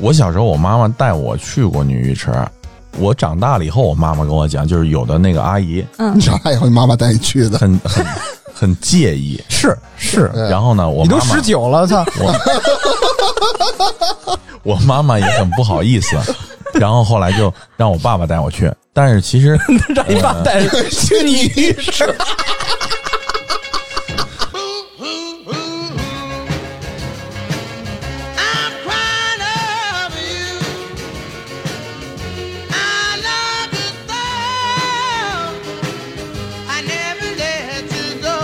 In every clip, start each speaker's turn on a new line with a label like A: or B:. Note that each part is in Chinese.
A: 我小时候，我妈妈带我去过女浴池。我长大了以后，我妈妈跟我讲，就是有的那个阿姨
B: 你长大以后，你妈妈带你去 的，
A: 很很很介 意，
C: 是是，
A: 然后呢，我
C: 你
A: 妈
C: 都
A: 妈
C: 十九 了，操！
A: 我妈妈也很不好意思，然后后来就让我爸爸带我去。但是其实
C: 让 你爸带着去你浴室，
D: I'm crying over you. I love you so. I never let you go.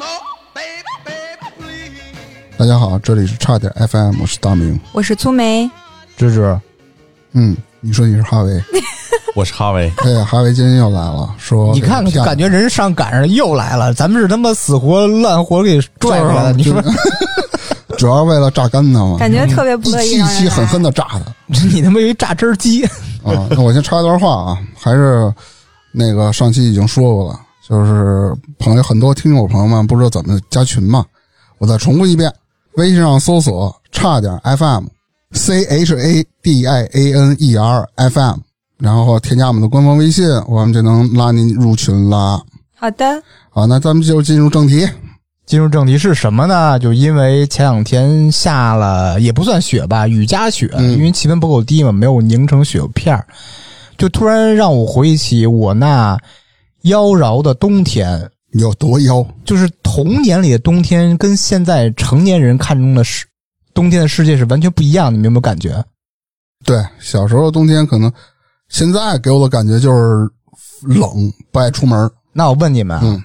D: Oh, baby, baby, please.
B: 大家好，这里是差点 FM，我是大明。
E: 我是粗梅，
C: 芝芝，
B: 嗯，你说你是哈维，
A: 我插为
B: 哎呀，哈维今天又来了，说
C: 你看看，感
B: 觉
C: 觉人上赶上又来了，咱们是他妈死活烂活给拽回来的，你说
B: 主要为了榨干他嘛，
E: 感觉特别不
B: 一
E: 乐意
F: 嗯
B: 期一
E: 让人
B: 期狠狠
E: 来。
B: 的榨他。
C: 你他妈有一榨汁儿机，
B: 啊，那我先插一段话啊，还是那个上期已经说过了，就是朋友很多听友朋友们不知道怎么加群嘛，我再重复一遍，微信上搜索“差点 FM”，C H A D I A N E R F M，然后添加我们的官方微信，我们就能拉您入群啦。
E: 好的，
B: 好，那咱们就进入正题。
C: 进入正题是什么呢？就因为前两天下了也不算雪吧，雨夹雪，
B: 嗯
C: 因为气温不够低嘛，没有凝成雪片儿，就突然让我回忆起我那妖娆的冬天，
B: 有多妖？
C: 就是童年里的冬天跟现在成年人看中的世冬天的世界是完全不一样的，你们有没有感觉？
B: 对，小时候冬天可能，现在给我的感觉就是冷，不爱出门。
C: 那我问你们啊，
B: 嗯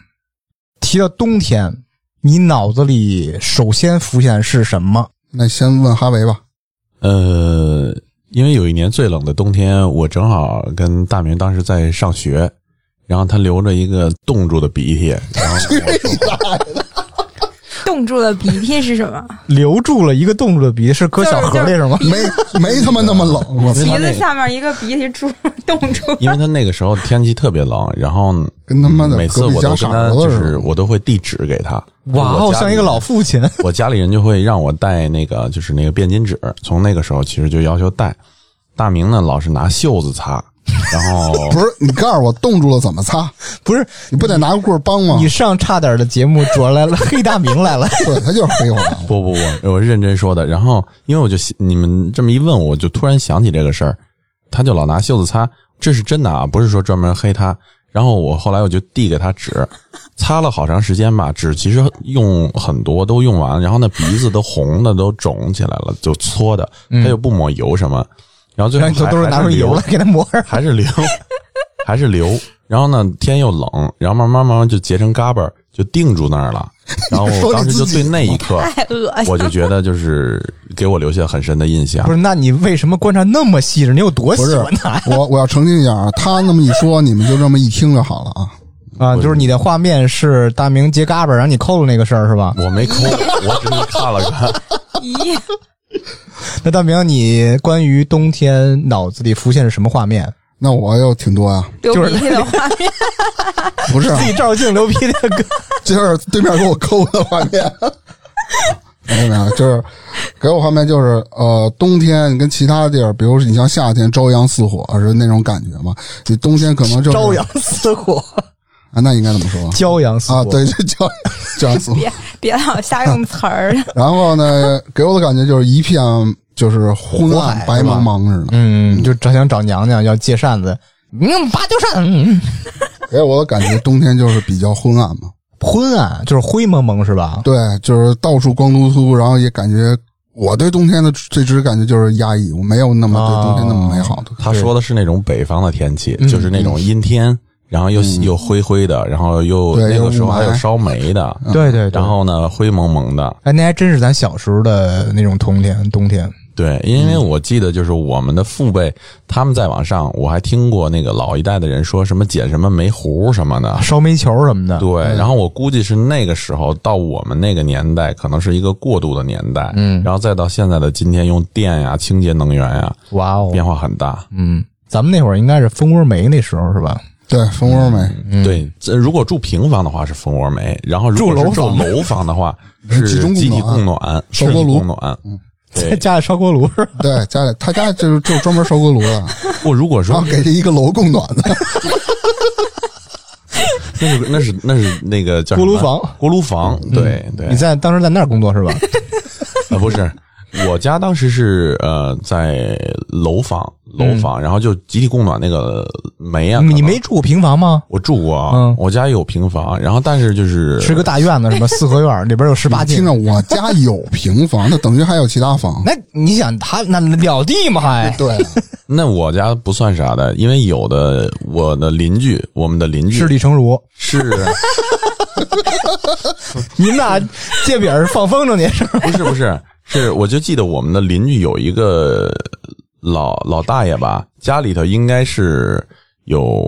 C: 提到冬天，你脑子里首先浮现的是什么？
B: 那先问哈维吧。
F: 呃，因为有一年最冷的冬天，我正好跟大明当时在上学，然后他流着一个冻住的鼻涕，然后
E: 冻住了鼻涕是什么？
C: 留住了一个冻住的鼻，是搁小盒里是吗？
B: 没没他妈那 么冷，我
F: 因
E: 鼻
F: 为他
E: 子
F: 那个，
E: 下面一个鼻涕珠冻住了。
F: 因为他那个时候天气特别冷，然后
B: 跟他妈的
F: 每次
B: 隔壁
F: 我
B: 家
F: 都跟他
B: 傻子
F: 就
B: 似的
F: 是我都会递纸给他，
C: 哇
F: 我
C: 哦，
F: 家
C: 像一
F: 里嗯
C: 个老父亲。
F: 我家里人就会让我带那个，就是那个便巾纸。从那个时候其实就要求带。大明呢，老是拿袖子擦，然后
B: 不是你告诉我冻住了怎么擦？
C: 不是
B: 你不得拿个棍儿帮吗
C: 你？上差点的节目，主要来了黑大明 来了，
B: 对，他就是黑我了。
F: 不不不，我是认真说的。然后因为我就你们这么一问，我就突然想起这个事儿，他就老拿袖子擦，这是真的啊，不是说专门黑他。然后我后来我就递给他纸，擦了好长时间吧，纸其实用很多都用完了，然后那鼻子都红的都肿起来了，就搓的，他又不抹油什么，然后最
C: 然
F: 后
C: 后你就
F: 还
C: 嗯 都是拿出油来给他抹上。
F: 还是流，还是流。然后呢，天又冷，然后慢慢慢慢就结成嘎巴儿，就定住那儿了。然后我
B: 说你
F: 当时就
B: 自己
F: 对那一刻，
E: 太 恶心
F: 我就觉得就是给我留下很深的印象
C: 不。是，那你为什么观察那么细致？你有多喜
B: 不是
C: 欢他
B: 我我要澄清一下啊，他那么一说，你们就这么一听就好了啊。
C: 啊？就是你的画面是大明结嘎巴，然后你抠的那个事儿是吧？
F: 我没 抠，我只是看了看。
E: 咦，
C: 那大明，你关于冬天脑子里浮现是什么画面？
B: 那我有挺多啊，
E: 流鼻涕的画面，
B: 不是啊，
C: 自己照镜流鼻涕的歌。
B: 就是对面给我抠的画面。 没有没有，就是给我画面就是呃，冬天跟其他地儿，比如你像夏天朝阳似火是那种感觉嘛，你冬天可能就是
C: 朝阳似火，
B: 啊，那应该怎么说
C: 骄阳似火。
B: 啊？，对，就叫朝阳似火。
E: 别别老瞎用 词儿。
F: 嗯
B: 然后呢，给我的感觉就是一片就是昏
C: 火
B: 暗
C: 海
B: 白
C: 是吧
B: 茫茫似的，
C: 嗯，就找想找娘娘要借扇子，嗯，芭蕉扇，嗯，
B: 给我的感觉冬天就是比较昏暗嘛。
C: 昏暗就是灰蒙蒙是吧？
B: 对，就是到处光秃秃，然后也感觉我对冬天的最直感觉就是压抑，我没有那么对冬天那么美好的。
F: 他说的是那种北方的天气，
C: 嗯
F: 就是那种阴天，然后又又灰灰的，然后又
B: 对
F: 那
B: 又雾
F: 个时候还有
B: 霾
F: 烧煤的，
C: 对对
F: 然后呢灰蒙蒙的。
C: 哎，那还真是咱小时候的那种冬天，冬天
F: 对，因为我记得就是我们的父辈，他们再往上，我还听过那个老一代的人说什么捡什么煤糊什么的。
C: 烧煤球什么的。嗯
F: 对，然后我估计是那个时候到我们那个年代，可能是一个过渡的年代，嗯，然后再到现在的今天，用电呀、清洁能源呀，
C: 哇哦，
F: 变化很大。
C: 嗯，咱们那会儿应该是蜂窝煤那时候是吧？
B: 对，蜂窝煤，
F: 对，这如果住平房的话是蜂窝煤，然后如果是
C: 嗯住
F: 住
C: 楼房
F: 楼房的话
B: 集
F: 是
B: 中供暖
F: 集体供暖、
B: 烧锅
F: 集
B: 炉
F: 体供暖。
C: 嗯 在家里烧锅炉是吧？
B: 对，家里他家就是就是专门烧锅炉的，
F: 不，如果
B: 然
F: 说
C: 啊
B: 后给这一个楼供暖的。
F: 那是那是那是那个叫什
C: 锅
F: 么
C: 炉房，嗯
F: 锅炉房，对对，
C: 你在当时在那儿 工作是吧？
F: 啊，不是，我家当时是呃在楼房，楼房，然后就集体供暖那个煤啊，
C: 嗯你
F: 可能
C: 没住过平房吗？
F: 我住过啊，
C: 嗯
F: 我家有平房，然后但是就是
C: 是个大院子，什么四合院，里边有十八
B: 听
C: 进
B: 着，。我家有平房，那等于还有其他房。
C: 那你想他那了地吗？还
B: 对，
F: 那我家不算啥的，因为有的我的邻居，我们的邻居
C: 视力成儒，
F: 是
C: 你们俩借饼儿放风筝去是吧？
F: 不是不是是，我就记得我们的邻居有一个老老大爷吧，家里头应该是有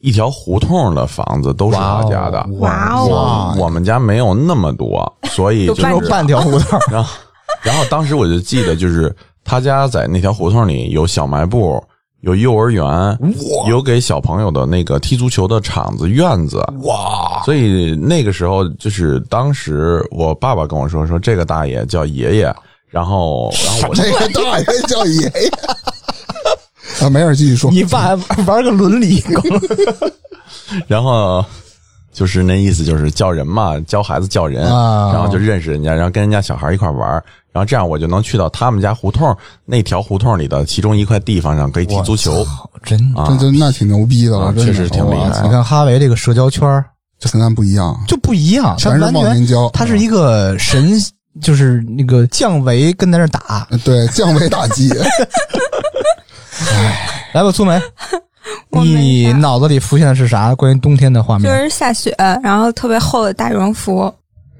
F: 一条胡同的房子都是他家的，
E: 哇哦，
F: 我我们家没有那么多，所以
E: 有
F: 就是
E: 半
C: 有半条胡同 儿，
F: 然后，然后当时我就记得，就是他家在那条胡同里有小卖部，有幼儿园，有给小朋友的那个踢足球的场子、院子。哇！所以那个时候，就是当时我爸爸跟我说，说这个大爷叫爷爷，然后，然后我
B: 这个大爷叫爷爷。啊，没事，继续说。
C: 你爸玩个伦理，
F: 然后就是那意思，就是叫人嘛，教孩子叫人，
C: 啊
F: 然后就认识人家，然后跟人家小孩一块玩儿然后这样我就能去到他们家胡同那条胡同里的其中一块地方上可以踢足球
C: 真
F: 啊
B: 这，这那挺牛逼的了，
F: 啊
B: 真
F: 确
B: 的
F: 实挺厉害
B: 我操
C: 你看哈维这个社交圈儿
B: 这跟咱不一样，
C: 就不一样，他
B: 全是
C: 完
B: 忘
C: 全
B: 年交。啊
C: 他是一个神，就是那个降维跟在那儿打。
B: 呃对降维打 击，
C: 来吧，苏梅，
E: 我没
C: 你
E: 啥
C: 脑子里浮现的是啥关于冬天的画
E: 就
C: 面
E: 是下雪，然后特别厚的大羽绒服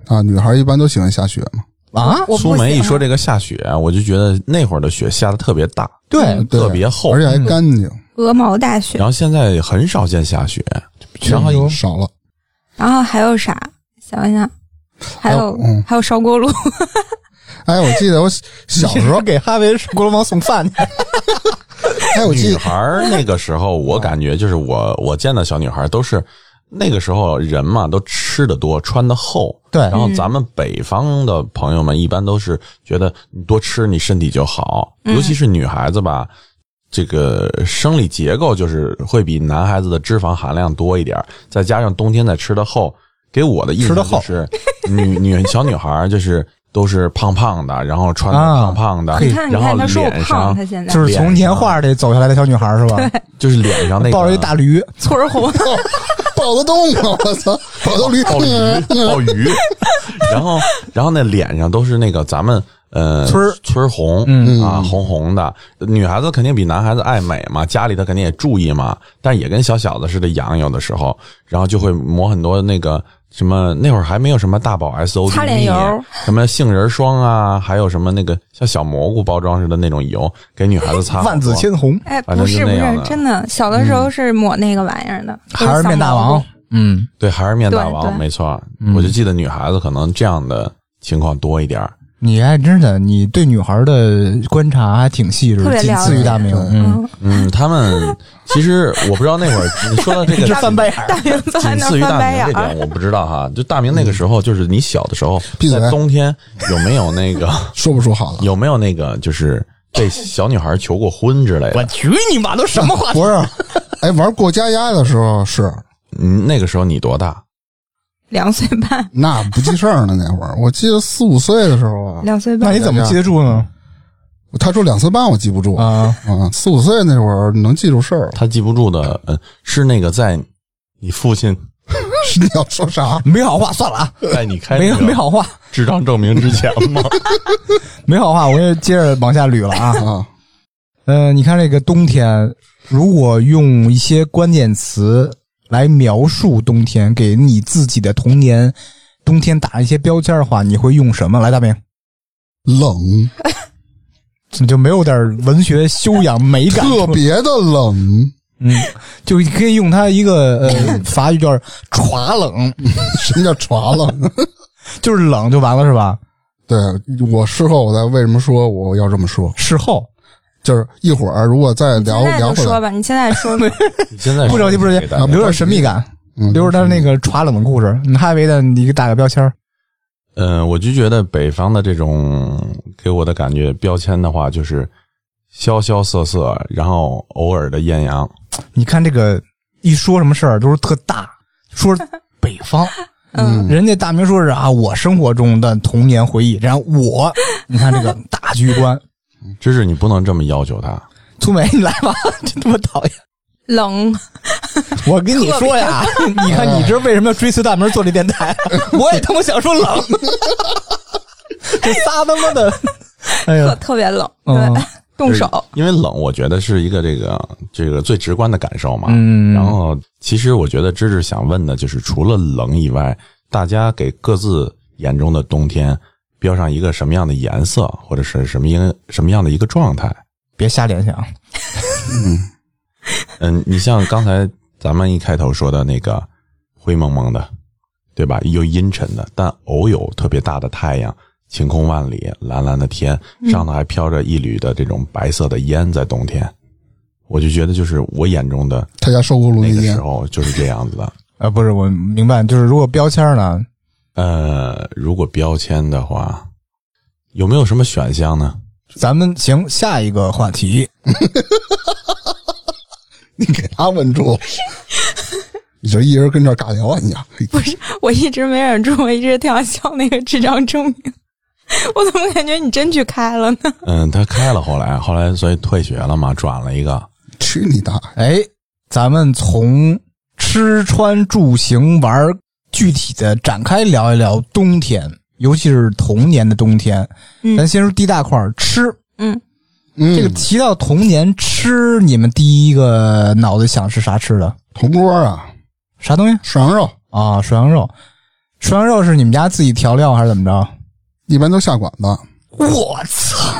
B: 啊，女孩一般都喜欢下雪嘛。
C: 啊？
E: 我
F: 苏
E: 不
F: 梅一
E: 行
F: 说这个下雪，我就觉得那会儿的雪下的特别大，
C: 对，
B: 对
F: 哎特别厚
B: 而，且还
C: 嗯
B: 干净，
E: 鹅毛大雪
F: 然，后现在很少见下雪。
C: 全
F: 然后
C: 球
B: 少了。
E: 然后还有啥？想想，还有
B: 嗯
E: 还有 烧锅炉，
B: 哎，我记得我小时 候，
C: 给哈维锅炉王送饭去，
B: 哎，我记
F: 女孩 儿那个时候，我感觉就是我我见的小女孩儿都是那个时候人嘛，都吃的多，穿的厚。
C: 对
F: 然后咱们北方的朋友们一般都是觉得你多吃，你身体就好，
E: 嗯
F: 尤其是女孩子吧。这个生理结构就是会比男孩子的脂肪含量多一点儿，再加上冬天再吃的厚，给我的印象
C: 吃得厚
F: 就是女 女小女孩儿就是都是胖胖的，然后穿的
C: 啊
F: 胖胖的，
C: 嘿
E: 你看你
F: 然后
E: 看，他说我
F: 脸
E: 胖，
F: 上
E: 他现在
C: 就是从年画里走下来的小女孩是吧？
F: 就是脸上那个
C: 抱着一大驴，
E: 村儿 红，
B: 得抱得动啊！我操，抱嗯得驴
F: 鲍 鱼，
E: 嗯
F: 鲍鱼， 然后然后那脸上都是那个咱们呃
C: 村儿
F: 村儿红，嗯啊红红的，女孩子肯定比男孩子爱美嘛，家里头肯定也注意嘛，但是也跟小小子似的养，有的时候，然后就会抹很多那个。什么？那会儿还没有什么大宝 S O D
E: 擦脸油，
F: 什么杏仁霜啊，还有什么那个像小蘑菇包装似的那种油，给女孩子擦好多。
C: 万紫千红，
E: 哎，
F: 反
E: 不
F: 正
E: 是
F: 就
E: 不
F: 那样
E: 是
F: 的，嗯
E: 真的，小的时候是抹那个玩意儿的，就
C: 还是面大
E: 小蘑
C: 王
E: 菇。，
C: 嗯，
F: 对，还是面大
E: 对
F: 王，
E: 对
F: 没错儿。我就记得女孩子可能这样的情况多一点儿。
C: 你还真的，你对女孩的观察还挺细致
E: 特，别
C: 仅次于大明，
B: 了解
C: 嗯，
F: 嗯，他们其实我不知道那会儿你说到这
C: 一
F: 个
C: 直翻白眼儿，
E: 大明在
F: 仅
E: 那
F: 次于
E: 翻
F: 大
E: 白
F: 明
E: 眼
F: 这
E: 儿
F: 点，，我不知道哈。就大明那个时候，就是你小的时候，
B: 闭嘴
F: 在冬天有没有那个
B: 说不出好了。
F: 有没有那个就是被小女孩求过婚之类
C: 我
F: 的？
C: 去你妈，都什么话？
B: 不是，哎，玩过家家的时候是
F: 嗯，那个时候你多大？
E: 两岁半，
C: 啊
B: 那不记事儿呢，那会儿我记得四五岁的时候啊，
E: 两岁
C: 那
E: 半
C: 你，怎么记得住呢？
B: 他说两岁半我记不住啊，
C: 啊，
B: 四五岁那会儿能记住事 儿。
F: 他记不住的，嗯，是那个在你父亲
B: 是你要说啥？
C: 没好话，算了啊，
F: 带你开
C: 没
F: 那个
C: 没好话，
F: 智障证明之前吗？
C: 没好话，我就接着往下捋了啊。
B: 啊，
C: 呃，你看这个冬天，如果用一些关键词来描述冬天，给你自己的童年冬天打一些标签的话，你会用什么？来，大明，
B: 冷，
C: 你就没有点文学修养、美 感，
B: 特别的冷，
C: 嗯，就可以用它一个呃法语叫“耍冷
B: 什么叫耍冷？”，
C: 就是冷就完了是吧？
B: 对我事后我再为什么说我要这么说，
C: 事后
B: 就是一会儿啊如果再聊
E: 现在
B: 聊
E: 就
B: 回
E: 说
B: 来，
E: 吧，你现 在说吧，
F: 你现在
C: 不着急，不着急
F: 给大家，
C: 留点神秘感，
B: 嗯
C: 留着他那个耍冷的故事。你还为的你给打个标签儿，
F: 嗯，我就觉得北方的这种给我的感觉标签的话，就是萧萧瑟瑟，然后偶尔的艳阳。
C: 你看这个一说什么事儿都是特大，说北 方，
E: 嗯，
C: 人家大明说是啊，我生活中的童年回忆，然后我，你看这 个大局观，
F: 芝芝，你不能这么要求他。
C: 粗梅，你来吧， 真他妈讨厌！嗯
E: 冷，
C: 我跟你说呀，你看你这为什么要追随大明做这电 台？我也他妈想说 冷，这仨他妈的，哎
E: 特
C: 呀，
E: 特别冷，
C: 嗯
E: 对，动手，
F: 因为冷，我觉得是一个这个这个最直观的感受嘛。
C: 嗯
F: 然后，其实我觉得芝芝想问的就是，除了冷以外，大家给各自眼中的冬天标上一个什么样的颜色，或者是什么样什么样的一个状态？
C: 别瞎联想，
F: 嗯，你像刚才咱们一开头说的那个灰蒙蒙的，对吧？又阴沉的，但偶有特别大的太阳，晴空万里，蓝蓝的天，
C: 嗯
F: 上头还飘着一缕的这种白色的烟，在冬天，我就觉得就是我眼中的
B: 他家收过录
F: 那
B: 音
F: 个
B: 机
F: 时，候就是这样子的。
C: 呃，不是，我明白，就是如果标签呢，
F: 呃，如果标签的话，有没有什么选项呢？
C: 咱们行下一个话题，
B: 你给他问 住了，你就一人跟这儿尬聊，你呀，
E: 不是，我一直没忍住，我一直挺想笑那个智障证明。我怎么感觉你真去开了呢？
F: 嗯，他开了，后来后来所以退学了嘛，转了一个。
B: 去你大爷！
C: 哎，咱们从吃穿住行玩儿具体的展开聊一聊冬天，尤其是童年的冬天。
E: 嗯
C: 咱先说第一大块儿吃，
E: 嗯，
B: 嗯，
C: 这个提到童年吃，你们第一个脑子想是啥吃的？
B: 铜锅啊，
C: 啥东西
B: 涮羊肉
C: 啊？涮羊肉，涮羊肉是你们家自己调料还是怎么着？
B: 一般都下馆子，
C: 我操！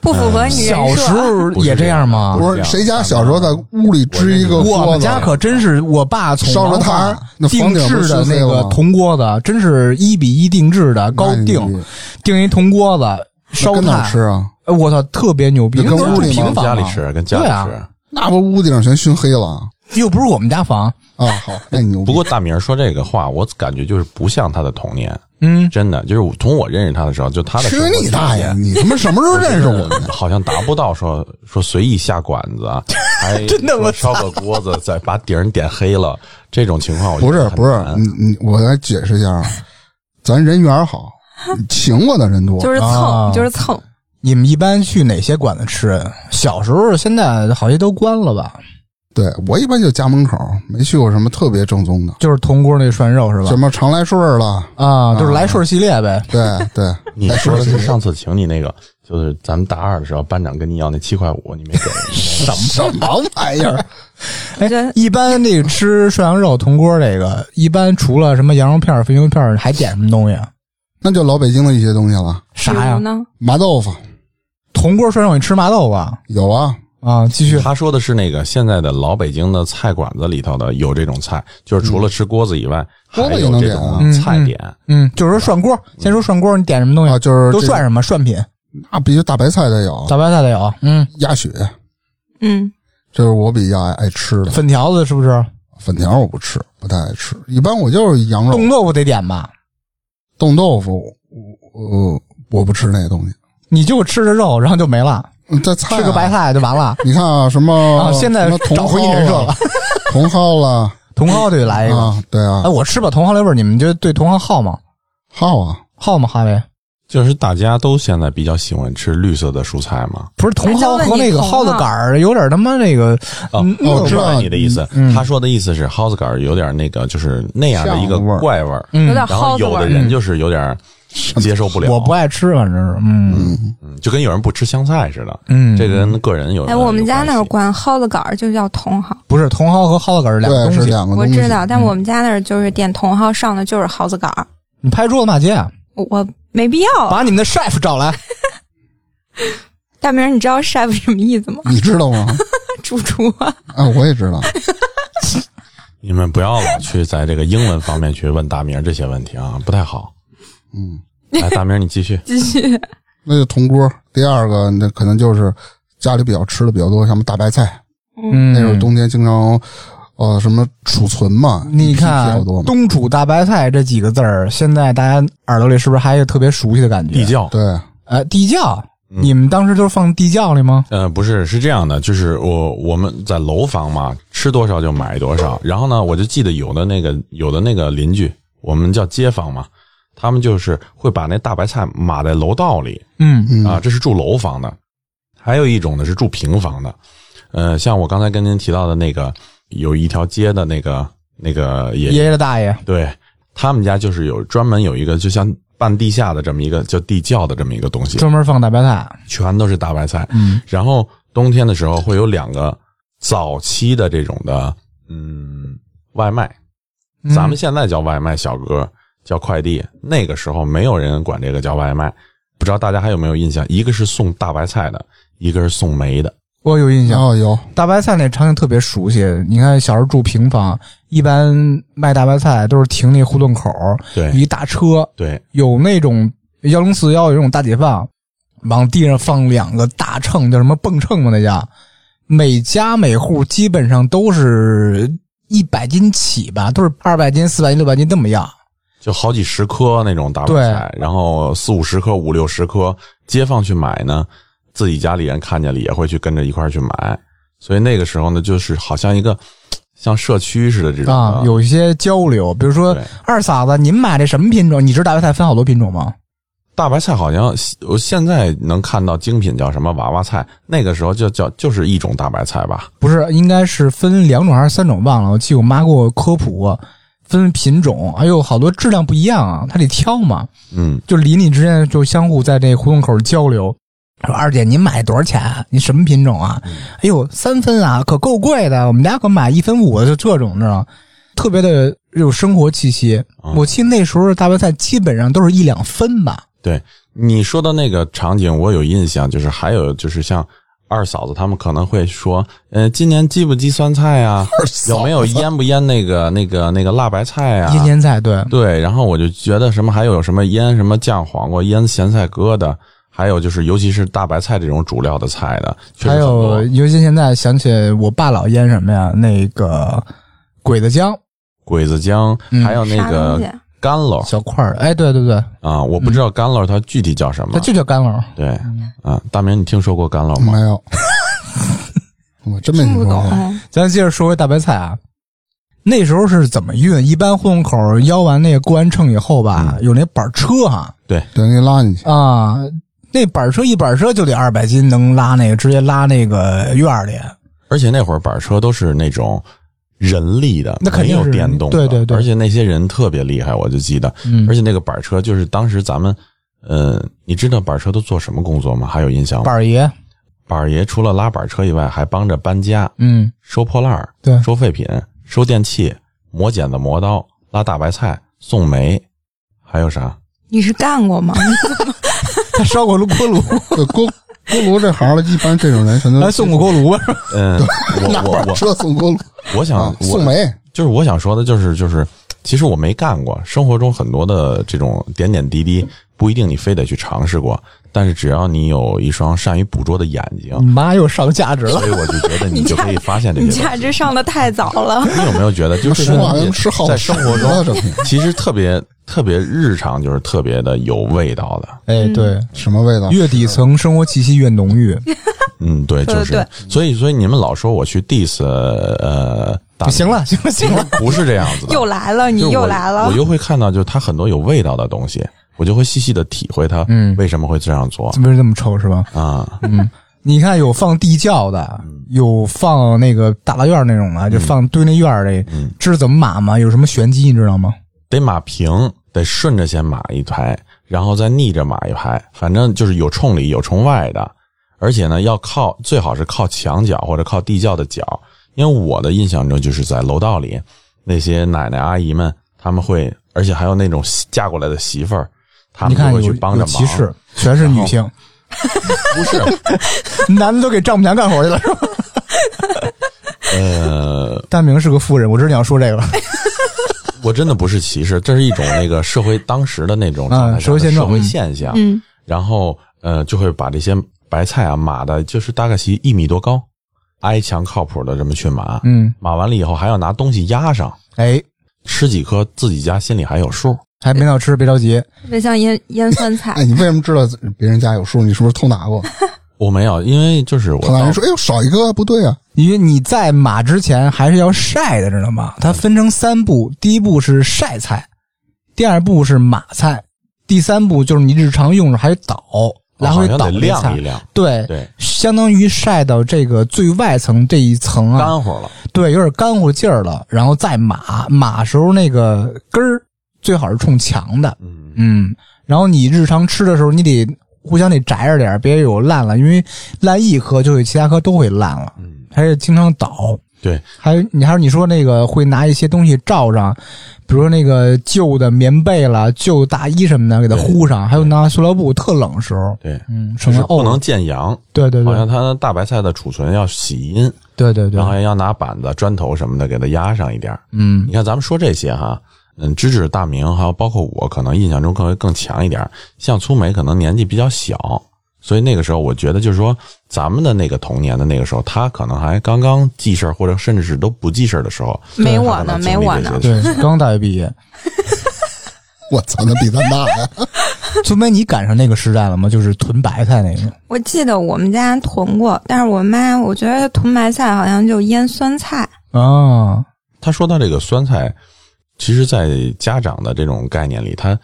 E: 不符合你
C: 嗯
E: 啊
C: 小
E: 人
C: 时
E: 设。
C: 候
F: 不是
C: 也这样吗？
F: 不
B: 不是
F: 这样
B: 谁家小时候在屋里支一个
C: 我
B: 锅
C: 们
B: 子，
C: 家可真是，我爸从
B: 烧着
C: 王
B: 炭
C: 华
B: 那房
C: 定
B: 顶不
C: 制
B: 是
C: 的
B: 碎
C: 那
B: 了
C: 个
B: 吗
C: 铜锅子，真是一比一定制的，高
B: 那你
C: 定定一铜锅子，
B: 那
C: 烧
B: 哎跟哪儿
C: 炭
B: 吃。啊？
C: 哎我操，特别牛逼，
B: 那跟
C: 那都
B: 屋
C: 是
B: 里
C: 平
B: 吗
C: 房
F: 家里
C: 嘛
F: 吃跟家里
C: 对啊
F: 吃，
B: 那不屋顶上全熏黑了啊
C: 又不是我们家房。
B: 啊！好，那你牛逼。
F: 不过大明说这个话，我感觉就是不像他的童年，
C: 嗯，
F: 真的就是我从我认识他的时候，就他的
B: 去
F: 生活
B: 你大
F: 体
B: 爷！
F: 验
B: 你他妈什么时候认识我的？
F: 好像达不到说说随意下馆子 啊，还
C: 真的我
F: 说烧个锅子再把顶儿点黑了这种情况我觉
B: 不
F: 得
B: 是
F: 很
B: 不是，
F: 难
B: 你你我来解释一下，啊，咱人缘 好，请我的人多，
E: 就是
C: 啊
E: 蹭，就是蹭，
C: 你们一般去哪些馆子吃？啊小时候，现在好些都关了吧？
B: 对我一般就家门口，没去过什么特别正宗的，
C: 就是铜锅那涮肉是
B: 什
C: 吧？
B: 么常来顺儿了，
C: 啊，就是来顺系列呗。
B: 对 对，
F: 你
B: 来
F: 说
B: 顺
F: 的
B: 儿
F: 是上次请你那个，就是咱们大二的时候，班长跟你要那七块五，你没给。
B: 什么什么玩意儿？
C: 哎
E: 真，
C: 一般那个吃涮羊肉、铜锅这个，一般除了什么羊肉片儿、肥牛片儿，还点什么东西啊？
B: 那就老北京的一些东西了，
E: 比
C: 啥呀
E: 如？呢？
B: 麻豆腐
C: 铜锅涮肉，你吃麻豆吧？
B: 有啊，
C: 啊，继 续。
F: 他说的是那个现在的老北京的菜馆子里头的有这种菜，就是除了吃锅子以外，
B: 嗯锅
F: 还
B: 子也
F: 有
B: 能
F: 这
B: 点啊
F: 种菜点。
C: 嗯，就是说涮锅，先说涮锅，你点什么东西？
B: 啊就是
C: 嗯都
B: 这
C: 涮什么？涮品，
B: 那必须大白菜得有，
C: 大白菜得有。嗯，
B: 鸭血，
E: 嗯，
B: 这是我比较爱爱吃的。
C: 嗯粉条子是不是？
B: 粉条我不吃，不太爱吃，一般我就是羊肉
C: 冻豆腐得点吧？
B: 冻豆腐，我我我不吃那东西。
C: 你就吃着肉，然后就没了，
B: 嗯这菜啊
C: 吃个白菜就完 了。
B: 你看啊，什么、
C: 啊现在
B: 什么茼
C: 找回你人设
B: 蒿
C: 了
B: 了，茼蒿了
C: 茼蒿得来一个。
B: 啊，对啊
C: 哎，，我吃不了茼蒿那味儿，你们觉得对茼蒿好吗？
B: 蒿啊，
C: 好吗，哈维？
F: 就是大家都现在比较喜欢吃绿色的蔬菜嘛。
C: 不是茼蒿和那个蒿子杆儿有点他妈那个
F: 哦
C: 嗯，
B: 哦
F: 我
B: 知
F: 明
B: 道
F: 白你的意思。
C: 嗯
F: 他说的意思是蒿子杆儿有点那个，就是那样的一个
B: 像味儿
F: 怪味儿。
C: 嗯
E: 有
F: 然
E: 点蒿
F: 后
E: 子味
F: 有的
E: 儿。
F: 人就是有点接受不了，
C: 我不爱吃，反正是嗯
F: 嗯就跟有人不吃香菜似的。
C: 嗯，
F: 这跟个人有
E: 哎，我们家那
F: 那
E: 儿管蒿子杆儿就叫茼蒿，
C: 不是茼蒿和蒿子杆儿是两个
B: 对，
C: 东
B: 是
C: 西。
B: 两个
E: 我
B: 东西。
E: 知道，
C: 嗯
E: 但我们家那儿就是点茼蒿上的就是蒿子杆儿，
C: 你拍桌子骂街啊，
E: 我我没必要。
C: 把你们的 chef 找来。
E: 大明儿，你知道 chef 什么意思吗？
B: 你知道吗？
E: 主厨啊，
B: 啊，我也知道，
F: 你们不要老去在这个英文方面去问大明这些问题啊，不太好。
B: 嗯，
F: 来，大明你 继续。
E: 继续。
B: 那就铜锅。第二个，那可能就是家里比较吃的比较多，像大白菜，
C: 嗯，
B: 那是冬天经常呃什么储存
F: 嗯
B: 嘛，
C: 你
B: 一批
C: 看
B: 比较多
C: “
B: 嘛，
C: 东楚大白菜”这几个字儿，现在大家耳朵里是不是还有特别熟悉的感觉？
F: 地，窖。嗯
B: 对，
C: 呃，地窖，你们当时都是放地窖里吗？
F: 呃，不是，是这样的，就是我我们在楼房嘛，吃多少就买多少。然后呢，我就记得有的那个有的那个邻居，我们叫街坊嘛，他们就是会把那大白菜码在楼道里
C: 嗯，
B: 嗯
F: 啊，这是住楼房的。还有一种呢是住平房的，呃，像我刚才跟您提到的那个有一条街的那个那个爷
C: 爷爷的大爷，
F: 对他们家就是有专门有一个就像半地下的这么一个叫地窖的这么一个东西，
C: 专门放大白菜。
F: 全都是大白菜。
C: 嗯，
F: 然后冬天的时候会有两个早期的这种的，嗯，外卖，
C: 嗯
F: 嗯咱们现在叫外卖小哥，叫快递，那个时候没有人管这个叫外卖。不知道大家还有没有印象？一个是送大白菜的，一个是送煤的。
C: 我有
F: 哦
B: 然
C: 印象，
B: 后啊有
C: 大白菜那场景特别熟悉。你看小时候住平房，一般卖大白菜都是停那胡同口儿，有
F: 对
C: 一大车，
F: 对，
C: 有那种幺零四幺有那种大解放，往地上放两个大秤，叫什么泵秤吗？那叫，每家每户基本上都是一百斤起吧，都是二百斤、四百斤、六百斤那么样。
F: 就好几十颗那种大白菜，然后四五十颗、五六十颗，街坊去买呢，自己家里人看见了也会去跟着一块儿去买。所以那个时候呢，就是好像一个像社区似的这种的
C: 啊，有一些交流，比如说
F: 对
C: 二嫂子，您买这什么品种？你知道大白菜分好多品种吗？
F: 大白菜好像我现在能看到精品叫什么娃娃菜，那个时候就叫就是一种大白菜吧。
C: 不是，应该是分两种还是三种？忘了。我记得我妈给我科普过，分品种，还有好多质量不一样啊，她得挑嘛。
F: 嗯，
C: 就邻里之间就相互在这胡同口交流。说二姐，您买多少钱啊？您什么品种
F: 嗯
C: 啊？哎呦，三分啊，可够贵的。我们家可买一分五的，就这种，你知道吗，特别的有生活气息。
F: 嗯
C: 我记得那时候大白菜基本上都是一两分吧。
F: 对，你说的那个场景我有印象，就是还有就是像二嫂子他们可能会说，呃，今年积不积酸菜啊？有没有腌不腌那个那个那个辣白菜啊？
C: 腌腌菜，对，
F: 对，然后我就觉得什么还有什么腌什么酱黄瓜、腌咸菜疙瘩，还有就是尤其是大白菜这种主料的菜的，确实
C: 还
F: 很
C: 有
F: 多，
C: 尤其现在想起我爸老腌什么呀？那个鬼子姜
F: 鬼子姜，
C: 嗯
F: 还有那
E: 啥
F: 个
E: 东西啊
F: 干篓
C: 小块儿的，哎，对对对，
F: 啊，我不知道干篓它具体叫什么
C: 它。就叫嗯干篓。
F: 对啊，大明，你听说过干篓吗
B: 没？ 有？我真没
E: 听
B: 听
E: 不
B: 说啊
E: 懂
B: 过。
E: 哎，
C: 咱接着说回大白菜啊，那时候是怎么运？一般胡同口邀完那个过完秤以后吧，有那板车哈
B: 对，给你拉 进去，
C: 嗯啊，那板车一板车就得二百斤，能拉那个直接拉那个院儿里。
F: 而且那会儿板车都是那种人力的，
C: 那肯定
F: 没
C: 是
F: 有电动的，
C: 对对对
F: 而且那些人特别厉害，我就记得，
C: 嗯
F: 而且那个板车就是当时咱们，呃，你知道板车都做什么工作吗？还有印象吗？
C: 板儿爷，
F: 板儿爷除了拉板车以外，还帮着搬家、
C: 嗯，
F: 收破烂儿、
C: 对
F: 收废品、收电器、磨剪子、磨刀、拉大白菜、送煤，还有啥？
E: 你是干过吗？
C: 他烧过锅 炉，
B: 对锅锅炉这行了，一般这种人全都
C: 还送过锅炉吧？
F: 嗯，我我 我
B: 车送锅炉
F: 我想、
B: 啊，
F: 我
B: 送煤，
F: 就是我想说的，就是就是，其实我没干过，生活中很多的这种点点滴滴，不一定你非得去尝试过，但是只要你有一双善于捕捉的眼睛，
C: 妈又上价值了
F: 所。以我就觉得嗯 你
E: 你
F: 就
E: 价
F: 可以发现这
E: 你
F: 些
E: 价
F: 东西。
E: 值上的太早了。
F: 你有没有觉得， 就是
B: 说话跟吃
F: 吃
B: 耗
F: 在生活
B: 了，
F: 中，
B: 这品
F: 其实特别特别日常，就是特别的有味道的。
C: 哎，
E: 嗯
C: 对，
B: 什么味道？
C: 越底层生活气息越浓 郁。
F: 嗯，对，
E: 说
F: 就
E: 得
F: 是，所以所以你们老说我去 diss 呃，大
C: 行了，行了，行 了，
F: 不是这样 子的，
E: 又来了，你
F: 就是
E: 又
F: 我
E: 来了
F: 我。就会看到，就是它很多有味道的东西，我就会细细的体会它
C: 嗯
F: 为什么会这样做
C: 怎么是这么臭是吧？
F: 啊。
C: 你看有放地窖的，
F: 嗯
C: 有放那个大杂院那种的，就放堆那院儿里，
F: 嗯
C: 知道怎么码吗？有什么玄机你知道吗？
F: 得码平，得顺着先码一排，然后再逆着码一排，反正就是有冲里有冲外的，而且呢，要靠最好是靠墙角或者靠地窖的角，因为我的印象中就是在楼道里那些奶奶阿姨们，他们会，而且还有那种媳嫁过来的媳妇儿，他
C: 你
F: 们
C: 看
F: 就
C: 有
F: 会去帮着
C: 有
F: 忙。
C: 歧视，全是女性，
F: 不是，
C: 男的都给丈母娘干活去了是吧？
F: 呃，
C: 大明是个富人，我知道你要说这个了。
F: 我真的不是歧视，这是一种那个社会当时的那 种
C: 嗯
F: 社会
C: 社会现状
F: 社会现象。
E: 嗯，
F: 然后呃，就会把这些白菜啊码的，就是大概其一米多高，挨墙靠谱的这么去码，
C: 嗯，
F: 码完了以后还要拿东西压上，
C: 哎，
F: 吃几颗自己家心里还有数。
C: 还没到吃，别着急，
E: 特别像腌腌酸菜
B: 哎，，你为什么知道别人家有数？你是不是偷拿过？
F: 我没有，因为就是我
B: 偷拿
F: 到
B: 人说，哎呦，少一个，不对啊。
C: 因为你在码之前还是要晒的，知道吗？它分成三步，第一步是晒菜，第二步是码菜，第三步就是你日常用着还倒，来
F: 哦好
C: 回
F: 像
C: 倒
F: 得
C: 这
F: 晾
C: 菜
F: 一晾，
C: 对
F: 对，
C: 相当于晒到这个最外层这一层啊，
F: 干活了。
C: 对，有点干乎劲儿了，然后再码码时候那个根儿最好是冲墙的，
F: 嗯，
C: 嗯，然后你日常吃的时候你得互相得摘着点儿，别有烂了，因为烂一颗就有其他颗都会烂了，
F: 嗯，
C: 还是经常倒。
F: 对，
C: 还有你还有你说那个会拿一些东西罩上，比如说那个旧的棉被啦、旧大衣什么的给它
F: 对
C: 糊上，还有拿塑料布，特冷的时候，
F: 对，
C: 嗯，
F: 就
C: 省
F: 是
C: 得
F: 不
C: 沤
F: 能见阳，
C: 对对
F: 好像
C: 对
F: 它大白菜的储存要洗阴，
C: 对对
F: 然后
C: 对，
F: 还要拿板子、砖头什么的给它压上一点儿。
C: 嗯
F: 你看，咱们说这些哈，嗯，芝芝、大明，还有包括我，可能印象中更更强一点儿。像粗梅，可能年纪比较小，所以那个时候，我觉得就是说，咱们的那个童年的那个时候，他可能还刚刚记事儿，或者甚至是都不记事儿的时候，
E: 没
F: 他
E: 我
F: 可
E: 呢，
F: 能
E: 没
F: 经历
E: 我
F: 这些
E: 呢。
C: 对，刚大学毕业，
B: 我操，那比咱大呀！
C: 苏梅，你赶上那个时代了吗？就是囤白菜那 个，
E: 我记得我们家囤过，但是我妈我觉得囤白菜好像就腌酸菜，
C: 啊，
F: 他说到这个酸菜，其实，在家长的这种概念里，他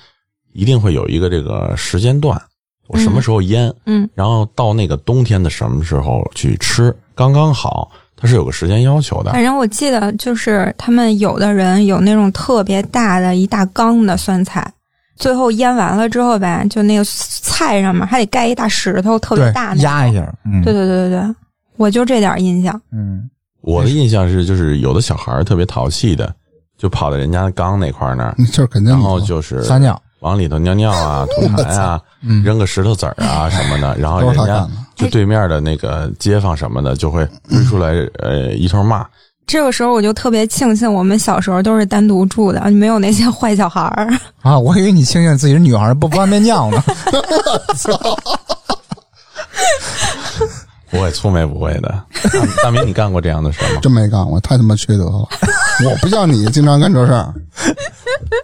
F: 一定会有一个这个时间段，我什么时候腌，
E: 嗯，
F: 然后到那个冬天的什么时候去吃，刚刚好，它是有个时间要求的。
E: 反正我记得就是他们有的人有那种特别大的一大缸的酸菜，最后腌完了之后吧，就那个菜上面还得盖一大石头，特别
C: 对
E: 大，那
C: 压一下，嗯，
E: 对对对对对，我就这点印象。
C: 嗯，
F: 我的印象是，就是有的小孩儿特别淘气的，就跑到人家缸那块儿那儿，
B: 这是肯定的。
F: 然后就是
C: 嗯撒尿，
F: 往里头尿尿啊、吐痰啊、
C: 嗯
F: 扔个石头子儿啊什么的，然后
B: 都
F: 人
B: 是他
F: 家
B: 干的
F: 就对面的那个街坊什么的就会追出来，呃，一通
C: 哎
F: 骂。
E: 这个时候我就特别庆幸我们小时候都是单独住的，没有那些坏小孩儿。
C: 啊，我以为你庆幸自己是女孩儿不不方便尿呢。
F: 不会，粗眉不会的。大大明，你干过这样的事 吗？
B: 真没干过，太他妈缺德了！我不像你经常干这事儿，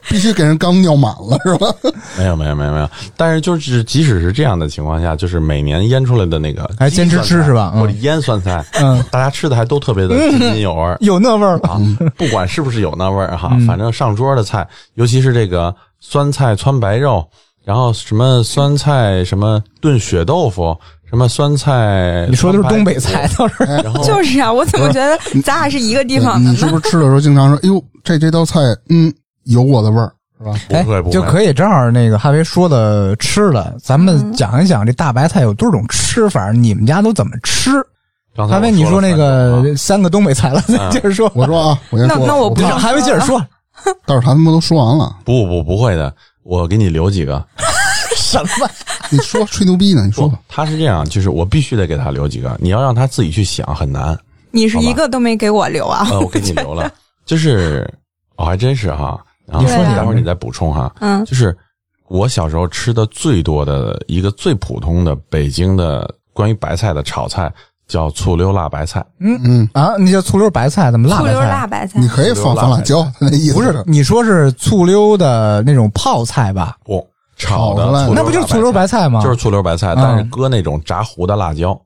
B: 必须给人缸尿满了是吧？
F: 没有，没有，没有，没有。但是就是，即使是这样的情况下，就是每年腌出来的那个
C: 还
F: 鸡酸
C: 坚持吃
F: 菜
C: 是吧嗯
F: 或者腌酸菜，
C: 嗯，
F: 大家吃的还都特别的津津有味儿。
C: 有那味儿了。
F: 啊，不管是不是有那味儿
C: 嗯
F: 哈，反正上桌的菜，尤其是这个酸菜汆白肉，然后什么酸菜什么炖血豆腐，什么酸菜，
C: 你说的是东 北菜，，倒是
F: 然后
E: 就是啊，我怎么觉得咱俩是一个地
C: 嗯
E: 方的
B: 你是
E: 呢？
B: 不是吃的时候经常说，哎呦，这这道菜，嗯，有我的味儿是吧？
F: 不会不会
C: 就可以正好那个哈维说的吃的，咱
E: 嗯
C: 们讲一讲这大白菜有多少种吃法，你们家都怎么吃？
F: 刚才
C: 哈
F: 我
C: 维，你说那
F: 了啊
C: 个呃三个东北菜了，再 接着说。
B: 我说啊，我先说，
E: 那那我不
C: 你
E: 知
C: 让
E: 道
C: 哈维接着 说，
B: 但是他们都说完了，
F: 不不不会的，我给你留几个。
C: 什么？
B: 你说吹牛逼呢？你说
F: 不
B: 吧，，
F: 他是这样，就是我必须得给他留几个，你要让他自己去想很难。
E: 你是一个都没 给我留啊！
F: 呃，我给你留了，就是哦，还真是哈。然后
C: 你说
E: 你
F: 待会儿你再补充哈。
E: 嗯
F: 就是我小时候吃的最多的一个最普通的北京的关于白菜的炒菜，叫醋溜辣白菜。
B: 嗯，
C: 啊，那叫醋溜白菜，怎么呃辣
E: 醋
C: 白
E: 溜
C: 菜？啊
E: 辣白菜
B: 你，可以放
F: 辣
B: 放辣
F: 白
B: 椒，那意思
C: 不是，你说是醋溜的那种泡菜吧？
F: 不、炒的醋溜辣白
B: 炒出来的
F: 菜，
C: 那不就是醋溜白菜吗？
F: 就是醋溜白菜，
C: 嗯
F: 但是搁那种炸糊的辣椒。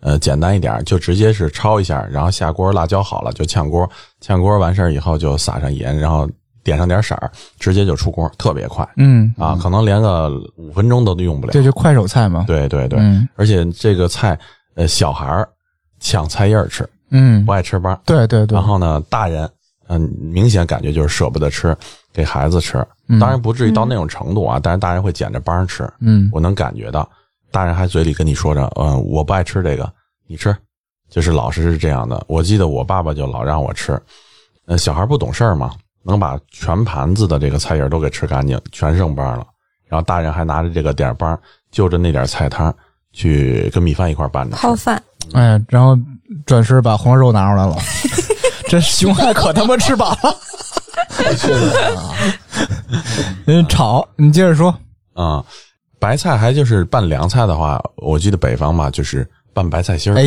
F: 呃，简单一点，就直接是焯一下，然后下锅，辣椒好了就炝锅，炝锅完事儿以后就撒上盐，然后点上点色儿，直接就出锅，特别快
C: 嗯，
F: 啊，可能连个五分钟都用不了。
C: 这就快手菜嘛。
F: 对对对，
C: 嗯
F: 而且这个菜，呃，小孩儿抢菜叶儿吃，
C: 嗯
F: 不，爱吃帮。
C: 对对对
F: 然。后呢，大人，嗯、明显感觉就是舍不得吃，给孩子吃。
C: 嗯
F: 当然不至于到那种程度啊，但是大人会捡着帮吃，
C: 嗯，
F: 我能感觉到，大人还嘴里跟你说着，嗯、我不爱吃这个，你吃。就是老师是这样的，我记得我爸爸就老让我吃，呃，小孩不懂事儿嘛，能把全盘子的这个菜叶儿都给吃干净，全剩帮了。然后大人还拿着这个点儿帮，就着那点儿菜汤去跟米饭一块儿拌着吃。
E: 泡饭。
C: 哎呀，然后转身把黄肉拿出 来了，这熊孩可他妈吃饱了。嗯，炒，你接着说。
F: 啊、白菜还就是拌凉菜的话，我记得北方嘛，就是拌白菜心儿。
C: 哎，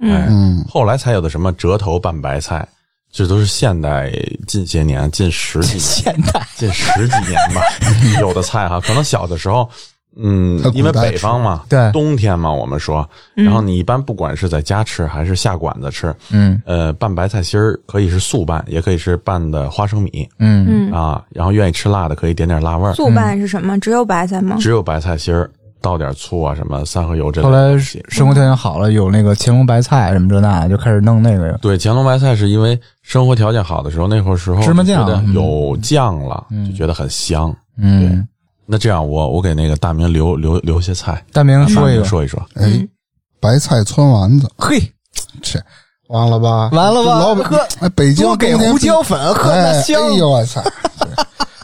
F: 哎，
B: 嗯，
F: 后来才有的什么折头拌白菜，这都是现代近些年、近十几年、
C: 现代
F: 近十几年吧有的菜哈。可能小的时候，嗯
B: 在，古代
F: 因为北方嘛，
C: 吃对
F: 冬天嘛，我们说，
E: 嗯
F: 然后你一般不管是在家吃还是下馆子吃，
C: 嗯
F: 呃，拌白菜心儿可以是素拌，也可以是拌的花生米
C: 嗯
E: 嗯，
F: 啊。然后愿意吃辣的可以点点辣味儿，
E: 素拌是什么？只有白 菜吗？
F: 只有白菜心儿倒点醋啊，什么三合油这类
C: 后
F: 的
C: 来
F: 东西。
C: 生活条件好了，有那个乾隆白菜什么这那的，就开始弄那个。
F: 对，乾隆白菜是因为生活条件好的时候，那会儿时候
C: 芝麻酱
F: 就觉得有酱了，就觉得很香。
C: 嗯，
F: 那这样我我给那个大明留留留些菜，
C: 大明
F: 大
C: 说一
F: 明
C: 个，
F: 说一嗯说，
B: 哎，白菜汆丸子，
C: 嘿，
B: 切，完了吧？
C: 完了吧？
B: 老
C: 喝
B: 哎，北京
C: 多给
B: 冬天
C: 胡椒粉，喝
B: 哎
C: 那香。
B: 哎呦我操！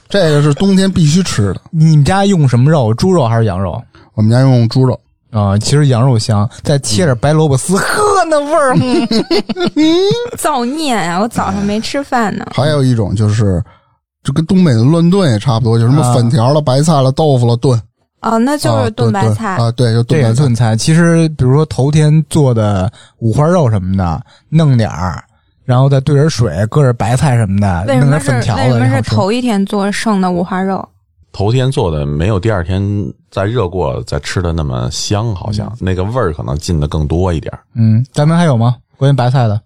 B: 这个是冬天必须吃的。
C: 你们家用什么肉？猪肉还是羊肉？
B: 我们家用猪肉，
C: 啊、其实羊肉香，再切点白萝卜丝，呵，那味儿，嗯
E: 造孽呀！我早上没吃饭呢。
B: 还有一种就是，就跟东北的乱炖也差不多，就什么
C: 啊
B: 粉条了、白菜了、豆腐了炖，
E: 哦，那就
B: 啊
E: 是炖白菜。
B: 啊，对，就
C: 这
B: 炖
C: 也
B: 白菜。
C: 炖菜。其实，比如说头天做的五花肉什么的，弄点儿，然后再兑点水，搁点白菜什么的，
E: 为什
C: 弄
E: 么
C: 点
E: 是
C: 粉条
E: 为什
C: 子，
E: 么
C: 然后
E: 是
C: 吃。
E: 头一天做剩的五花肉？
F: 头天做的没有第二天再热过再吃的那么香，好像、那个味儿可能进的更多一点儿。
C: 嗯，咱们还有吗？关于白菜的？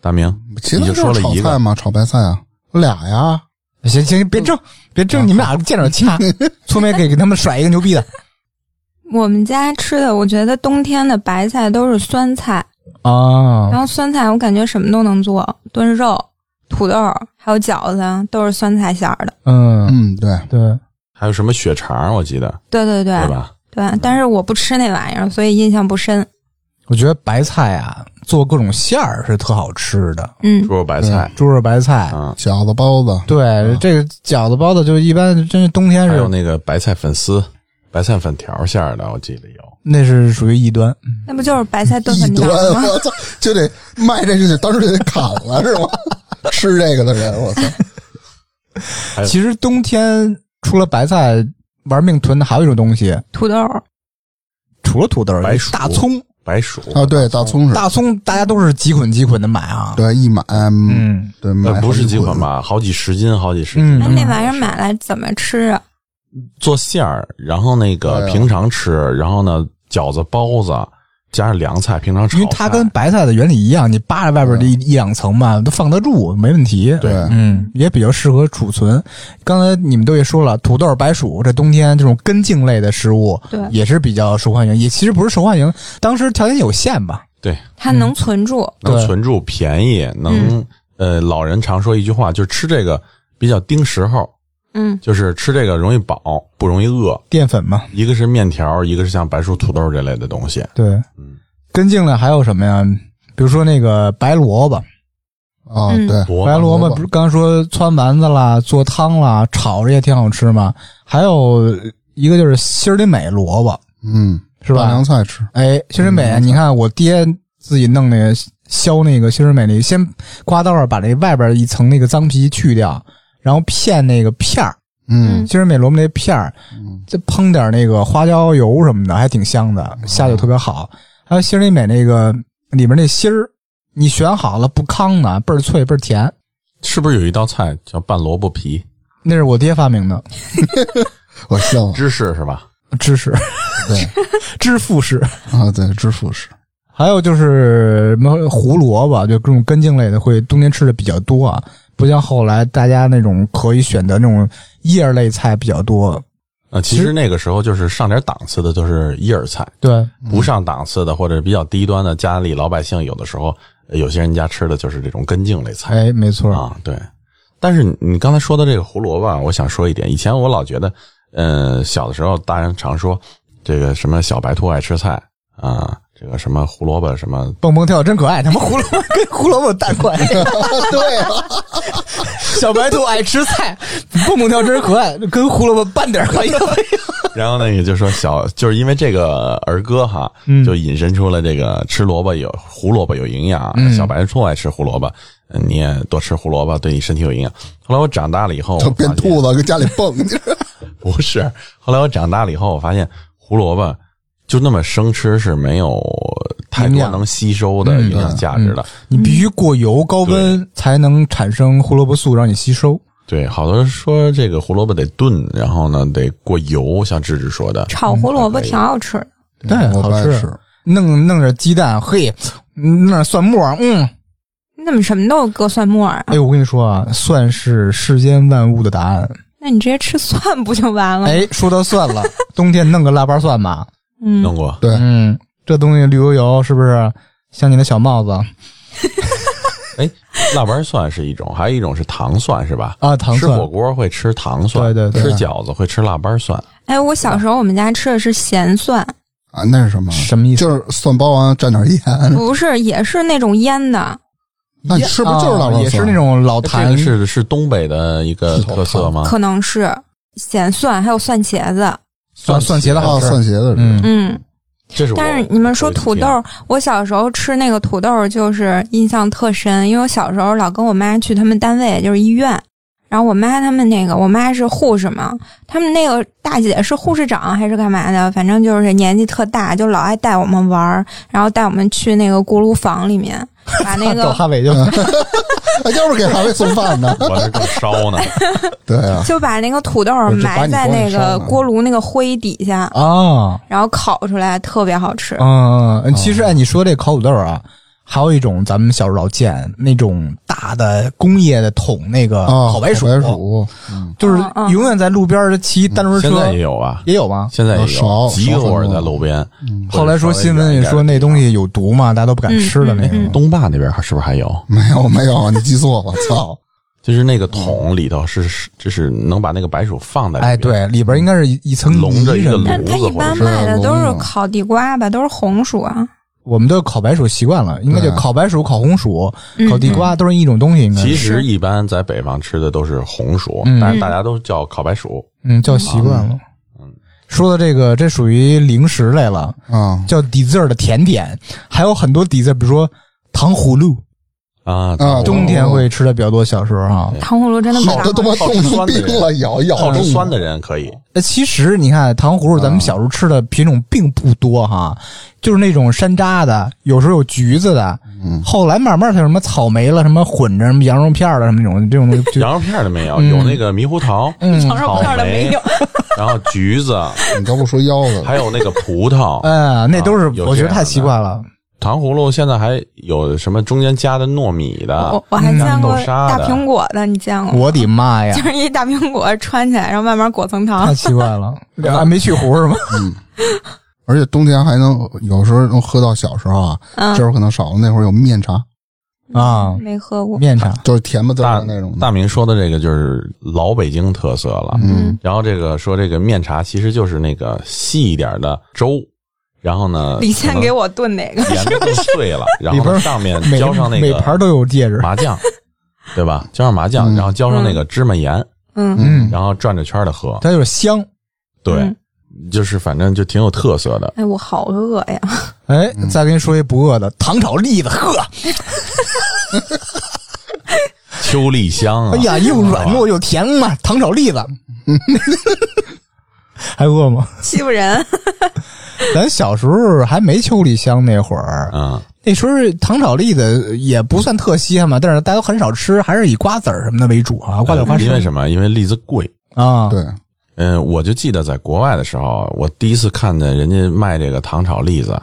F: 大明，
B: 其
F: 你
B: 他
F: 就说
B: 就
F: 了
B: 是炒
F: 一
B: 菜
F: 个，
B: 嘛，炒白菜啊，俩呀，
C: 行行，别争，别
E: 嗯
C: 争，你们俩见着掐。 聪明给给他们甩一个牛逼的
E: 我们家吃的，我觉得冬天的白菜都是酸菜，
C: 啊
E: 然！后酸菜我感觉什么都能做，炖肉、土豆还有饺子都是酸菜馅儿的。
C: 嗯，
B: 嗯，对，
C: 对，
F: 还有什么血肠儿，我记得
E: 对对对，
F: 对吧？
E: 对但是我不吃那玩意儿，所以印象不深。
C: 我觉得白菜啊，做各种馅儿是特好吃的，
E: 嗯
F: 猪，肉白菜，
C: 猪肉白菜。
F: 啊，
B: 饺子、包子，
E: 啊
C: 对，这个饺子包子就一般，真是冬天
F: 还有
C: 是
F: 那个白菜粉丝、白菜粉条馅儿的，我记得有。
C: 那是属于异端。
E: 那不就是白菜炖
B: 一
E: 粉条
B: 端，
E: 吗？
B: 我操，就得卖这就得当时就得砍了是吗？ 吃这个的人， 我操，
F: 哎
C: 其实冬天除了白菜，玩命囤的还有一种东西，
E: 土豆
C: 除了土豆，
F: 白薯嗯
C: 大葱。
F: 白薯呃
B: 啊，对，大葱是，
C: 大葱大家都是几捆几捆的买啊。，
B: 对，一买，嗯，
C: 嗯，
B: 对，
F: 呃
B: 买
F: 不是
B: 好几
F: 几
B: 捆
F: 捆吧，好几十斤，好几十斤
C: 嗯
E: 哎，那玩意儿买来怎么吃啊？
F: 做馅儿，然后那个
B: 哎呀
F: 平常吃，然后呢饺子、包子加上凉菜，平常炒
C: 因
F: 菜。
C: 为它跟白菜的原理一样，你扒着外边的一一两层嘛，都放得住，没问题。
B: 对
C: 嗯，也比较适合储存。刚才你们都也说了，土豆、白薯，这冬天这种根茎类的食物，
E: 对
C: 也是比较受欢迎。也其实不是受欢迎，当时条件有限吧。
F: 对
C: 嗯
E: 它能存住。
F: 能
C: 对嗯
F: 存住便宜，能呃老人常说一句话，就是吃这个比较盯时候，
E: 嗯，
F: 就是吃这个容易饱，不容易饿。
C: 淀粉嘛，
F: 一个是面条，一个是像白薯、土豆这类的东西。
C: 对，根茎类还有什么呀？比如说那个白萝卜，
B: 啊，
E: 嗯
B: 对，
F: 萝
C: 白
F: 卜
C: 萝
B: 萝
C: 卜
B: 卜
C: 不是刚说汆丸子啦、做汤啦、炒着也挺好吃嘛。还有一个就是心儿里美萝卜，
B: 嗯，
C: 是
B: 拌凉
C: 吧？
B: 菜嗯吃，
C: 哎，心儿美，你看我爹自己弄那个削那个心儿美那个，先刮刀儿把那外边一层那个脏皮去掉，然后片那个片儿，
B: 嗯，
C: 心儿美萝卜那片儿，再烹点那个花椒油什么的，还挺香的，
B: 嗯
C: 下酒特别好。还有心儿里美那个里面那心儿，你选好了不糠的，倍儿脆倍儿甜。
F: 是不是有一道菜叫拌萝卜皮？
C: 那是我爹发明的
B: 我信了
F: 芝士是吧？
C: 知识，
B: 对
C: 知富士。
B: 啊，对，知府 是，
C: 还有就是什么胡萝卜，就各种根茎类的，会冬天吃的比较多啊。不像后来大家那种可以选择那种叶儿类菜比较多。
F: 呃，其
C: 其
F: 实
C: 实
F: 那个时候就是上点档次的，就是叶儿菜。
C: 对，
F: 不上档次的或者比较低端的家里老百姓，有的时候呃有些人家吃的就是这种根茎类菜、
C: 哎，没错，
F: 啊，对。但是你你刚才说的这个胡萝卜啊，我想说一点，以前我老觉得，呃，小的时候大人常说这个什么小白兔爱吃菜啊，这个什么胡萝卜什么
C: 蹦蹦跳真可爱。他妈胡萝卜跟胡萝卜蛋快，
B: 对 啊，
C: 小白兔爱吃菜，蹦蹦跳真可爱，跟胡萝卜拌点儿哎可以。
F: 然后呢，也就说小，就是因为这个儿歌哈，就引申出了这个吃萝卜有胡萝卜有营养，啊小白兔爱吃胡萝卜，嗯你也多吃胡萝卜对你身体有营养。后来我长大了以后，
B: 就
F: 我
B: 变
F: 发现
B: 兔子跟家里蹦，
F: 不是。后来我长大了以后，我发现胡萝卜就那么生吃是没有太
C: 营
F: 多
C: 养
F: 能吸收的
C: 嗯
F: 营养价值的。
C: 你必须过油高温才能产生胡萝卜素让你吸收。
F: 对，好多人说这个胡萝卜得炖，然后呢得过油，像芝芝说的，
E: 炒胡萝
C: 嗯
E: 卜挺好吃的。
C: 对，
B: 我
C: 好
B: 不爱
C: 吃。
B: 吃。
C: 弄弄点鸡蛋，嘿，弄点蒜末，嗯，
E: 你怎么什么都搁蒜末儿啊
C: 哎？呦，我跟你说啊，蒜是世间万物的答案。
E: 那你直接吃蒜不就完了？
C: 哎，说到蒜了，冬天弄个腊八蒜吧，
E: 嗯，
F: 弄过。
B: 对
C: 嗯，这东西绿油油，是不是像你的小帽子
F: 哎，腊八蒜是一种，还有一种是糖蒜，是吧？
C: 啊？糖
F: 吃
C: 蒜
F: 火，锅会吃糖蒜，
C: 对
B: 对
C: 对
F: 吃饺子会吃腊八蒜，
E: 哎，我小时候我们家吃的是咸蒜，
B: 啊，那是什么？
C: 什么意思？
B: 就是蒜包完蘸点
C: 嗯
B: 盐，
E: 不是，也是那种腌的。
B: 那你吃不就是腊八
C: 啊
B: 蒜？
C: 也是那种老
F: 这
C: 坛
F: 个是是东北的一个特色吗？
E: 可能是咸蒜，还有蒜茄子。
C: 蒜蒜茄子好
B: 啊，
C: 吃，
B: 蒜茄子是吧。
C: 嗯，
E: 嗯，
F: 这是我啊
E: 但是你们说土豆儿，我小时候吃那个土豆儿就是印象特深，因为我小时候老跟我妈去他们单位，就是医院。然后我妈他们那个，我妈是护士嘛，他们那个大姐是护士长还是干嘛的，反正就是年纪特大，就老爱带我们玩儿，然后带我们去那个锅炉房里面，把 那
C: 抖
E: 个
C: 哈尾就
B: 嗯哎要不给孩子送饭呢？
F: 我这正烧呢，
B: 对啊，
E: 就把那个土豆儿
B: 不是就把
E: 埋
B: 你
E: 在
B: 锅
E: 那
B: 里烧
E: 个
B: 了
E: 锅炉那个灰底下，
C: 啊，
E: 然后烤出来特别好吃。
C: 嗯，
B: 哦
C: 嗯其实哎，你说这烤土豆啊，还有一种咱们小时候老见那种大的工业的桶那个
B: 啊，
C: 烤白薯，
B: 白薯
C: 就是
E: 嗯嗯
C: 永远在路边骑单轮
F: 现在
C: 车
F: 也有啊，
C: 也有吗？
F: 现在也
B: 少
F: 有，极
B: 少很
F: 偶尔
B: 多
F: 在路边。
C: 嗯后来说
F: 或者稍
C: 新
F: 微
C: 闻也
F: 远
C: 说
F: 一点
C: 那东西有毒嘛，大家都不敢吃的那
E: 嗯嗯
C: 个。
F: 东坝那边是不是还有？
B: 没有没有，你记错了，操！
F: 就是那个桶里头是是就是能把那个白薯放在里
C: 嗯哎，
F: 边，
C: 对，里边应该是一一层
F: 笼
C: 泥
F: 着一个
C: 什么的
E: 但
F: 笼
E: 它
F: 胡子
E: 一般
F: 或
B: 者是
E: 卖的都
B: 龙
E: 是
B: 肉
E: 烤地瓜吧，都是红薯啊。
C: 我们都烤白薯习惯了，应该就
B: 对
C: 烤白薯、烤红薯、
E: 嗯
C: 烤地瓜都是一种东西，应该
F: 其
C: 是
F: 实一般在北方吃的都是红薯，
C: 嗯
F: 但是大家都叫烤白薯。
C: 嗯叫习惯了。
F: 嗯
C: 说到这个，这属于零食类了，
B: 啊
C: 叫 dessert 的甜点，还有很多 dessert，比如说糖葫芦，
F: 啊
B: 啊，
C: 冬天会吃的比较多。小时候啊，
E: 糖葫芦真的不
B: 好
E: 咋
B: 这他妈冻成冰了，咬咬
F: 好吃
B: 中
F: 酸
B: 了
F: 的人可以，
C: 呃其实你看糖葫芦，咱
F: 啊
C: 们小时候吃的品种并不多哈，就是那种山楂的，有时候有橘子的，
F: 嗯
C: 后来慢慢才有什么草莓了，什么混着什么羊肉片了，什么那种这种东西就
F: 羊肉片儿的没有，
C: 嗯
F: 有那个猕猴桃、
E: 羊肉
F: 草
E: 片儿的没
F: 莓
E: 有，
F: 然后橘子，
B: 你都不说腰子了，
F: 还有那个葡萄。
C: 哎，那都是
F: 啊有
C: 我觉得
F: 这样
C: 太奇
F: 的
C: 怪了。
F: 糖葫芦现在还有什么中间加的糯米的
C: 哦
E: 我，我还见过
F: 啊嗯豆沙
E: 大
F: 的
E: 苹果的，你见过吗？
C: 我的妈呀
E: 就，是一大苹果穿起来，然后慢慢裹层
C: 太
E: 糖。
C: 奇怪了，
F: 嗯
C: 啊，没去核是吗？
B: 而且冬天还能有时候能喝到小时候啊，
E: 嗯
B: 这会儿可能少了，那会儿有面茶，
C: 啊，
E: 没喝过。
C: 面 茶，
B: 就是甜不滋儿
F: 大
B: 的那种的。
F: 大明说的这个就是老北京特色了。
E: 嗯，
F: 然后这个说这个面茶其实就是那个细一点的粥，然后呢，
E: 李现给我炖哪个？
F: 可能盐都碎 了，然
C: 里
F: 后
C: 边
F: 呢上面
C: 每
F: 浇上那
C: 每
F: 个
C: 盘都有戒指，
F: 麻酱，对吧？浇上麻酱，
B: 嗯
F: 然后浇上那个芝麻盐，
E: 嗯，
C: 嗯，
F: 然后转着圈的喝。
C: 它就是香。
F: 对
E: 嗯，
F: 就是反正就挺有特色的。
E: 哎，我好饿呀！
C: 哎，
F: 嗯
C: 再跟你说一不饿的，糖炒栗子，呵，
F: 啊秋栗香啊，
C: 哎呀，又软糯又甜嘛，糖炒 栗子。 还饿吗？
E: 欺负人。
C: 咱小时候还没秋栗香那会儿，
F: 嗯，
C: 那时候糖炒栗子也不算特稀罕嘛，但是大家都很少吃，还是以瓜子儿什么的为主啊，瓜子儿花生。
F: 因为什么？因为栗子贵。
C: 啊？
B: 对，
F: 嗯，我就记得在国外的时候，我第一次看见人家卖这个糖炒栗子，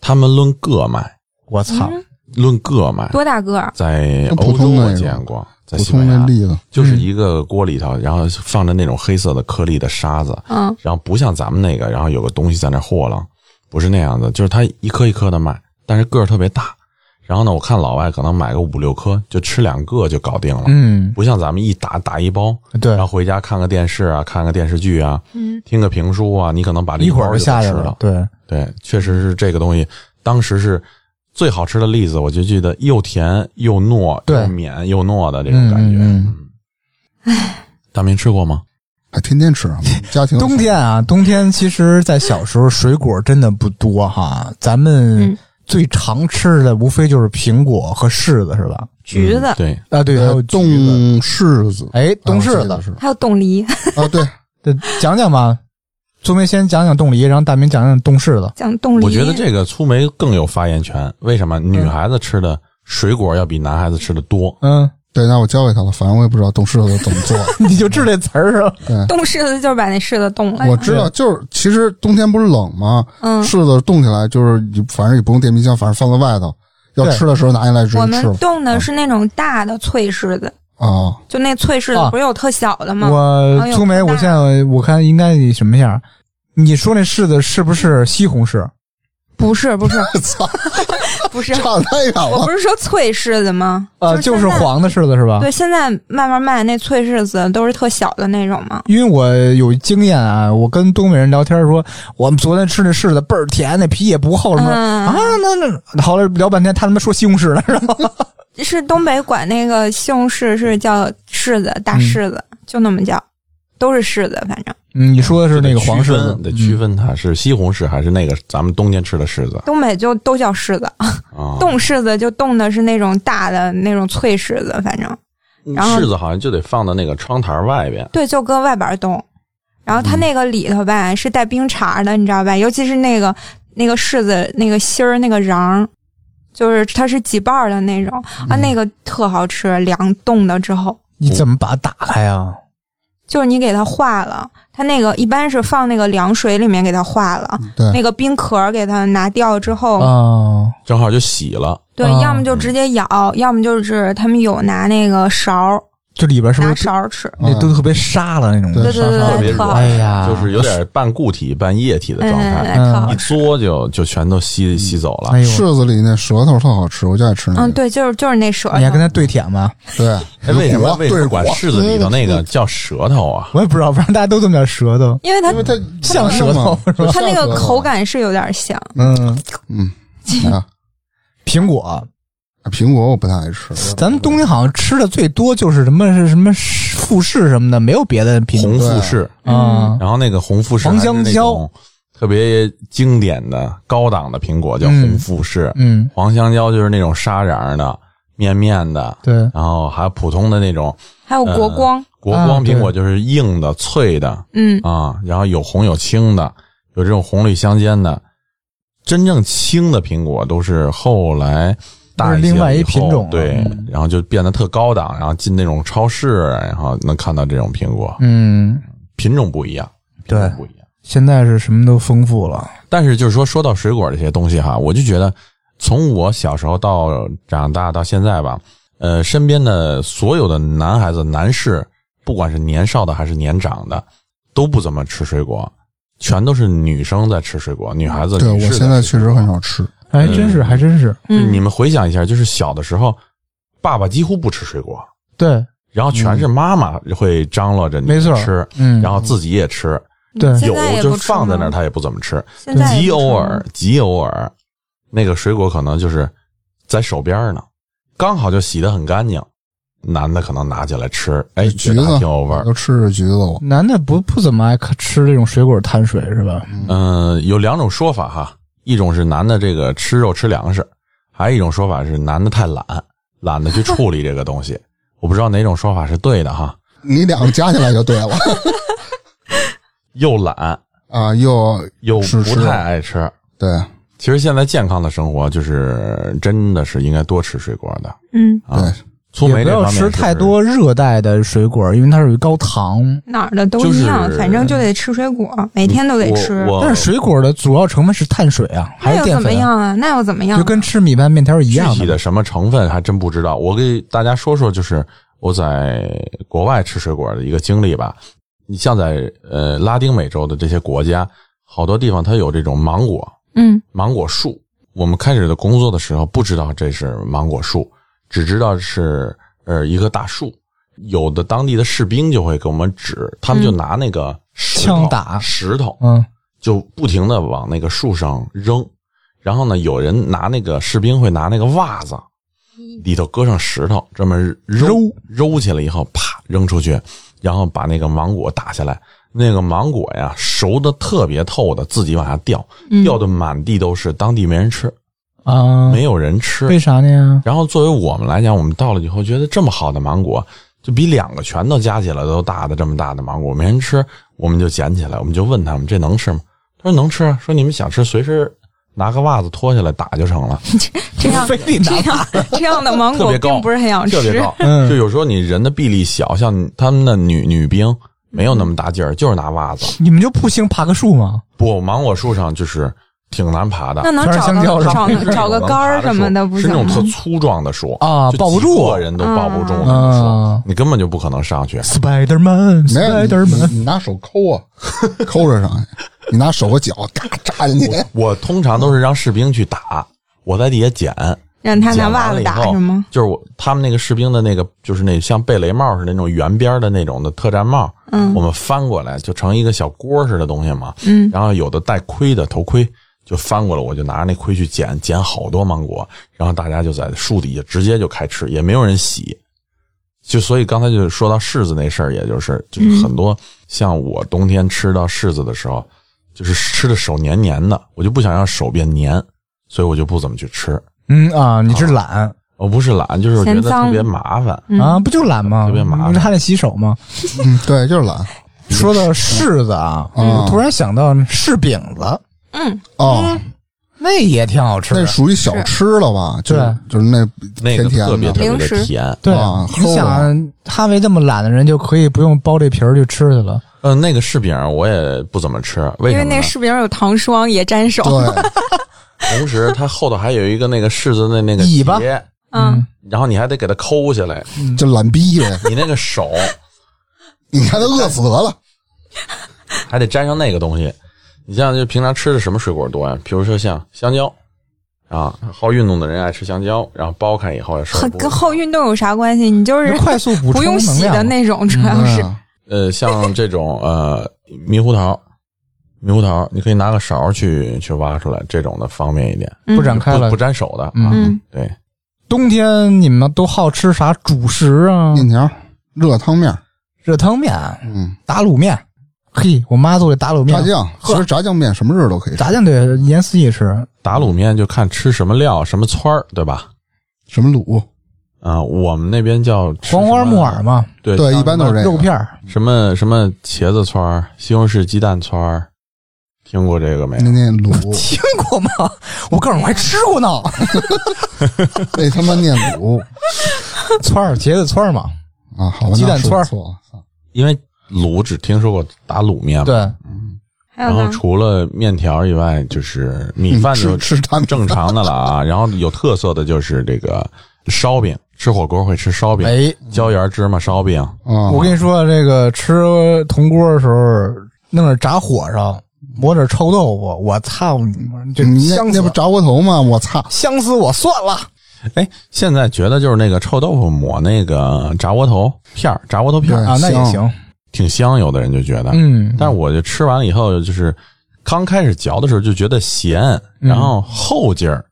F: 他们论个卖，
C: 我操，
F: 论个卖，
E: 多大个儿？
F: 在
B: 那普
F: 欧洲
B: 通的
F: 我
B: 那种
F: 见过，在
B: 普
F: 西班
B: 通的
F: 牙，
B: 栗子，
F: 就是一个锅里头，然后放着那种黑色的颗粒的沙子，
E: 嗯，
F: 然后不像咱们那个，然后有个东西在那和了，不是那样子，就是它一颗一颗的卖，但是个儿特别大。然后呢，我看老外可能买个五六颗，就吃两个就搞定了，
C: 嗯，
F: 不像咱们一打打一包，
C: 对
F: 然，后回家看个电视啊，看个电视剧啊，听个评书啊，你可能把这
C: 一会儿
F: 包
C: 就
F: 就
C: 下去
F: 吃
C: 了。。对，
F: 对，确实是这个东西，当时是最好吃的栗子，我就记得又甜又糯，
C: 对
F: 又绵又糯的这种感觉。嗯
C: 嗯嗯
F: 大明吃过吗？
B: 还天天吃，啊家庭
C: 冬天啊，冬天其实，在小时候水果真的不多哈，咱们
E: 嗯
C: 最常吃的无非就是苹果和柿子，是吧？
E: 橘子
F: 嗯，对，
C: 啊，对，还有
B: 呃
C: 橘
B: 冻
C: 子，
B: 柿子，
C: 哎，冬
B: 啊
C: 柿
B: 这个
C: 子，
B: 是
E: 还有冻梨。
B: 啊，对，
C: 这讲讲吧。宗梅先讲讲冻梨，然后大明讲讲冻柿子。
E: 讲冻梨，
F: 我觉得这个粗梅更有发言权，为什么？女孩子吃的水果要比男孩子吃的多。
C: 嗯，
B: 对，那我交给他了，反正我也不知道冻柿子怎么做。
C: 你就知这词儿是吧？
E: 冻柿子就是把那柿子冻了。
B: 我知道，就是其实冬天不是冷吗？
E: 嗯，
B: 柿子冻起来就是你，反正也不用电冰箱，反正放在外头，要
C: 对
B: 吃的时候拿下来直
E: 我
B: 接
E: 们
B: 吃了
E: 冻的是那种大的脆柿子，
B: 啊。
E: 就那脆柿
C: 啊
E: 子不是有特小的吗？
C: 我
E: 哎呦
C: 粗梅，
E: 太大
C: 我现在我看应该什么样？你说那柿子是不是西红柿？
E: 不是不是
B: 操，
E: 不是，
B: 差太远
E: 我
B: 了
E: 不是说脆柿子吗？
C: 呃，
E: 就
C: 就是是
E: 现在
C: 黄的柿子是吧？
E: 对，现在慢慢卖那脆柿子都是特小的那种嘛。
C: 因为我有经验啊，我跟东北人聊天说，我们昨天吃那柿子倍儿甜，那皮也不厚什么、
E: 嗯
C: 啊，那那好了聊半天，他他妈说西红柿呢，然后
E: 是东北管那个西红柿是叫柿子，大柿子、就那么叫，都是柿子，反正
C: 嗯，你说的是那个黄
F: 柿
C: 柿子，嗯
F: 得区分它是西红柿还是那个咱们冬天吃的柿子
E: 东北就都叫柿子。
F: 啊？
E: 冻柿子就冻的是那种大的那种脆柿子，反正然后
F: 嗯柿子好像就得放到那个窗台外边。
E: 对，就搁外边儿冻。然后它那个里头吧、是带冰碴儿的，你知道吧？尤其是那个那个柿子那个芯儿那个瓤儿，就是它是几瓣儿的那种、啊，那个特好吃，凉冻了之后，
C: 你怎么把它打开啊？
E: 就是你给它化了，它那个一般是放那个凉水里面给它化了，
C: 嗯
B: 对
E: 那个冰壳儿给它拿掉之后，
C: 哦，
F: 正好就洗了，
E: 对，
C: 啊
E: 要么就直接咬，要么就是他们有拿那个勺儿
C: 这里边是不
E: 拿
C: 是
E: 勺儿吃。
C: 那都特别沙了那种？
B: 对
E: 对对
B: 沙
F: 特别
E: 对，特
F: 软
E: 好
C: 哎
E: 吃。
C: 呀，
F: 嗯就是有点半固体半液体的状态，
E: 嗯，
C: 嗯
E: 特好
F: 一
E: 吃。
F: 嘬就就全都吸吸走了
C: 哎。呦，
B: 柿子里那舌头特好吃，我就爱吃那
E: 嗯，
B: 个。
E: 对，就是就是那舌头。
C: 你还跟他对舔吗？
B: 对，
F: 哎，为什么
B: 对
F: 为什么管
B: 果
F: 柿子里头那个叫舌头啊？
C: 我也不知道，反正大家都这么叫舌头。
E: 因为它
B: 因为它
C: 像舌头是吧
E: 它那个口，感是有点像，
C: 嗯，
B: 嗯，啊，
C: 苹果，
B: 苹果我不太爱吃，
C: 咱们冬天好像吃的最多就是什么是什么富士什么的，没有别的品
F: 红
C: 种
F: 富士，
C: 啊。
F: 然后那个红富士
C: 黄
F: 还是
C: 香
F: 那
C: 蕉
F: 种特别经典的高档的苹果叫
C: 嗯
F: 红富士，
C: 嗯，
F: 黄香蕉就是那种沙瓤的、面面的，
C: 对，
F: 然后还有普通的那种呃
E: 还有国光，
F: 国
C: 哦啊
F: 光
C: 对
F: 苹果，就是硬的、脆的
E: 嗯，
F: 啊，然后有红有青的，有这种红绿相间的。真正青的苹果都是后来大
C: 是
F: 些
C: 另外
F: 了以
C: 一品
F: 后
C: 种了
F: 对
C: 嗯，
F: 然后就变得特高档，然后进那种超市，然后能看到这种苹果，
C: 嗯，
F: 品种不一样，品
C: 对
F: 种不一样。
C: 现在是什么都丰富了。
F: 但是就是说，说到水果这些东西哈，我就觉得从我小时候到长大到现在吧，呃，身边的所有的男孩子、男士，不管是年少的还是年长的，都不怎么吃水果，全都是女生在吃水果，女孩子。
B: 对
F: 女
B: 我
F: 士
B: 现在
F: 吃
B: 确实很少吃，
C: 还真是，还真是，
F: 就是
E: 嗯
F: 你们回想一下，就是小的时候，爸爸几乎不吃水果，
C: 对，
F: 然后全是妈妈会张罗着你
C: 没错
F: 吃，
C: 嗯，
F: 然后自己也吃，
C: 对
E: 现
F: 有
E: 在也
F: 就
E: 不吃
F: 放在
E: 吗
F: 那儿，他也不怎么吃。
E: 现在也
F: 极
E: 不吃
F: 偶
E: 吗
F: 尔，，极偶尔，那个水果可能就是在手边儿呢，刚好就洗得很干净，男的可能拿起来吃，哎，
B: 橘
F: 觉
B: 子
F: 得还挺有味
B: 我
F: 儿
B: 都。吃着橘子我。
C: 男的不不怎么爱吃这种水果碳水是吧？
F: 嗯、有两种说法哈，一种是男的这个吃肉吃粮食，还有一种说法是男的太懒，懒得去处理这个东西。我不知道哪种说法是对的哈，
B: 你两个加起来就对了
F: 又懒
B: 啊，又
F: 又
B: 是
F: 不
B: 是
F: 太爱吃。
B: 对，
F: 其实现在健康的生活就是真的是应该多吃水果的
E: 嗯，
F: 啊。
B: 对
F: 粗
C: 也
F: 梅
C: 不
F: 这
C: 要
F: 方面
C: 吃
F: 是
C: 太多热带的水果，因为它是有高糖。
E: 哪儿的都
F: 就是
E: 一样，反正就得吃水果，每天都得吃。
F: 我我
C: 但是水果的主要成分是碳水啊，还
E: 那
C: 有
E: 又
C: 淀
E: 怎么
C: 粉啊，
E: 样啊？那又怎么样啊？
C: 就跟吃米饭面条一样
F: 具体的什么成分还真不知道。我给大家说说，就是我在国外吃水果的一个经历吧。你像在呃拉丁美洲的这些国家，好多地方它有这种芒果
E: 嗯
F: 芒果树。我们开始的工作的时候不知道这是芒果树，只知道是呃一棵大树。有的当地的士兵就会给我们指，他们就
E: 嗯
F: 拿那个石头
C: 枪打
F: 石头，
C: 嗯，
F: 就不停的往那个树上扔。然后呢，有人拿那个士兵会拿那个袜子，里头搁上石头，这么揉揉起来以后，啪扔出去，然后把那个芒果打下来。那个芒果呀，熟的特别透的，自己往下掉，
E: 嗯，
F: 掉的满地都是，当地没人吃，
C: 啊，
F: 没有人吃
C: 为。啥呢？
F: 然后作为我们来讲，我们到了以后觉得这么好的芒果，就比两个拳头加起来都大的这么大的芒果，没人吃，我们就捡起来，我们就问他们这能吃吗？他说能吃啊，说你们想吃随时拿个袜子脱下来打就成了，
E: 这样
C: 非得
E: 这样这样的芒
F: 特
E: 果
F: 别高
E: 并不是很想
F: 特别
E: 吃。
F: 高。
C: 嗯
F: 就有时候你人的臂力小，像他们的女女兵没有那么大劲儿，就是拿袜子。
C: 你们就不兴爬个树吗？
F: 不，芒果树上就是挺难爬的
E: 那，能
C: 全是
E: 找
C: 香蕉
E: 个
C: 是吧
E: 找
F: 是那
E: 个
F: 种
E: 找个
F: 能
E: 杆
F: 爬
E: 儿
F: 的
E: 什么的
F: 树
E: 不
F: 是
E: 行
F: 那种特
E: 吗？
F: 粗壮的树
C: 啊
F: 就
C: 抱不
F: 几
C: 住
F: 个人都抱不住那种树，
E: 嗯
C: 啊
F: 你根本就不可能上去。
C: ，Spider Man，
B: 没有
C: Spider
B: 你
C: Man，
B: 你你拿手抠啊，抠着上去，你拿手和脚嘎扎进去，
F: 我通常都是让士兵去打，我在底下捡。
E: 让他拿
F: 捡
E: 袜
F: 完了
E: 子
F: 以
E: 打
F: 后
E: 是吗？？
F: 就是我他们那个士兵的那个，就是那像贝雷帽似的那种圆边的那种的特战帽，
E: 嗯
F: 我们翻过来就成一个小锅似的东西嘛。
E: 嗯，
F: 然后有的戴盔的头盔就翻过来，我就拿着那盔去捡，捡好多芒果，然后大家就在树底下直接就开吃，也没有人洗。就所以刚才就说到柿子那事儿，也就是就是很多像我冬天吃到柿子的时候，就是吃的手黏黏的，我就不想让手变黏，所以我就不怎么去吃。
C: 嗯啊，你是懒
F: 我不是懒，就是我觉得
E: 嫌脏
F: 特别麻烦。
E: 嗯
C: 啊，不就懒吗？
F: 特别麻烦
C: 你还得洗手吗？
B: 嗯，对，就是懒
C: 说到柿子啊，
B: 嗯
C: 我突然想到柿饼子，
E: 嗯，
B: 哦，
C: 那也挺好吃
B: 那
C: 的。
B: 属于小吃了吧？就是就是那
F: 那个
B: 甜甜
F: 特别特
B: 的，
F: 别
E: 零
F: 的
E: 食
F: 甜，
C: 对
B: 啊，
C: 你
B: 齁
C: 想
B: 啊
C: 啊哈维这么懒的人，就可以不用剥这皮儿就吃去了。
F: 嗯，那个柿饼我也不怎么吃，为
E: 因
F: 什么
E: 为
F: 呢？
E: 那柿饼有糖霜也沾手。
B: 对，
F: 同时它后头还有一个那个柿子的那个
C: 尾巴
F: 节，
E: 嗯，
F: 然后你还得给它抠下 来，
B: 就懒逼呗。
F: 你那个手
B: 你看他饿死得了，
F: 还得沾上那个东西。你像就平常吃的什么水果多呀、啊比如说像香蕉啊，好运动的人爱吃香蕉，然后剥开以 后也是
E: 和跟后运动有啥关系？你就是
C: 就快速补充
E: 不用洗
C: 能
E: 的
C: 量
E: 那种，主要是
B: 对啊
F: 呃，像这种呃猕猴桃。猕猴桃，你可以拿个勺去去挖出来，这种的方便一点，
E: 嗯
C: 不展开
F: 不
C: 了
F: 不。沾手的。
C: 嗯
F: 啊
E: 嗯，
F: 对，
C: 冬天你们都好吃啥主食啊？
B: 面条、热汤面、
C: 热汤面、
B: 嗯，
C: 打卤面，嘿，我妈做的打卤面
B: 炸，酱，其实炸酱面什么日都可以吃，
C: 炸酱对严丝也吃。
F: 打卤面就看吃什么料、什么汆儿，对吧？
B: 什么卤，
F: 啊、我们那边叫吃
C: 黄花
F: 什么
C: 木耳，嘛，
F: 对
B: 对，
F: 像
B: 一般都是这
C: 肉
B: 个。
C: 片儿，
F: 什么什么茄子汆儿、西红柿鸡蛋汆儿，听过这个没
B: 那
F: 有？
B: 那卤，
C: 听过吗？我告诉你，我还吃过 呢。
B: 那他妈念卤
C: 串儿，茄子串儿嘛，
B: 啊！好吧，
C: 鸡蛋
B: 那说
C: 串儿
B: 错啊了，
F: 因为卤只听说过打卤面嘛，。
C: 对，
E: 还有
F: 然后
E: 呢，
F: 除了面条以外，就是米
B: 嗯
F: 饭就
B: 吃吃他们
F: 正常的了啊。 然后有特色的就是这个烧饼，吃火锅会吃烧饼，
C: 哎，
F: 椒盐芝麻烧饼，
B: 啊，
C: 我跟你说，这个吃铜锅的时候，弄点炸火烧，抹点臭豆腐，我操你妈！就
B: 你那
C: 香
B: 那
C: 死
B: 不炸窝头吗？我操！
C: 香死我算了。
F: 哎，现在觉得就是那个臭豆腐抹那个炸窝头片儿，炸窝头片儿
B: 对
C: 啊，那也
B: 香
C: 行，
F: 挺香，有的人就觉得，
C: 嗯，
F: 但是我就吃完了以后，就是刚开始嚼的时候就觉得咸，
C: 嗯
F: 然后后劲儿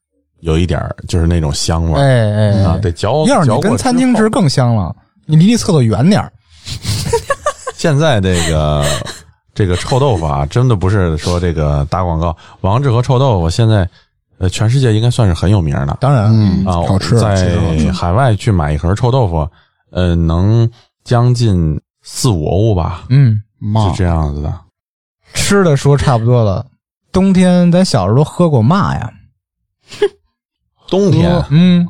F: 有一点儿就是那种香味
C: 哎
F: 儿、
C: 哎，
F: 啊，
C: 哎
F: 得嚼。
C: 要是
F: 嚼过
C: 你跟餐厅
F: 之
C: 吃
F: 后，
C: 更香了，你离那厕所远点儿。
F: 现在这个这个臭豆腐啊，真的不是说这个打广告，王致和臭豆腐现在呃全世界应该算是很有名的。
C: 当然，
B: 嗯，
F: 啊，
B: 好吃，好吃
F: 在海外去买一盒臭豆腐，呃，能将近四五欧吧，
C: 嗯，
B: 妈
F: 是，这样子的。
C: 吃的说差不多了。冬天咱小时候喝过啊嘛呀？
F: 冬天
C: 嗯，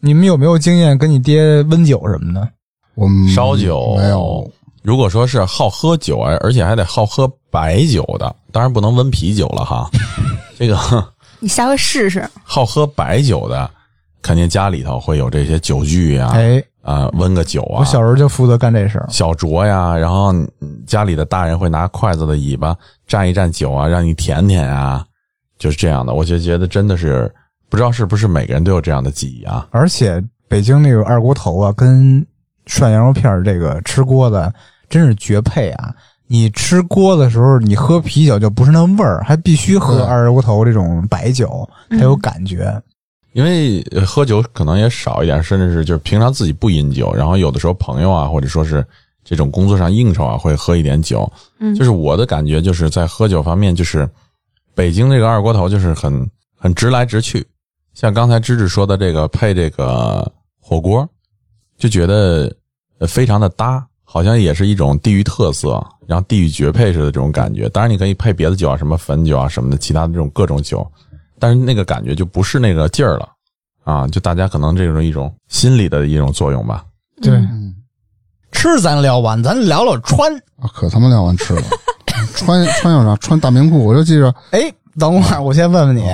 C: 你们有没有经验跟你爹温酒什么的？
B: 我们
F: 烧酒
C: 嗯
B: 没有，
F: 如果说是好喝酒，而而且还得好喝白酒的，当然不能温啤酒了 哈。这个
E: 你下回试试。
F: 好喝白酒的，肯定家里头会有这些酒具呀、啊，
C: 哎，
F: 温个酒啊，
C: 我小时候就负责干这事儿。
F: 小酌呀，然后嗯家里的大人会拿筷子的尾巴蘸一蘸酒啊，让你舔舔啊，就是这样的。我就觉得真的是不知道是不是每个人都有这样的记忆啊。
C: 而且北京那个二锅头啊，跟涮羊肉片儿这个吃锅的真是绝配啊！你吃锅的时候，你喝啤酒就不是那味儿，还必须喝
B: 对
C: 二锅头这种白酒才
E: 嗯
C: 有感觉。
F: 因为呃喝酒可能也少一点，甚至是就是平常自己不饮酒，然后有的时候朋友啊，或者说是这种工作上应酬啊，会喝一点酒。
E: 嗯
F: 就是我的感觉就是在喝酒方面，就是北京这个二锅头就是很很直来直去。像刚才芝芝说的这个配这个火锅，就觉得呃非常的搭，好像也是一种地域特色，然后地域绝配似的这种感觉。当然，你可以配别的酒啊，什么汾酒啊什么的，其他的这种各种酒，但是那个感觉就不是那个劲儿了啊！就大家可能这种一种心理的一种作用吧。
G: 对
E: 嗯
C: 吃咱聊完，咱聊聊穿。
B: 啊可他妈聊完吃了， 穿穿有啥？穿大棉裤，我就记着
C: 哎，等会儿我先问问你，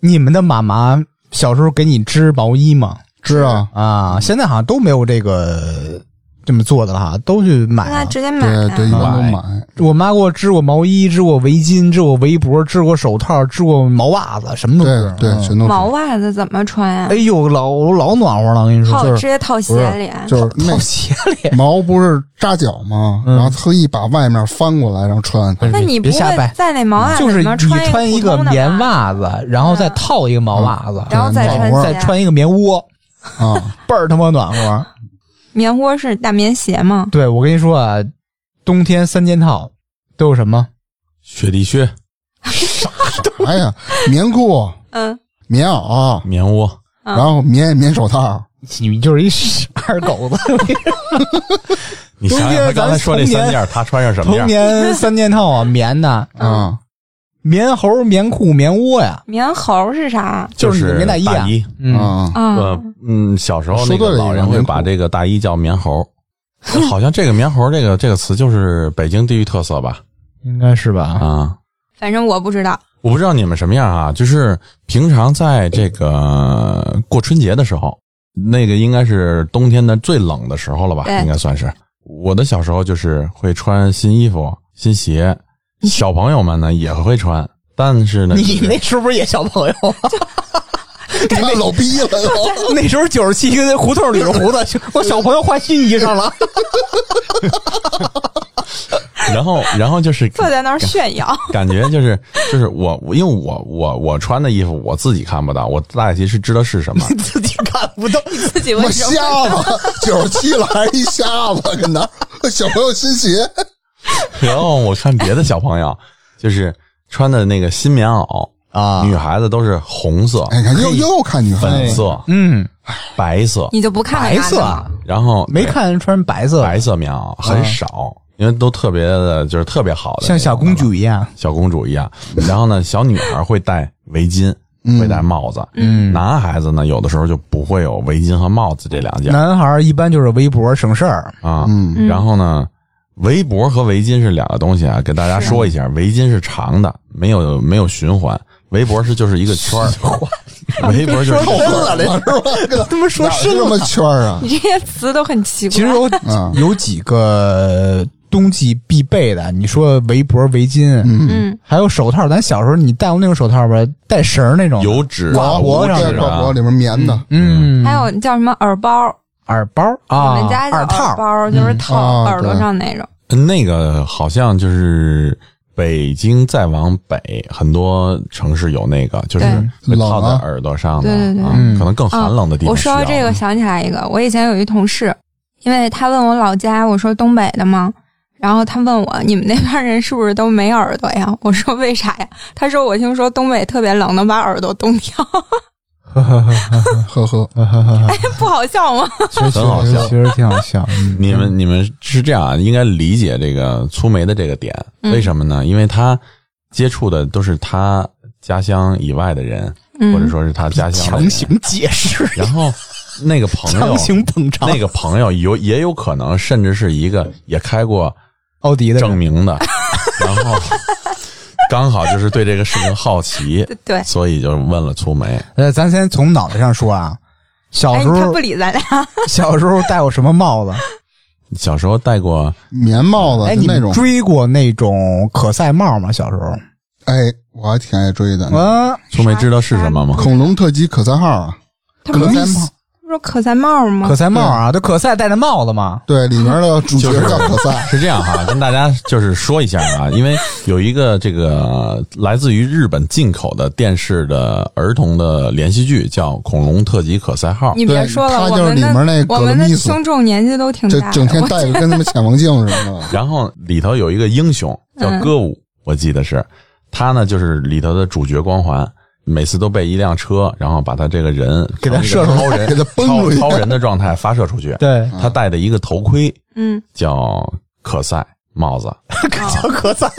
C: 你们的妈妈小时候给你织毛衣吗？
B: 织啊，
C: 啊，现在好像都没有这个这么做的了哈，都去买
E: 现在
C: 了。
E: 直接买
B: 对
E: 啊
B: 对，一般都买。
C: 我妈给我织过毛衣，织过围巾，织过围脖，织过手套，织过毛袜子，什么都织
B: 对。对，
C: 嗯
B: 全都是
E: 毛袜子怎么穿呀
C: 哎？呦，老我老暖和了，我跟你说，
E: 套
C: 就
E: 直
C: 是
E: 接套鞋
B: 不是
E: 里，啊
B: 就是那
C: 套鞋里。
B: 毛不是扎脚吗？
C: 嗯
B: 然后特意把外面翻过来，然后穿。
E: 那你不
C: 别瞎
E: 会
C: 掰嗯
E: 在那毛袜
C: 就
E: 子
C: 是
E: 里
C: 你
E: 面
C: 穿
E: 一
C: 一
E: 个
C: 个
E: 普通的
C: 棉袜子，然后再套一个毛袜子，
E: 嗯然后再
B: 对
E: 穿
B: 毛
E: 鞋，啊
C: 再穿一个棉窝，
B: 啊，
C: 倍儿他妈暖 和。
E: 棉窝是大棉鞋吗？
C: 对我跟你说啊，冬天三件套都有什么？
F: 雪地靴、
B: 哎呀，棉裤、
E: 嗯
B: 棉袄，啊
F: 棉窝，
E: 嗯
B: 然后棉棉手套，
C: 你就是一傻二狗子。
F: 你想
C: 中间
F: 想他刚才说这三件儿，他穿上什么
C: 童
F: 样？
C: 年三件套啊，棉的、
B: 啊，
C: 棉猴、棉裤、棉窝呀，
E: 棉猴是啥？
F: 是
C: 棉大衣啊
F: 大衣。
C: 嗯，
B: 啊，
E: 啊
F: 呃，嗯，小时候
B: 说
F: 那
B: 对
F: 个
B: 了
F: 老人会把这个大衣叫棉猴， 好像这个棉猴这个这个词就是北京地域特色吧？
C: 应该是吧？
F: 啊，
E: 反正我不知道。
F: 我不知道你们什么样啊，就是平常在这个过春节的时候，那个应该是冬天的最冷的时候了吧
E: 对？
F: 应该算是。我的小时候就是会穿新衣服、新鞋， 小朋友们呢也会穿，但是呢，
C: 你那时候不是也小朋友？
B: 那老逼了 都。
C: 那时候九十七跟胡同捋着胡子，我小朋友换新衣裳了。
F: 然后然后就是
E: 坐在那儿炫耀，
F: 感觉就是就是我，我因为我我我穿的衣服我自己看不到，我大概其实知道是什 么。
C: 你自己看不到，
E: 自己为
B: 我
E: 什
B: 瞎
E: 么？
B: 子，九十七了还一瞎子，跟那儿小朋友新鞋，
F: 然后我看别的小朋友，就是穿的那个新棉袄
C: 啊
F: 女孩子都是红色、
B: 哎，看又又看女孩
F: 粉
B: 子，
F: 色、
C: 嗯，
F: 白色，
E: 你就不看看
C: 白
E: 他
C: 色
E: 的
C: 啊
E: 吗，
F: 然后
C: 没看穿白色，
F: 白色棉袄很少，因为都特别的，就是特别好的，
C: 像小公主一样。
F: 小公主一样。然后呢，小女孩会戴围巾，会戴帽子。
C: 嗯
F: 男孩子呢，有的时候就不会有围巾和帽子这两件
C: 男孩儿一般就是围脖省事儿，
F: 啊。
B: 嗯，
F: 然后呢，围脖和围巾是两个东西啊，给大家说一下，围巾是长的，没有没有循环，围脖是就是一个圈儿，围脖就是一个圈儿。
B: 了是吧？跟
C: 他妈
B: 哪是什么圈儿啊？
E: 你这些词都很奇怪。
C: 其实 有
F: 嗯
B: 啊
C: 有几个冬季必备的，你说围脖、围巾，
E: 嗯，
C: 还有手套。咱小时候你戴过那种手套吧？带绳儿那种，
F: 有纸
C: 挂
F: 啊，
C: 脖
F: 无
C: 上
B: 这
F: 纸
B: 挂脖
F: 啊，
B: 里面棉的
C: 嗯，
E: 还有叫什么耳包？
C: 耳包
E: 我
C: 啊，
E: 们家叫
C: 耳套
E: 耳包，就是套
B: 嗯啊
E: 耳朵上那种。
F: 那个好像就是北京再往北很多城市有那个，就是会
B: 对
F: 套在
B: 冷啊
F: 耳朵上的，
E: 对对对哦
F: 啊
C: 嗯
F: 可能更寒冷的地方
E: 我
F: 需
E: 说
F: 要。
E: 到这个，想起来一个，我以前有一同事，因为他问我老家，我说东北的吗？然后他问我，你们那边人是不是都没耳朵呀？我说为啥呀？他说我听说东北特别冷，能把耳朵冻掉，
C: 嗯
B: 呵呵，
E: 哎不好笑吗？
C: 其实
F: 很好笑
C: 其实挺好笑。嗯
F: 你们你们是这样啊，应该理解这个粗梅的这个点，
E: 嗯
F: 为什么呢？因为他接触的都是他家乡以外的人，
E: 嗯
F: 或者说是他家乡的
C: 强
F: 人
C: 行解释，
F: 然后那个朋友
C: 强，行捧场，
F: 那个朋友有也有可能，甚至是一个也开过
C: 奥迪的
F: 证明的， 然后刚好就是对这个事情好奇，
E: 对，
F: 所以就问了粗梅。
C: 呃，咱先从脑袋上说啊。小
E: 哎，
C: 时
E: 他
C: 候
E: 不，理咱俩，
C: 小时候戴过什么帽
F: 啊
C: 子？
F: 小时候戴过
B: 棉帽子
C: 哎，
B: 就
C: 你
B: 那
C: 们
B: 种，
C: 追过那种可赛帽吗？小时候，
B: 哎，我还挺爱追的。
C: 啊，
F: 粗梅，知道是什么吗？
B: 恐龙特级可赛号啊，
E: 他
B: 可
E: 不
B: 赛
E: 是
B: 帽，
E: 不是可赛帽吗
C: 可？赛帽啊，这可赛戴着帽子嘛。
B: 对，里面的主角叫可赛，
F: 是这样哈，跟大家就是说一下啊，因为有一个这个来自于日本进口的电视的儿童的连续剧叫《恐龙特级可赛号》，
E: 你别说了，
B: 对
E: 我
B: 他就是
E: 们的
B: 里面那
E: 我
B: 格
E: 们的
B: 鲁密斯
E: 听众年纪都挺
B: 这
E: 大的，
B: 整天
E: 我
B: 戴着跟他们潜望镜似 的。
F: 然后里头有一个英雄叫歌舞，我记得是他呢，就是里头的主角光环。每次都被一辆车，然后把他这个人
C: 给他射出
F: 超人，
B: 给他崩
F: 超
B: 出去
F: 超人的状态发射出去。
C: 对，
F: 他戴的一个头盔
E: 嗯，
F: 叫可赛帽子，
C: 小可 赞，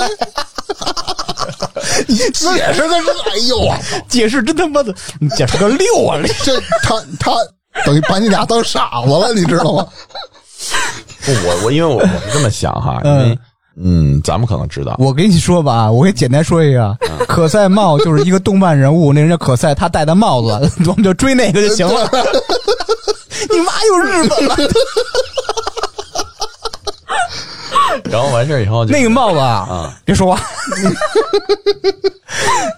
B: 你解释个这，哎呦啊，
C: 解释真他妈的，你解释个六啊！这
B: 这他他等于把你俩当傻子了，你知道 吗？
F: 不，我我因为我我是这么想哈，因为嗯，咱们可能知道，
C: 我跟你说吧，我给简单说一个，可赛帽就是一个动漫人物，那人叫可赛，他戴的帽子，我们就追那个就行了。你妈又日本了，
F: 然后完事儿以后就
C: 那个帽子啊，别说话。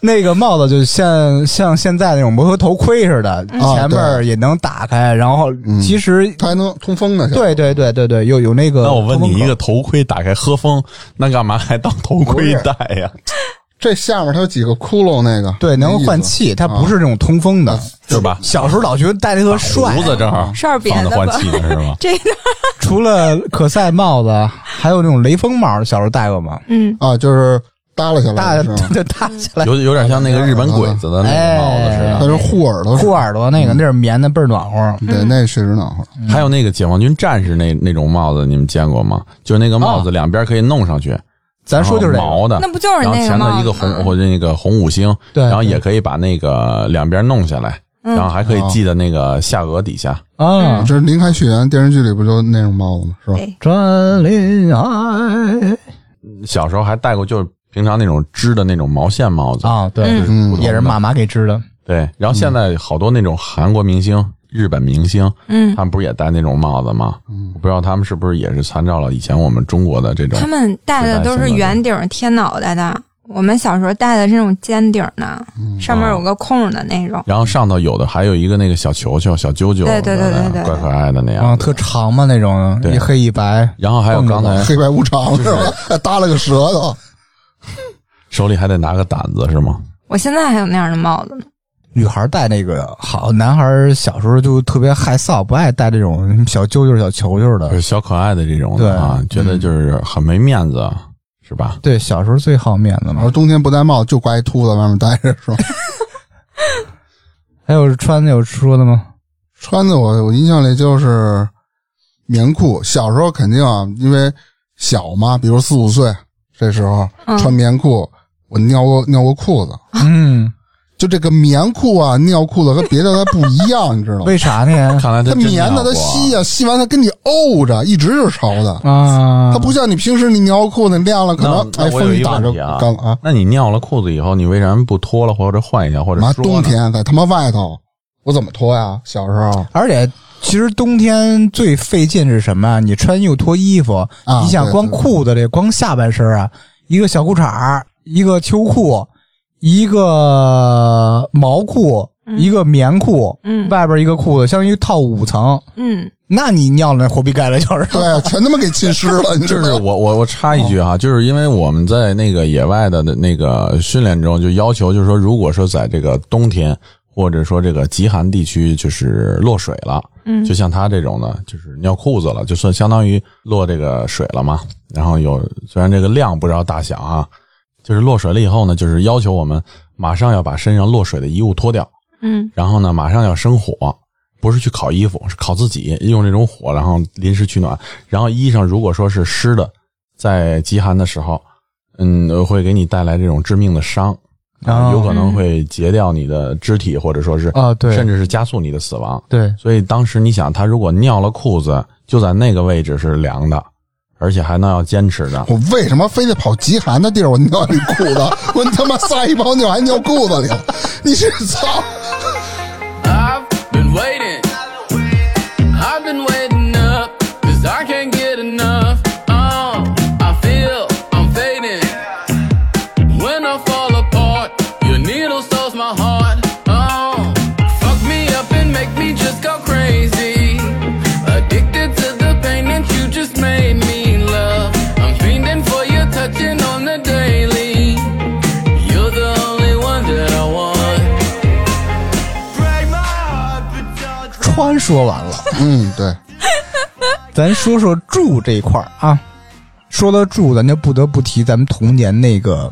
C: 那个帽子就像像现在那种摩托头盔似的，前面儿也能打开，然后其实、
B: 他还能通风呢，现在
C: 对对对对对，有有那个。
F: 那我问你，一个，头盔打开喝风，那干嘛还当头盔戴呀？
B: 这下面它有几个窟窿，那个
C: 对，能
B: 没意思
C: 够
B: 啊
C: 换气，它不是那种通风的。
F: 是吧？
C: 小时候老觉得戴那特帅
F: 胡，子正好
E: 事儿别
F: 放
E: 的
F: 着
E: 吧？
F: 换气呢，是吗
E: 这 个，
C: 除了可赛帽子，还有那种雷锋帽，小时候戴过吗？
E: 嗯，
B: 啊，就是耷拉下来
C: 大
B: 了是吗？
C: 就大起来，
F: 有有点像那个日本鬼子的那个帽子似
C: 哎
F: 的
B: 它。是护耳朵，
C: 护耳朵
B: 嗯
C: 那个，那是棉的，倍儿暖和。
B: 对，那确实暖和。
F: 还有那个解放军战士那那种帽子，你们见过吗？就是那个帽子两边可以弄上去，
C: 咱说就是这
F: 然后
C: 个，
F: 毛的，
E: 那不就是
F: 然后
E: 那个啊
F: 前头
E: 吗？
F: 一个红或者那个红五星，
C: 对
F: 然后也可以把那个两边弄下来，
E: 嗯
F: 然后还可以系在那个下颚底下。
C: 啊，
B: 这是林海雪原电视剧里不就那种帽子吗？是吧？
C: 专恋爱
F: 小时候还戴过，就是平常那种织的那种毛线帽子，
C: 啊，对，
E: 嗯
B: 嗯，
C: 也是妈妈给织的。
F: 对。然后现在好多那种韩国明星、日本明星，
E: 嗯，
F: 他们不是也戴那种帽子吗？我不知道他们是不是也是参照了以前我们中国的这种
E: 他们戴的都是圆顶儿贴脑袋的，我们小时候戴的是那种尖顶儿的，
B: 嗯
E: 上面有个空儿的那种。
F: 然后上头有的还有一个那个小球球、小啾啾，
E: 对对对对啊对
F: 怪可爱的那
B: 嗯
C: 然后
F: 样。
C: 啊特长嘛那种，
F: 对
C: 一黑一白，
F: 然后还有刚才
B: 黑白无常是吧？ 还耷拉个舌头，
F: 手里还得拿个掸子是吗？
E: 我现在还有那样的帽子呢。
C: 女孩戴那个好，男孩小时候就特别害臊，不爱戴这种小揪揪、小球球
F: 就
C: 的。
F: 是小可爱的这种的
C: 对
F: 啊，觉
B: 嗯
F: 得就是很没面子，是吧？
C: 对，小时候最好面子
B: 然
C: 嘛
B: 后。冬天不戴帽子就挂一秃子外面待着是吧？
C: 还有穿的有说的吗？
B: 穿的我我印象里就是棉裤，小时候肯定啊，因为小嘛，比如四五岁这时候
E: 嗯
B: 穿棉裤，我尿过尿过裤子，
C: 嗯，
B: 就这个棉裤啊，尿裤子和别的它不一样，你知道吗？
C: 为啥呢？
F: 看来他
B: 它
F: 真
B: 棉
F: 尿过
B: 的，它
F: 啊
B: 吸啊，吸完它跟你沤着，一直是潮的。
C: 啊，
B: 它哦不像你平时你尿裤子晾了，可能
F: 嗯那
B: 哎
F: 那我有
B: 风
F: 一个
B: 打着
F: 问题啊
B: 干了啊。
F: 那你尿了裤子以后，你为什么不脱了或者换一下或者
B: 妈，
F: 说
B: 冬
F: 呢
B: 天在他妈外头，我怎么脱呀？小时候
C: 而且其实冬天最费劲是什么啊？你穿又脱衣服，
B: 啊
C: 你想
B: 对
C: 光
B: 对
C: 裤子这光下半身啊，一个小裤衩儿，一个秋裤，一个毛裤，
B: 嗯
C: 一个棉裤，
E: 嗯
C: 外边一个裤子，相当于套五层。
E: 嗯，
C: 那你尿了那活逼盖了，就是
B: 对啊，全他妈给浸湿了，你知
F: 就
B: 道
F: 是
B: 吗？
F: 我我我插一句哈，啊就是因为我们在那个野外的那个训练中，就要求就是说，如果说在这个冬天或者说这个极寒地区，就是落水了，
E: 嗯
F: 就像他这种呢，就是尿裤子了，就算相当于落这个水了嘛。然后有虽然这个量不知道大小啊，就是落水了以后呢，就是要求我们马上要把身上落水的衣物脱掉，
E: 嗯
F: 然后呢，马上要生火，不是去烤衣服，是烤自己，用这种火，然后临时取暖。然后衣裳如果说是湿的，在极寒的时候，嗯，会给你带来这种致命的伤，啊
C: 哦
F: 有可能会截掉你的肢体，或者说是
C: 啊对
F: 甚至是加速你的死亡。
C: 对，
F: 所以当时你想，他如果尿了裤子，就在那个位置是凉的，而且还能要坚持的。
B: 我为什么非得跑极寒的地儿？我尿你裤子， 我他妈撒一泡尿还尿裤子里了， 你是操！
H: I've been waiting. I've been waiting up, cause I can't get enough. Uh, I feel I'm fading. When I fall apart, your needle stops my heart. Uh, fuck me up and make me just go crazy. Addicted to the pain that you just made me love. I'm fiending for your touching on the daily. You're the only one that I want.
C: 穿说完了，
B: 嗯，对，
C: 咱说说住这一块儿啊。说到住，咱就不得不提咱们童年那个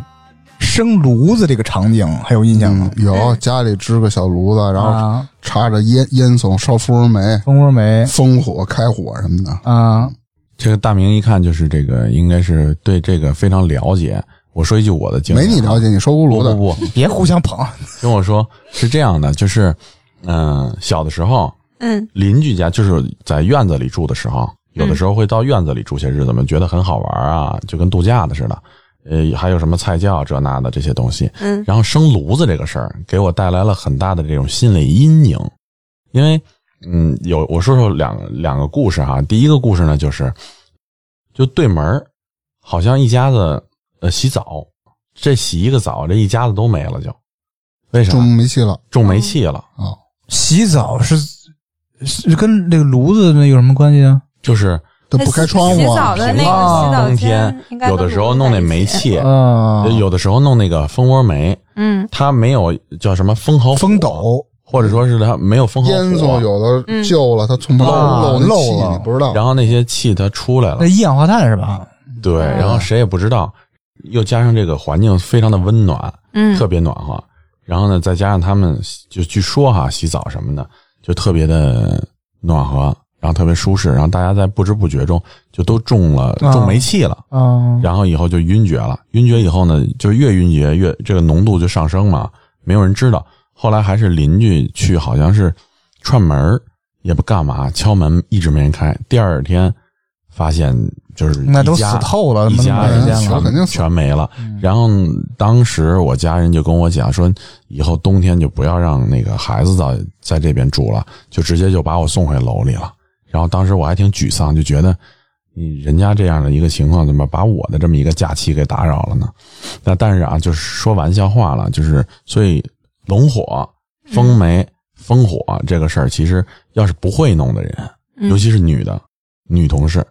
I: 生炉子这个场景还有印象吗
B: 嗯？，有家里支个小炉子，然后
I: 啊，
B: 插着烟烟囱烧芙蓉梅、
I: 蜂窝煤
B: 烽火、开火什么的。
I: 啊，
F: 这个大明一看就是这个，应该是对这个非常了解。我说一句我的经
B: 没
F: 验，
B: 你了解，你烧锅炉
F: 不
B: 的
F: 不不，
I: 别互相捧啊
F: 听我说是这样的，就是嗯、小的时候
E: 嗯
F: 邻居家就是在院子里住的时候，有的时候会到院子里住些日子嘛，觉得很好玩啊，就跟度假的似的。呃，还有什么菜窖这那的这些东西，
E: 嗯
F: 然后生炉子这个事儿给我带来了很大的这种心理阴影，因为嗯，有我说说两两个故事哈。第一个故事呢，就是就对门儿好像一家子呃洗澡，这洗一个澡，这一家子都没了就，为啥
B: 中煤气了
F: 中煤气了？
B: 啊！
I: 洗澡是是跟那个炉子那有什么关系啊？
F: 就是
B: 都不开窗
E: 洗
B: 户啊
E: 澡的那
I: 啊
E: 个洗澡
F: 冬
E: 间
F: 天，
E: 应该
F: 有
E: 跟
F: 的时候
E: 炉子
F: 弄那
E: 在一
F: 煤
E: 起，
F: 气，
I: 啊，
F: 有的时候弄那个蜂窝煤，
E: 嗯
F: 它没有叫什么蜂巢火
I: 风，斗
F: 或者说是它没有蜂巢火
B: 烟囱有
E: 嗯
B: 的旧了，它从漏
I: 啊
B: 漏那气，
I: 漏了
B: 你不知道。
F: 然后那些气它出来了
I: 那，
C: 哎
I: 一氧化碳是吧？
F: 对，然后谁也不知道，又加上这个环境非常的温暖，
E: 嗯，
F: 特别暖和，然后呢，再加上他们就据说哈洗澡什么的，就特别的暖和，然后特别舒适，然后大家在不知不觉中就都中了
I: 啊
F: 中煤气了。
I: 啊，
F: 然后以后就晕厥了。晕厥以后呢，就越晕厥越这个浓度就上升嘛，没有人知道。后来还是邻居去，好像是串门儿也不干嘛，敲门一直没人开。第二天发现就是
I: 那都
F: 一家
I: 死透了
F: 一
I: 怎么
F: 家
I: 那么
B: 长
F: 人
B: 时间了
F: 全
B: 肯定死
F: 全没了。
C: 嗯
F: 然后当时我家人就跟我讲说，以后冬天就不要让那个孩子在在这边住了，就直接就把我送回楼里了。然后当时我还挺沮丧，就觉得你人家这样的一个情况，怎么把我的这么一个假期给打扰了呢？那但是啊，就是说玩笑话了，就是所以龙火、风煤、烽火这个事儿，其实要是不会弄的人，
E: 嗯
F: 尤其是女的女同事，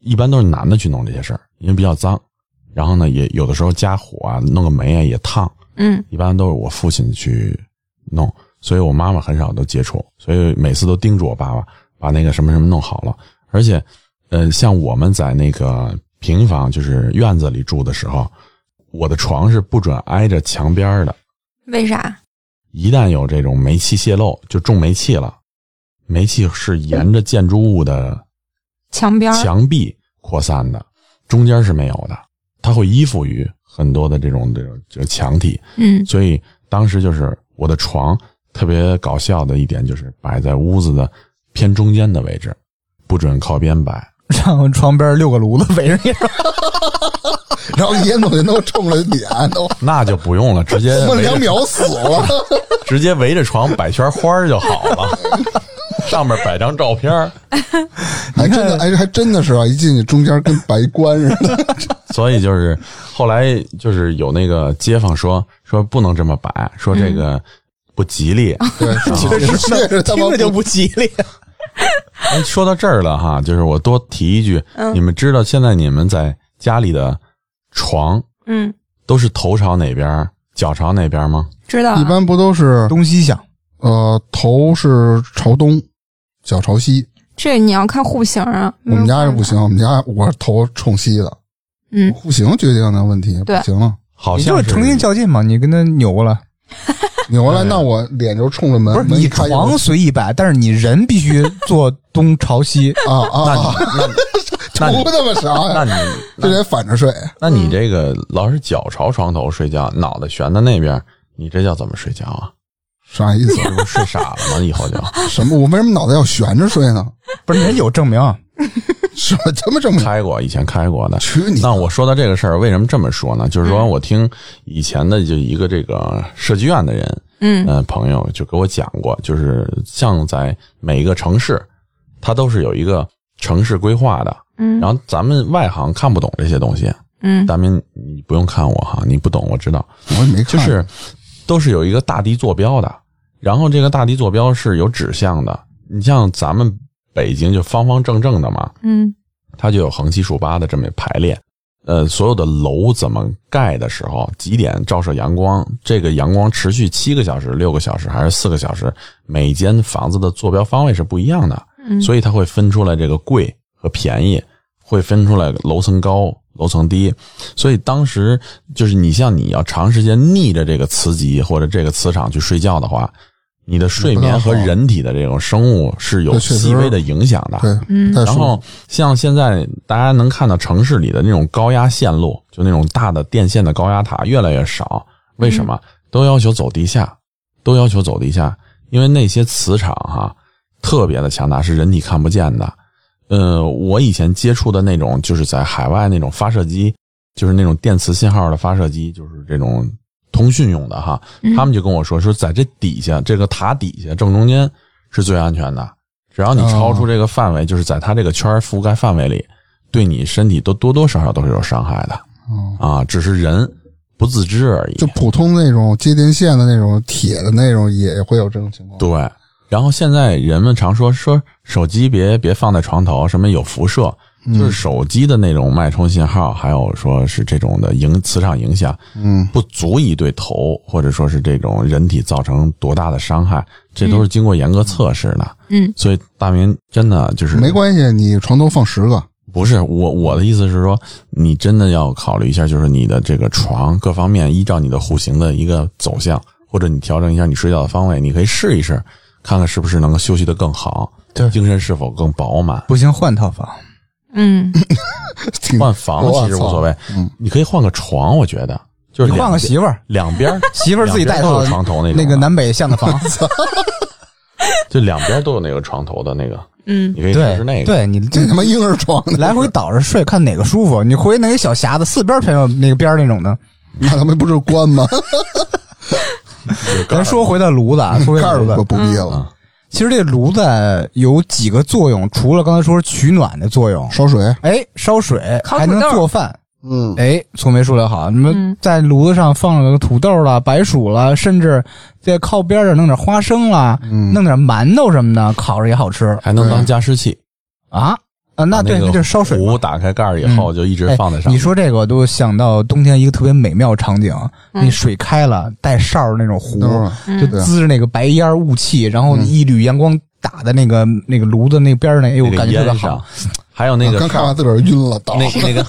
F: 一般都是男的去弄这些事儿，因为比较脏。然后呢，也有的时候加火啊，弄个煤啊也烫，
E: 嗯
F: 一般都是我父亲去弄，所以我妈妈很少都接触，所以每次都叮嘱我爸爸把那个什么什么弄好了。而且，呃，像我们在那个平房，就是院子里住的时候，我的床是不准挨着墙边儿的，
E: 为啥？
F: 一旦有这种煤气泄漏，就中煤气了。煤气是沿着建筑物的
E: 墙边儿
F: 墙壁扩散的，中间是没有的，它会依附于很多的这种这种这种墙体，
E: 嗯
F: 所以当时就是我的床特别搞笑的一点就是摆在屋子的偏中间的位置，不准靠边摆。
I: 让床边六个炉子围着你，
B: 然后烟囱就都冲着脸，都
F: 那就不用了，直 接
B: 他妈
F: 围
B: 两
F: 着
B: 秒死 了。
F: 直接围着床摆圈花儿就好了，上面摆张照片儿。
B: 还真的，哎，还真的是啊！一进去中间跟白关似的。
F: 所以就是后来就是有那个街坊说说不能这么摆，说这个不吉利。
B: 对，确实确实他妈
I: 听着就不吉利。
F: 哎，说到这儿了哈，就是我多提一句，
I: 嗯
F: 你们知道现在你们在家里的床
E: 嗯，
F: 都是头朝哪边儿，脚朝哪边儿吗？
E: 知道
B: 一
E: 了。
B: 般不都是
I: 东西向
B: 呃头是朝东，脚朝西。
E: 这你要看户型啊。
B: 我们家是不
E: 没有办法。
B: 行，我们家我是头冲西的，
E: 嗯，
B: 户型决定的问题，不
E: 对
B: 行了。
F: 好
I: 你
F: 像
I: 就是成心较劲嘛，你跟他扭过来。
B: 扭
F: 哎
B: 过来，那我脸就冲着门，
I: 不是
B: 门一
I: 你
B: 啊开就
I: 床随意摆，但是你人必须坐东朝西。
B: 啊啊啊，
F: 那你
B: 图他妈啥
F: 那
B: 呀？
F: 你
B: 就得反着睡，
F: 那你这个老是脚朝床头睡觉，脑袋悬在那边儿，你这叫怎么睡觉啊？
B: 啥意思？啊
F: 这不是睡傻了吗？以后就
B: 什么？我为什么脑袋要悬着睡呢？
I: 不是人有证明，
B: 什么他妈这么
F: 开过，以前开过的。
B: 去你
F: 那我说到这个事儿，为什么这么说呢？就
I: 嗯
F: 是说我听以前的就一个这个设计院的人，
E: 嗯
F: 呃，朋友就给我讲过，就是像在每一个城市，它都是有一个城市规划的。
E: 嗯
F: 然后咱们外行看不懂这些东西，
E: 嗯
F: 大明你不用看我哈，你不懂我知道，
B: 我也没看，
F: 就是都是有一个大地坐标的，然后这个大地坐标是有指向的。你像咱们北京就方方正正的嘛，
E: 嗯
F: 它就有横七竖八的这么排列。呃，所有的楼怎么盖的时候，几点照射阳光？这个阳光持续七个小时、六个小时还是四个小时？每间房子的坐标方位是不一样的，
E: 嗯，
F: 所以它会分出来这个贵和便宜，会分出来楼层高、楼层低，所以当时就是你像你要长时间逆着这个磁极或者这个磁场去睡觉的话，你的睡眠和人体的这种生物是有
B: 这确实
F: 细微的影响的。
B: 对，
E: 嗯
B: 太
F: 啊然
B: 舒服
F: 后像现在大家能看到城市里的那种高压线路，就那种大的电线的高压塔越来越少，为什么？都要求走地下，都要求走地下，因为那些磁场哈、特别的强大，是人体看不见的。呃，我以前接触的那种就是在海外那种发射机，就是那种电磁信号的发射机，就是这种通讯用的哈。
E: 嗯
F: 他们就跟我说，说在这底下这个塔底下正中间是最安全的，只要你超出这个范围，就是在它这个圈儿覆盖范围里，对你身体都多多少少都是有伤害的
B: 哦
F: 啊，只是人不自知而已。
B: 就普通那种接电线的那种铁的那种也会有这种情况。
F: 对，然后现在人们常说说手机别别放在床头，什么有辐射，
B: 嗯
F: 就是手机的那种脉冲信号，还有说是这种的影磁场影响，
B: 嗯，
F: 不足以对头或者说是这种人体造成多大的伤害，这
B: 嗯
F: 都是经过严格测试的。
E: 嗯，
F: 所以大明真的就是
B: 没关系，你床头放十 个，
F: 不是我我的意思是说，你真的要考虑一下，就是你的这个床各方面，依照你的户型的一个走向，或者你调整一下你睡觉的方位，你可以试一试，看看是不是能够休息的更好，
C: 对
F: 精神是否更饱满。
C: 不行，换套房。
E: 嗯，
B: 挺
F: 换房其实无所谓，
B: 嗯
F: 你可以换个床，我觉得就是
C: 你换个媳
F: 妇，
C: 妇儿，
F: 两边儿
C: 媳妇儿自己带
F: 两边都
C: 套
F: 有床头那种啊的
C: 那个南北向的房，
F: 就两边都有那个床头的那个，
E: 嗯，
F: 你可以试
C: 对
F: 试那个。
C: 对你
B: 这他妈婴儿床呢，
C: 来回倒着睡，看哪个舒服。你回那个小匣子，四边全有那个边儿那种的。
B: 那他妈不是 关吗？
C: 咱说回到炉子啊，说回
B: 盖
C: 到
B: 儿
C: 炉
B: 可
C: 子，
B: 不必了，
C: 其实这炉子有几个作用，除了刚才说取暖的作用，
B: 烧水。
C: 哎，烧水
E: 烤
C: 还
E: 土
C: 能
E: 豆
C: 做饭。
B: 嗯，
C: 哎，粗梅说的好，你们
E: 嗯
C: 在炉子上放了个土豆了、白薯了，甚至在靠边上弄点花生啦，
F: 嗯
C: 弄点馒头什么的，烤着也好吃
F: 还能当加湿器，
C: 啊。啊，
F: 把
C: 那对，
F: 个
C: 那就是烧水嘛。
F: 壶打开盖儿以后就一直
C: 哎
F: 放在上面。
C: 你说这个，我都想到冬天一个特别美妙的场景，那水开了，带哨儿那种
F: 嗯
C: 壶，
B: 等会儿，
E: 嗯
C: 就
B: 对
C: 滋着那个白烟儿雾气，然后一缕阳光打在那个那个炉子那边儿那，哎呦，
F: 那个
C: 感觉特别
F: 烟
C: 好
F: 上。，还有那个
B: 嗯刚啊看
F: 哨
B: 完自个儿晕了，倒
F: 那 那个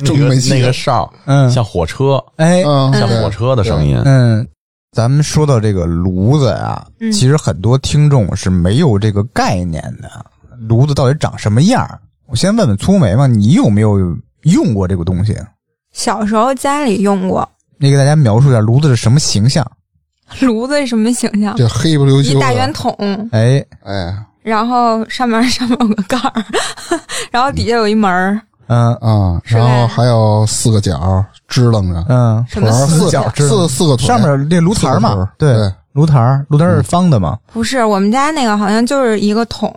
F: 那
B: 中
F: 个
B: 美气
F: 那个哨，
C: 嗯
F: 像火车，
C: 哎，
B: 嗯，
F: 像火
B: 对
F: 车的声音，
C: 嗯，咱们说到这个炉子啊，
E: 嗯
C: 其实很多听众是没有这个概念的，炉子到底长什么样儿？我先问问粗梅吧，你有没有用过这个东西？
E: 小时候家里用过
C: 你给大家描述一下炉子是什么形象？
E: 炉子，什么形象？
B: 这黑不溜秋
E: 一大圆
B: 的，
E: 筒，
C: 哎，
B: 哎
E: 然后上面 上面有个盖儿，然后底下有一门儿，
C: 嗯、
B: 啊，
E: 是吧
B: 然后还有四个角支棱着，
C: 嗯，
E: 什么
B: 腿儿
E: 四
B: 四
C: 角支棱
B: 四四个腿，
C: 上面那炉台儿
B: 四个
C: 嘛
B: 头，
C: 对
B: 对，
C: 炉台儿，炉台儿是方的嘛？
E: 不是我们家那个好像就是一个桶，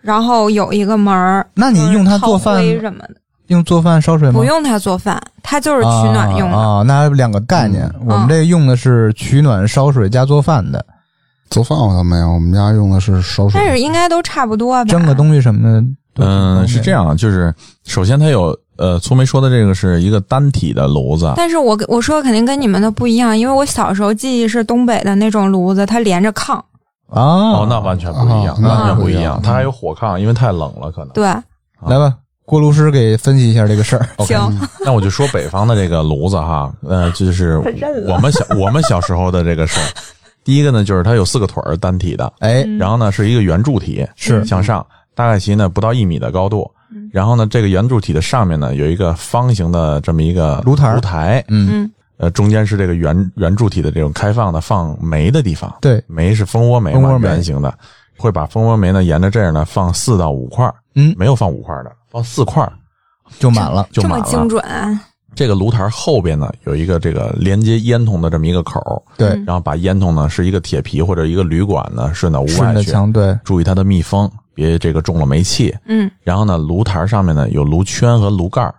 E: 然后有一个门儿。
C: 那你用它做饭
E: 就是烤灰什么的？
C: 用做饭烧水吗？
E: 不用它做饭，它就是取暖用的。
C: 啊啊，那两个概念，我们这用的是取暖、烧水加做饭的，
B: 做饭我倒没有，我们家用的是烧水
E: 但，是应该都差不多吧。
C: 蒸个东西什么的。都挺方
F: 嗯，
C: 便
F: 是这样，就是首先它有呃，粗梅说的这个是一个单体的炉子，
B: 哦
E: 但是我跟我说的肯定跟你们的不一样，因为我小时候记忆是东北的那种炉子，它连着炕，
C: 啊。
F: 哦，那完全不一样，
B: 啊那
F: 完全不
B: 不一
F: 一
B: 样
F: 样，它还有火炕，因为太冷了，可能。
E: 对，
F: 啊
C: 来吧，锅炉师给分析一下这个 事儿。
E: 行，
F: 那我就说北方的这个炉子哈，呃，就是我们小我们小时候的这个事儿。第一个呢，就是它有四个腿儿单体的，
C: 哎，
E: 嗯
F: 然后呢是一个圆柱体，
C: 是嗯
F: 向上，大概其呢不到一米的高度。然后呢，这个圆柱体的上面呢有一个方形的这么一个
C: 炉台
F: 炉台，
C: 嗯，
E: 嗯
F: 呃，中间是这个圆圆柱体的这种开放的放煤的地方，
C: 对，
F: 煤是蜂窝煤
C: 蜂
F: 嘛，
C: 窝煤
F: 圆形的，会把蜂窝煤呢沿着这样呢放四到五块儿，
C: 嗯
F: 没有放五块儿的，放四块儿
C: 就满了。
F: 就
E: 这
F: 满
E: 么精
F: 了。
E: 准啊，
F: 这个炉台后边呢有一个这个连接烟筒的这么一个口儿，
C: 对，
E: 嗯
F: 然后把烟筒呢是一个铁皮或者一个铝管呢顺到屋
C: 顺
F: 外
C: 着
F: 去，
C: 墙对，
F: 注意它的密封，别这个中了煤气。
E: 嗯
F: 然后呢，炉台上面呢有炉圈和炉盖儿，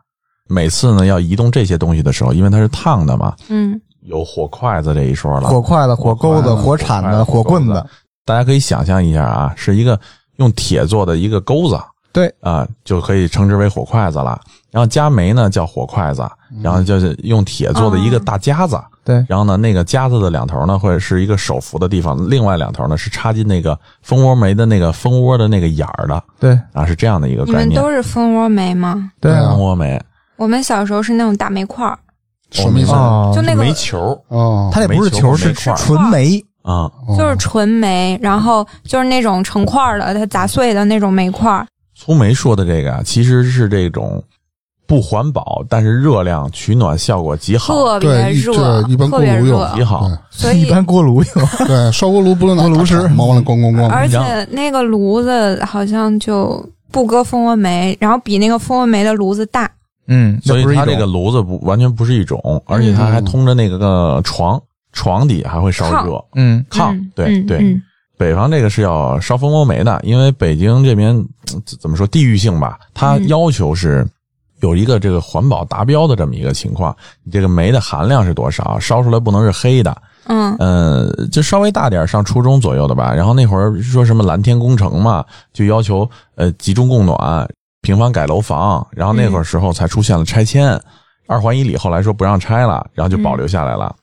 F: 每次呢要移动这些东西的时候，因为它是烫的嘛，
E: 嗯
F: 有火筷子这一说了，
C: 火筷子、火钩子、火
F: 火
C: 铲
F: 铲
C: 子、
F: 子
C: 火棍子，
F: 大家可以想象一下啊，是一个用铁做的一个钩子，
C: 对
F: 啊、就可以称之为火筷子了。然后加煤呢叫火筷子，
C: 嗯
F: 然后就是用铁做的一个大夹子，
C: 对
F: 然后呢那个夹子的两头呢会是一个手扶的地方，另外两头呢是插进那个蜂窝煤的那个蜂窝的那个眼儿的
C: 对
F: 啊，是这样的一个
E: 你
F: 概
E: 们
F: 念。
E: 都是蜂窝煤吗？
C: 对啊
F: 蜂窝煤，
E: 我们小时候是那种大煤块儿，
B: 什么意思？
I: 啊
E: 哦就那个
F: 煤球
B: 哦，
I: 它那不是球，是
F: 煤球
E: 煤
I: 纯煤。
F: 啊，
E: 就是纯煤，然后就是那种成块儿的，它砸碎的那种煤块儿。
F: 粗梅说的这个啊，其实是这种不环保，但是热量取暖效果极好，
E: 特别
B: 对一
E: 热，
B: 这一般
E: 特别
B: 锅炉
E: 热
B: 用，
F: 极好。
E: 所
I: 一
E: 以
I: 般锅炉有，
B: 对，烧锅炉不论哪炉石，忙完了咣咣咣，
E: 而且那个炉子好像就不搁蜂窝煤，然后比那个蜂窝煤的炉子大，
I: 嗯，
F: 所以
I: 那不是一
F: 它
I: 种
F: 这个炉子不完全不是一种，而且它还通着那个个床，床底还会烧热
I: 嗯，
F: 炕
E: 嗯，
F: 对
E: 嗯
F: 对。
E: 嗯
F: 北方这个是要烧蜂窝煤的，因为北京这边嗯怎么说地域性吧，它
E: 嗯
F: 要求是有一个这个环保达标的这么一个情况，你这个煤的含量是多少，烧出来不能是黑的，
E: 嗯
F: 呃，就稍微大点儿，上初中左右的吧。然后那会儿说什么蓝天工程嘛，就要求呃集中供暖、平房改楼房。然后那会儿时候才出现了拆迁，二环以里后来说不让拆了，然后就保留下来了。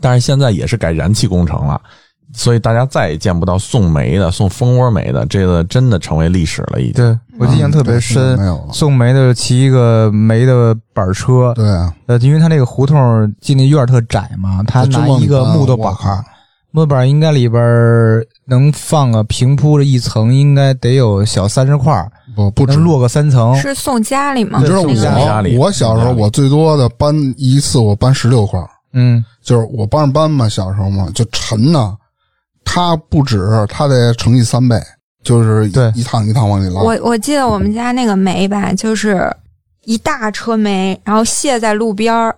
F: 但是现在也是改燃气工程了，所以大家再也见不到送煤的、送蜂窝煤的，这个真的成为历史了，已经。
I: 对我
B: 嗯
I: 印象特别深
B: 没。有了。
I: 送煤的骑一个煤的板车，
B: 对啊，
I: 呃，因为他那个胡同进那院儿特窄嘛，他拿一个木头板
B: 我靠
I: 儿，木头板儿应该里边儿能放个平铺着一层，应该得有小三十块儿，
B: 不不止
I: 能落个三层。
E: 是送家里吗？
B: 哦你知道
E: 那个
F: 压力
B: 我我小时候我最多的搬一次我搬十六块儿，
I: 嗯，
B: 就是我帮着搬嘛，小时候嘛就沉呐，它不止，它得乘以三倍，就是
I: 对
B: 一一趟一趟往里拉。
E: 我我记得我们家那个煤吧，就是一大车煤，然后卸在路边儿，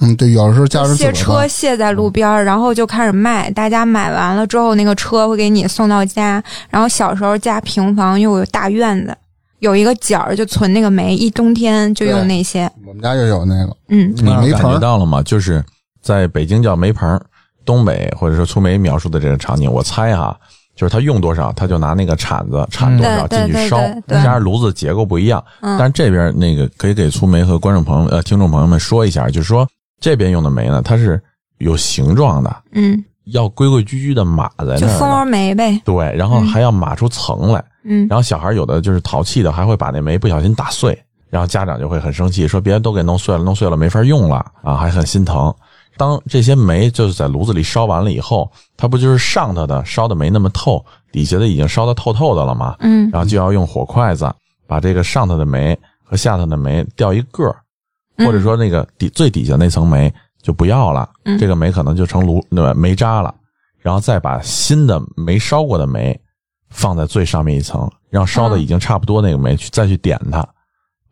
B: 嗯，对，有的嗯时候家人自个
E: 卸
B: 儿
E: 车
B: 搬
E: 卸在路边儿，然后就开始卖。大家买完了之后，那个车会给你送到家。然后小时候家平房又有大院子，有一个角儿就存那个煤，一冬天就用那些。
B: 我们家就有那个，
E: 嗯，
F: 你们
B: 煤
F: 感
B: 盆
F: 觉
B: 儿
F: 到了吗？就是在北京叫煤盆儿，东北或者说粗煤描述的这个场景，我猜哈、就是他用多少，他就拿那个铲子
B: 嗯
F: 铲多少
E: 对
F: 进
E: 对
F: 去
E: 对
F: 烧，
E: 对对
F: 加上炉子结构不一样。
E: 嗯
F: 但是这边那个可以给粗煤和观众朋友呃听众朋友们说一下，就是说这边用的煤呢，它是有形状的，
E: 嗯，
F: 要规规矩矩的码在
E: 就嗯
F: 那儿
E: 蜂窝
F: 的。
E: 煤呗。
F: 对，然后还要码出层来，
E: 嗯，
F: 然后小孩有的就是淘气的，还会把那煤不小心打碎，然后家长就会很生气，说别人都给弄碎了，弄碎了没法用了啊，还很心疼。当这些煤就是在炉子里烧完了以后，它不就是上头的烧的没那么透，底下的已经烧的透透的了吗？
E: 嗯，
F: 然后就要用火筷子把这个上头的煤和下头的煤掉一个儿，
E: 嗯
F: 或者说那个底最底下那层煤就不要了，
E: 嗯
F: 这个煤可能就成炉那煤渣了，然后再把新的没烧过的煤放在最上面一层，让烧的
E: 嗯
F: 已经差不多那个煤去再去点它，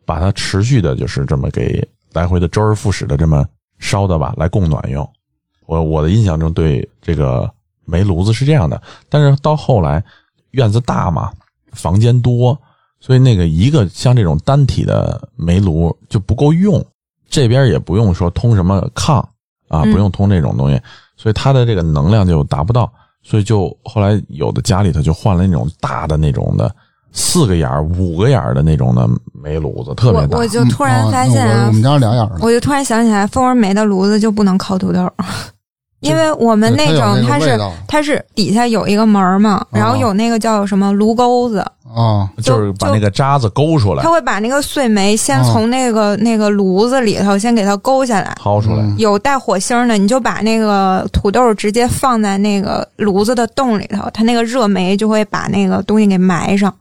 F: 把它持续的就是这么给来回的周而复始的这么烧的吧，来供暖用。我我的印象中对这个煤炉子是这样的，但是到后来院子大嘛，房间多，所以那个一个像这种单体的煤炉就不够用，这边也不用说通什么炕啊，
E: 嗯
F: 不用通这种东西，所以它的这个能量就达不到，所以就后来有的家里头就换了那种大的那种的。四个眼儿、五个眼儿的那种的煤炉子特别
E: 我
F: 大，
E: 我就突然
B: 嗯
E: 发
B: 啊
E: 现
B: 我
E: 啊
B: 我，们家俩眼儿的，
E: 我就突然想起来，蜂窝煤的炉子就不能烤 土豆，因为我们
B: 它有
E: 种
B: 那
E: 它
B: 个味
E: 是
B: 道
E: 它是底下有一个门儿嘛，然后
B: 哦
E: 有那个叫什么炉钩子，
B: 啊，
F: 就是把那个渣子勾出来
E: 它、会把那个碎煤先
B: 哦
E: 从那个、那个炉子里头先给它勾下来。
F: 掏出来，
B: 嗯
E: 有带火星的，你就把那个土豆直接放在那个炉子的洞里头，它那个热煤就会把那个东西给埋上，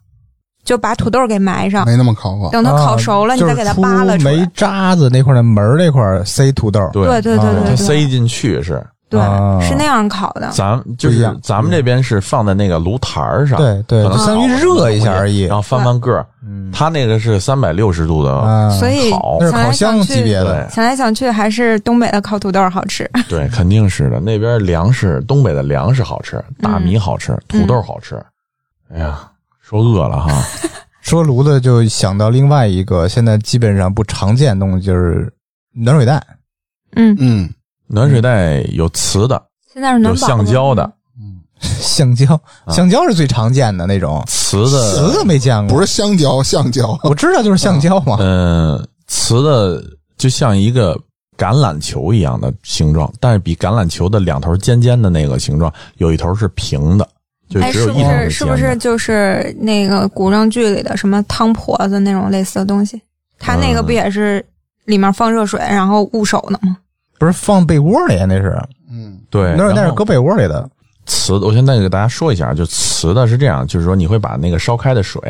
E: 就把土豆给埋上。
B: 没那么烤过。
E: 等它烤熟了，
I: 啊
E: 你再给它扒拉
I: 就是
E: 出
I: 出
E: 来。
I: 煤渣子那块儿的门儿那块儿塞土豆，
F: 对
E: 对对对
I: 啊
E: 对
F: 它
E: 对
F: 塞进去是，
E: 对，
I: 啊
E: 是那样烤的。
F: 咱就
I: 不一
F: 是
I: 样
F: 咱们这边是放在那个炉台儿上，
I: 对对
F: 可能
I: 就相当于
F: 烤
I: 热一下而已嗯
F: 然后翻翻个儿，
E: 嗯
F: 它那个是三百六十度的
I: 啊，
E: 所以
F: 烤，
I: 那是
E: 想来
I: 烤箱
E: 想去
I: 级别的，
F: 对
E: 想来想去，还是东北的烤土豆好吃。
F: 对，肯定是的。那边粮食，东北的粮食好吃，大
E: 嗯
F: 米好吃，土豆好吃。哎呀，说饿 了哈，
I: 说炉子就想到另外一个现在基本上不常见的东西，就是暖水袋。
E: 嗯，
B: 嗯，
F: 暖水袋有瓷的，
E: 现在是
F: 有
E: 暖宝宝嗯
F: 橡胶的，，
I: 橡胶，橡胶是最常见的那种，
F: 啊瓷
I: 瓷
F: 的，
I: 的没见过。
B: 不是香蕉，橡胶，
I: 我知道就是橡胶嘛，
F: 嗯，瓷的就像一个。橄榄球一样的形状，但是比橄榄球的两头尖尖的那个形状，有一头是平的，就
E: 哎，
F: 只
E: 是
F: 有
E: 不
F: 一头
E: 是
F: 尖
E: 是不
F: 的
E: 是就是
F: 嗯
E: 那个古装剧里的什么汤婆子那种类似的东西？它那个不也是里面放热水，然后捂手呢吗？
I: 不是放被窝里啊那是，
B: 嗯
F: 对，
I: 那是那
F: 然
I: 是
F: 后
I: 搁被窝里的。
F: 瓷的，我现在给大家说一下，啊就瓷的是这样，就是说你会把那个烧开的水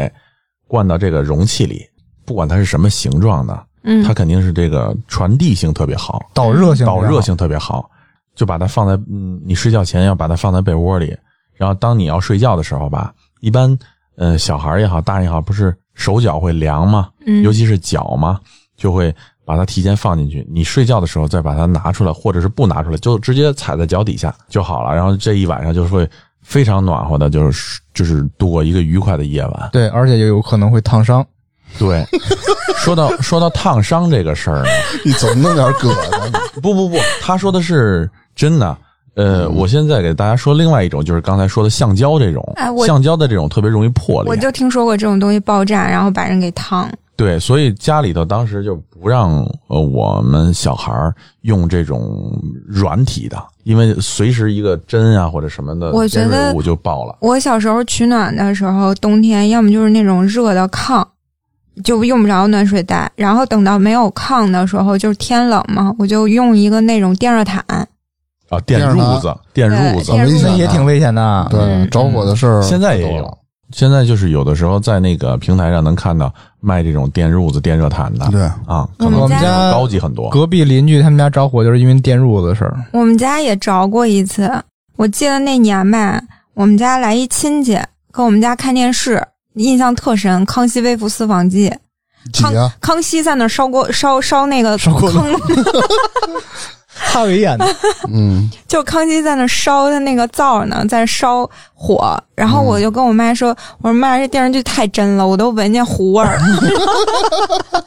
F: 灌到这个容器里，不管它是什么形状的，
E: 嗯
F: 它肯定是这个传递性特别好，
I: 导热性，
F: 导热，性特别好，就把它放在嗯，你睡觉前要把它放在被窝里，然后当你要睡觉的时候吧，一般呃小孩儿也好，大人也好，不是手脚会凉吗？
E: 嗯
F: 尤其是脚嘛，就会把它提前放进去。你睡觉的时候再把它拿出来，或者是不拿出来，就直接踩在脚底下就好了。然后这一晚上就会非常暖和的，就是就是度过一个愉快的夜晚。
I: 对，而且也有可能会烫伤。
F: 对， 说到说到烫伤这个事儿呢，
B: 你总弄点葛 的，
F: 不不不，他说的是真的。呃，我现在给大家说另外一种，就是刚才说的橡胶这种，
E: 哎我
F: 橡胶的这种特别容易破裂。
E: 我就听说过这种东西爆炸，然后把人给烫。
F: 对，所以家里头当时就不让呃我们小孩儿用这种软体的，因为随时一个针啊或者什么的
E: 我觉
F: 尖
E: 得
F: 锐物就爆了。
E: 我小时候取暖的时候，冬天要么就是那种热的炕，就用不着暖水袋。然后等到没有炕的时候，就是天冷嘛，我就用一个那种电热毯。
F: 啊，电
B: 电
F: 褥
B: 褥
F: 子，电褥子
E: 对，电褥
B: 子
I: 那也挺危险的。
B: 对，着火的事儿
F: 啊现在也
B: 嗯多
F: 有
B: 了，
F: 现在就是有的时候在那个平台上能看到卖这种电褥子、电热毯的，
B: 对
F: 啊，
E: 我
F: 可
E: 们
F: 能
E: 家
F: 高级很多。
I: 隔壁邻居他们家着火就是因为电褥子的事儿，
E: 我们家也着过一次，我记得那年吧，我们家来一亲戚跟我们家看电视，印象特深，《康熙微服私访记》
B: 挤啊，
E: 康熙在那儿烧锅烧烧那个
I: 烧锅
E: 坑，
I: 哈维演的。
B: 嗯，
E: 就康熙在那儿烧他那个灶呢，在烧火。然
I: 嗯
E: 后我就跟我妈说：“我说妈，这电视剧太真了，我都闻见糊 味儿了。”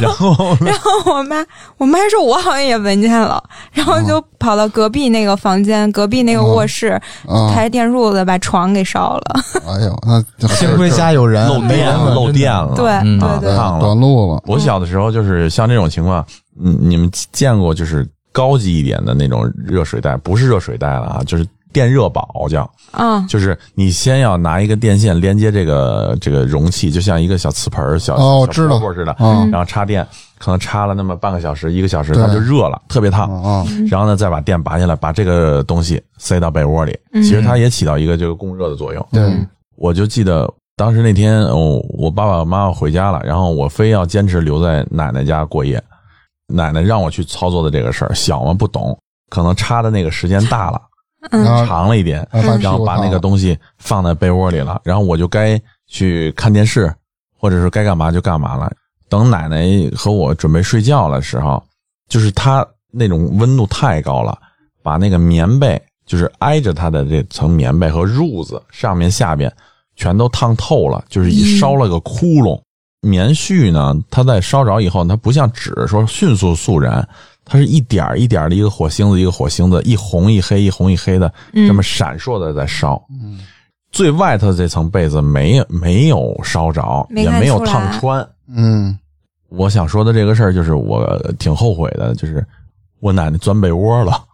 E: 然后，然后我妈，我妈说，我好像也闻见了，然后
I: 哦
E: 就跑到隔壁那个房间，隔壁那个卧室，
I: 哦
B: 啊，
E: 抬电褥子把床给烧了。
B: 哎呦，那这
I: 幸亏家有人，
F: 漏
I: 没
F: 电
I: 人
F: 了，
I: 问
F: 漏
I: 真的
F: 电了，
E: 对
I: 嗯
E: 对
F: 啊
E: 对，
F: 烫了。
B: 短路了，
F: 我小的时候就是像这种情况，嗯，你们见过就是高级一点的那种热水袋，不是热水袋了啊，就是电热宝叫，
E: 嗯，
F: 就是你先要拿一个电线连接这个这个容器，就像一个小瓷盆儿、小
B: 哦我
F: 小
B: 知道
F: 饽饽似的，
B: 啊
F: 然后插电，可能插了那么半个小时、一个小时，
B: 对
F: 它就热了，特别烫。
B: 啊，
F: 然后呢，再把电拔下来，把这个东西塞到被窝里，其实它也起到一个这个供热的作用。
I: 嗯
B: 对，
F: 我就记得当时那天，哦，我爸爸妈妈回家了，然后我非要坚持留在奶奶家过夜。奶奶让我去操作的这个事儿，小嘛不懂，可能插的那个时间大了，
E: 嗯
B: 然后
F: 长了一点，
B: 啊把屁股
F: 然后把那个
B: 烫了
F: 东西放在被窝里了，然后我就该去看电视，或者是该干嘛就干嘛了。等奶奶和我准备睡觉的时候，就是她那种温度太高了，把那个棉被，就是挨着她的这层棉被和褥子上面下边全都烫透了，就是
E: 嗯
F: 烧了个窟窿。棉絮呢，它在烧着以后，它不像纸说迅速速燃，它是一点儿一点儿的一个火星子一个火星子，一红一黑一红一黑的
E: 嗯
F: 这么闪烁的在烧。最外头的这层被子没有没有烧着，
E: 没
F: 也
E: 看
F: 没有
E: 出来
F: 烫穿。
B: 嗯，
F: 我想说的这个事儿，就是我挺后悔的，就是我奶奶钻被窝了。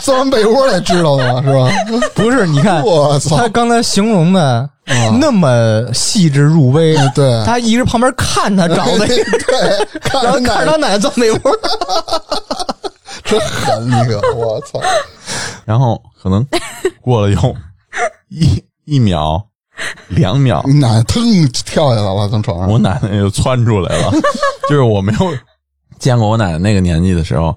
B: 钻完被窝才知道的嘛，是吧？
I: 不是？你看
B: 我操
I: 他刚才形容的
F: 嗯
I: 那么细致入微，
B: 对
I: 他一直旁边看他找 的，
B: 对，看
I: 然后
B: 着
I: 看着
B: 奶
I: 他奶奶钻被窝，
B: 真狠，你可，我操，
F: 然后可能过了有一一秒、两秒，
B: 你奶腾跳下来了，从床上
F: 我，奶奶就窜出来了。就是我没有见过我奶奶那个年纪的时候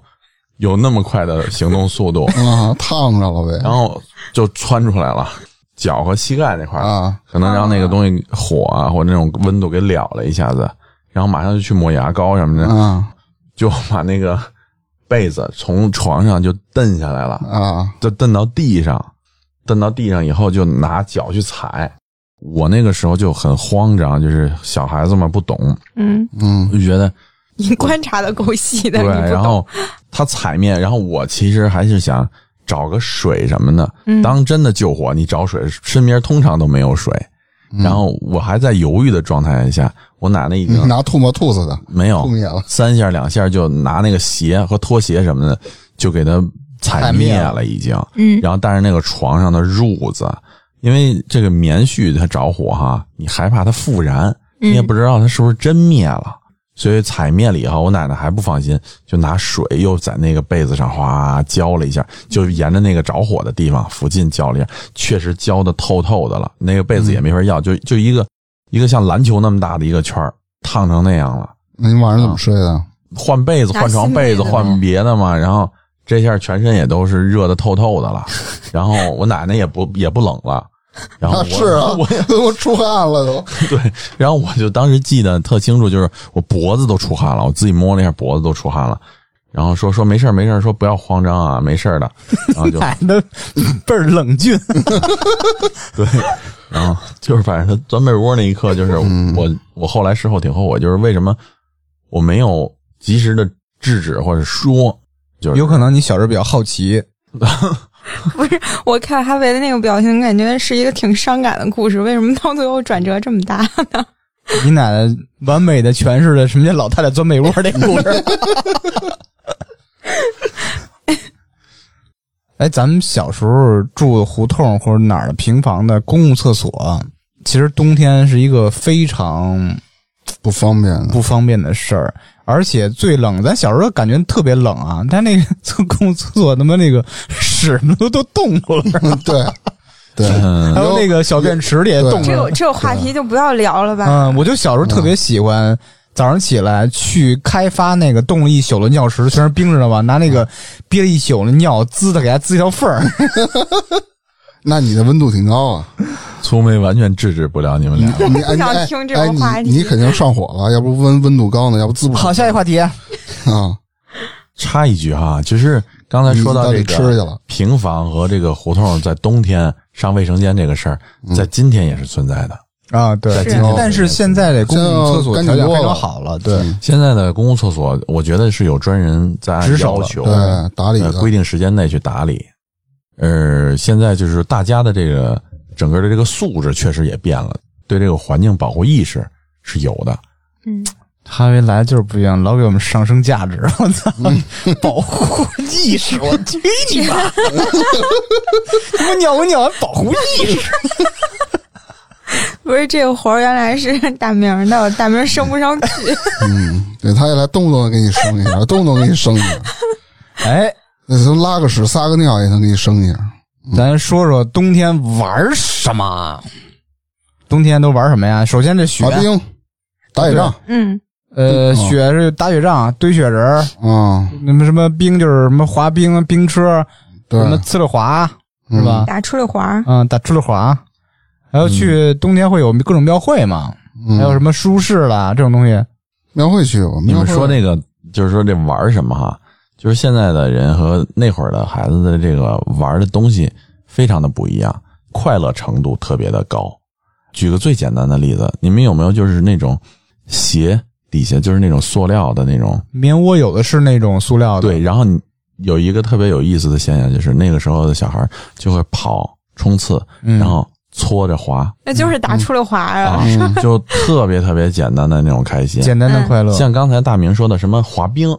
F: 有那么快的行动速度，
B: 啊，烫着了呗
F: 然，后就窜出来了，脚和膝盖那块儿
B: 啊，
F: 可能让那个东西火啊或者那种温度给燎了一下子，然后马上就去抹牙膏什么的，
B: 啊
F: 就把那个被子从床上就蹬下来了。
B: 啊，
F: 就蹬到地上，蹬到地上以后就拿脚去踩。我那个时候就很慌张，就是小孩子嘛不懂，
E: 嗯，
B: 嗯，
F: 就觉得
E: 你观察的够细的，
F: 对，
E: 你不
F: 然
E: 懂。
F: 后他踩面，然后我其实还是想找个水什么的。
E: 嗯
F: 当真的救火，你找水，身边通常都没有水。然后我还在犹豫的状态下，我奶
I: 嗯
F: 奶已
B: 你
F: 经
B: 拿唾沫吐死他，
F: 没有
B: 嗯碰见了
F: 三下两下就拿那个鞋和拖鞋什么的就给他踩
I: 踩
F: 灭
I: 灭
F: 了，已经。
E: 嗯
F: 然后但是那个床上的褥子，因为这个棉絮它着火哈，你害怕它复燃，
E: 嗯
F: 你也不知道它是不是真灭了。所以踩灭了以后，我奶奶还不放心，就拿水又在那个被子上哗浇了一下，就沿着那个着火的地方附近浇了一下，确实浇的透透的了，那个被子也没法要，就就一个一个像篮球那么大的一个圈儿烫成那样了。
B: 那你晚上怎么睡的？
F: 换被子、
E: 拿
F: 换床被子、
E: 新被子
F: 换别的嘛，然后这下全身也都是热的透透的了。然后我奶奶也不也不冷了，然后
B: 啊，
F: 我、
B: 是啊，
F: 我
B: 我我出汗了都。
F: 对，然后我就当时记得特清楚，就是我脖子都出汗了，我自己摸了一下脖子都出汗了，然后说说没事儿没事儿，说不要慌张啊，没事儿的，然后就
C: 奶的倍儿冷峻，
F: 对，然后就是反正他钻被窝那一刻，就是我我后来事后挺后悔，就是为什么我没有及时的制止或者说，就是
J: 有可能你小时候比较好奇，
E: 我看哈维的那个表情，感觉是一个挺伤感的故事。为什么到最后转折这么大？
C: 嗯你奶奶完美的诠释了什么叫老太太钻被窝这故事。 哎，咱们小时候住的胡同或者哪儿的平房的公共厕所，啊其实冬天是一个非常
B: 不方便的，
C: 不方便的事儿，而且最冷，咱小时候感觉特别冷啊，但那个厕公共厕所他妈那个屎都都冻住了，
B: 对 对，
C: 还有那个小便池里也冻
E: 这
C: 着
E: 个
C: 了。
E: 这个话题就不要聊了吧。
C: 嗯，我就小时候特别喜欢早上起来去开发那个冻了一宿的尿池，全是冰着的吧，拿那个憋了一宿的尿滋的，给它滋一条缝儿。
B: 那你的温度挺高啊，
F: 粗眉完全制止不了你们俩。
B: 你哎
E: 不想
B: 哎
E: 听这种
B: 哎
E: 话
B: 你
E: 题
B: 你肯定上火了，要不温温度高呢，要不滋不
C: 好，下一个话题，
B: 啊，
F: 插一句哈，就是刚才说到这
B: 你到底吃去了
F: 个平房和这个胡同在冬天上卫生间这个事儿，在今天也是存在的。
C: 啊，对
F: 是啊
C: 但是现在的公共厕所条件
B: 现
C: 非
B: 在要干净多
C: 常
B: 了
C: 好了，对，
F: 现在的公共厕所，我觉得是有专人在按
C: 值守
F: 要
C: 了
F: 求
C: 啊
B: 对，打理
C: 哎
F: 呃
B: 的
F: 规定时间内去打理。呃，现在就是大家的这个整个的这个素质确实也变了，对这个环境保护意识是有的。
E: 嗯，
C: 哈维来就是不一样，老给我们上升价值，我操！ 保护意识，我去你妈！他妈鸟我鸟保护意识，
E: 不是这个活儿原来是 大明儿的，大明儿升不 上去。
B: 对，他一来动不动给你生一下，动不动给你生一下，
C: 哎，
B: 那都拉个屎撒个尿也能给你生一下。
C: 咱说说冬天玩什么？啊冬天都玩什么呀？首先这雪
B: 滑，冰、打野仗
E: 嗯，
C: 呃，
B: 嗯
C: 雪是打雪仗、堆雪人儿，
B: 啊，
C: 那么什么冰就是什么滑冰、冰车，
B: 对嗯
C: 什么呲溜滑是吧？
E: 打出溜滑儿，
C: 嗯，打呲溜滑，还有去
B: 嗯
C: 冬天会有各种庙会嘛，还有什么舒适啦这种东西。
B: 庙会去过，
F: 你们
B: 庙会
F: 说那个，就是说这玩儿什么哈？就是现在的人和那会儿的孩子的这个玩儿的东西非常的不一样，快乐程度特别的高。举个最简单的例子，你们有没有就是那种鞋底下就是那种塑料的那种？
C: 棉窝有的是那种塑料的，
F: 对，然后你有一个特别有意思的现象，就是那个时候的小孩儿就会跑冲刺，
C: 嗯
F: 然后搓着滑
E: 那就是打出溜滑儿
F: 啊
E: 啊。，
F: 就特别特别简单的那种开心。
C: 嗯简单的快乐。
F: 像刚才大明说的什么滑冰，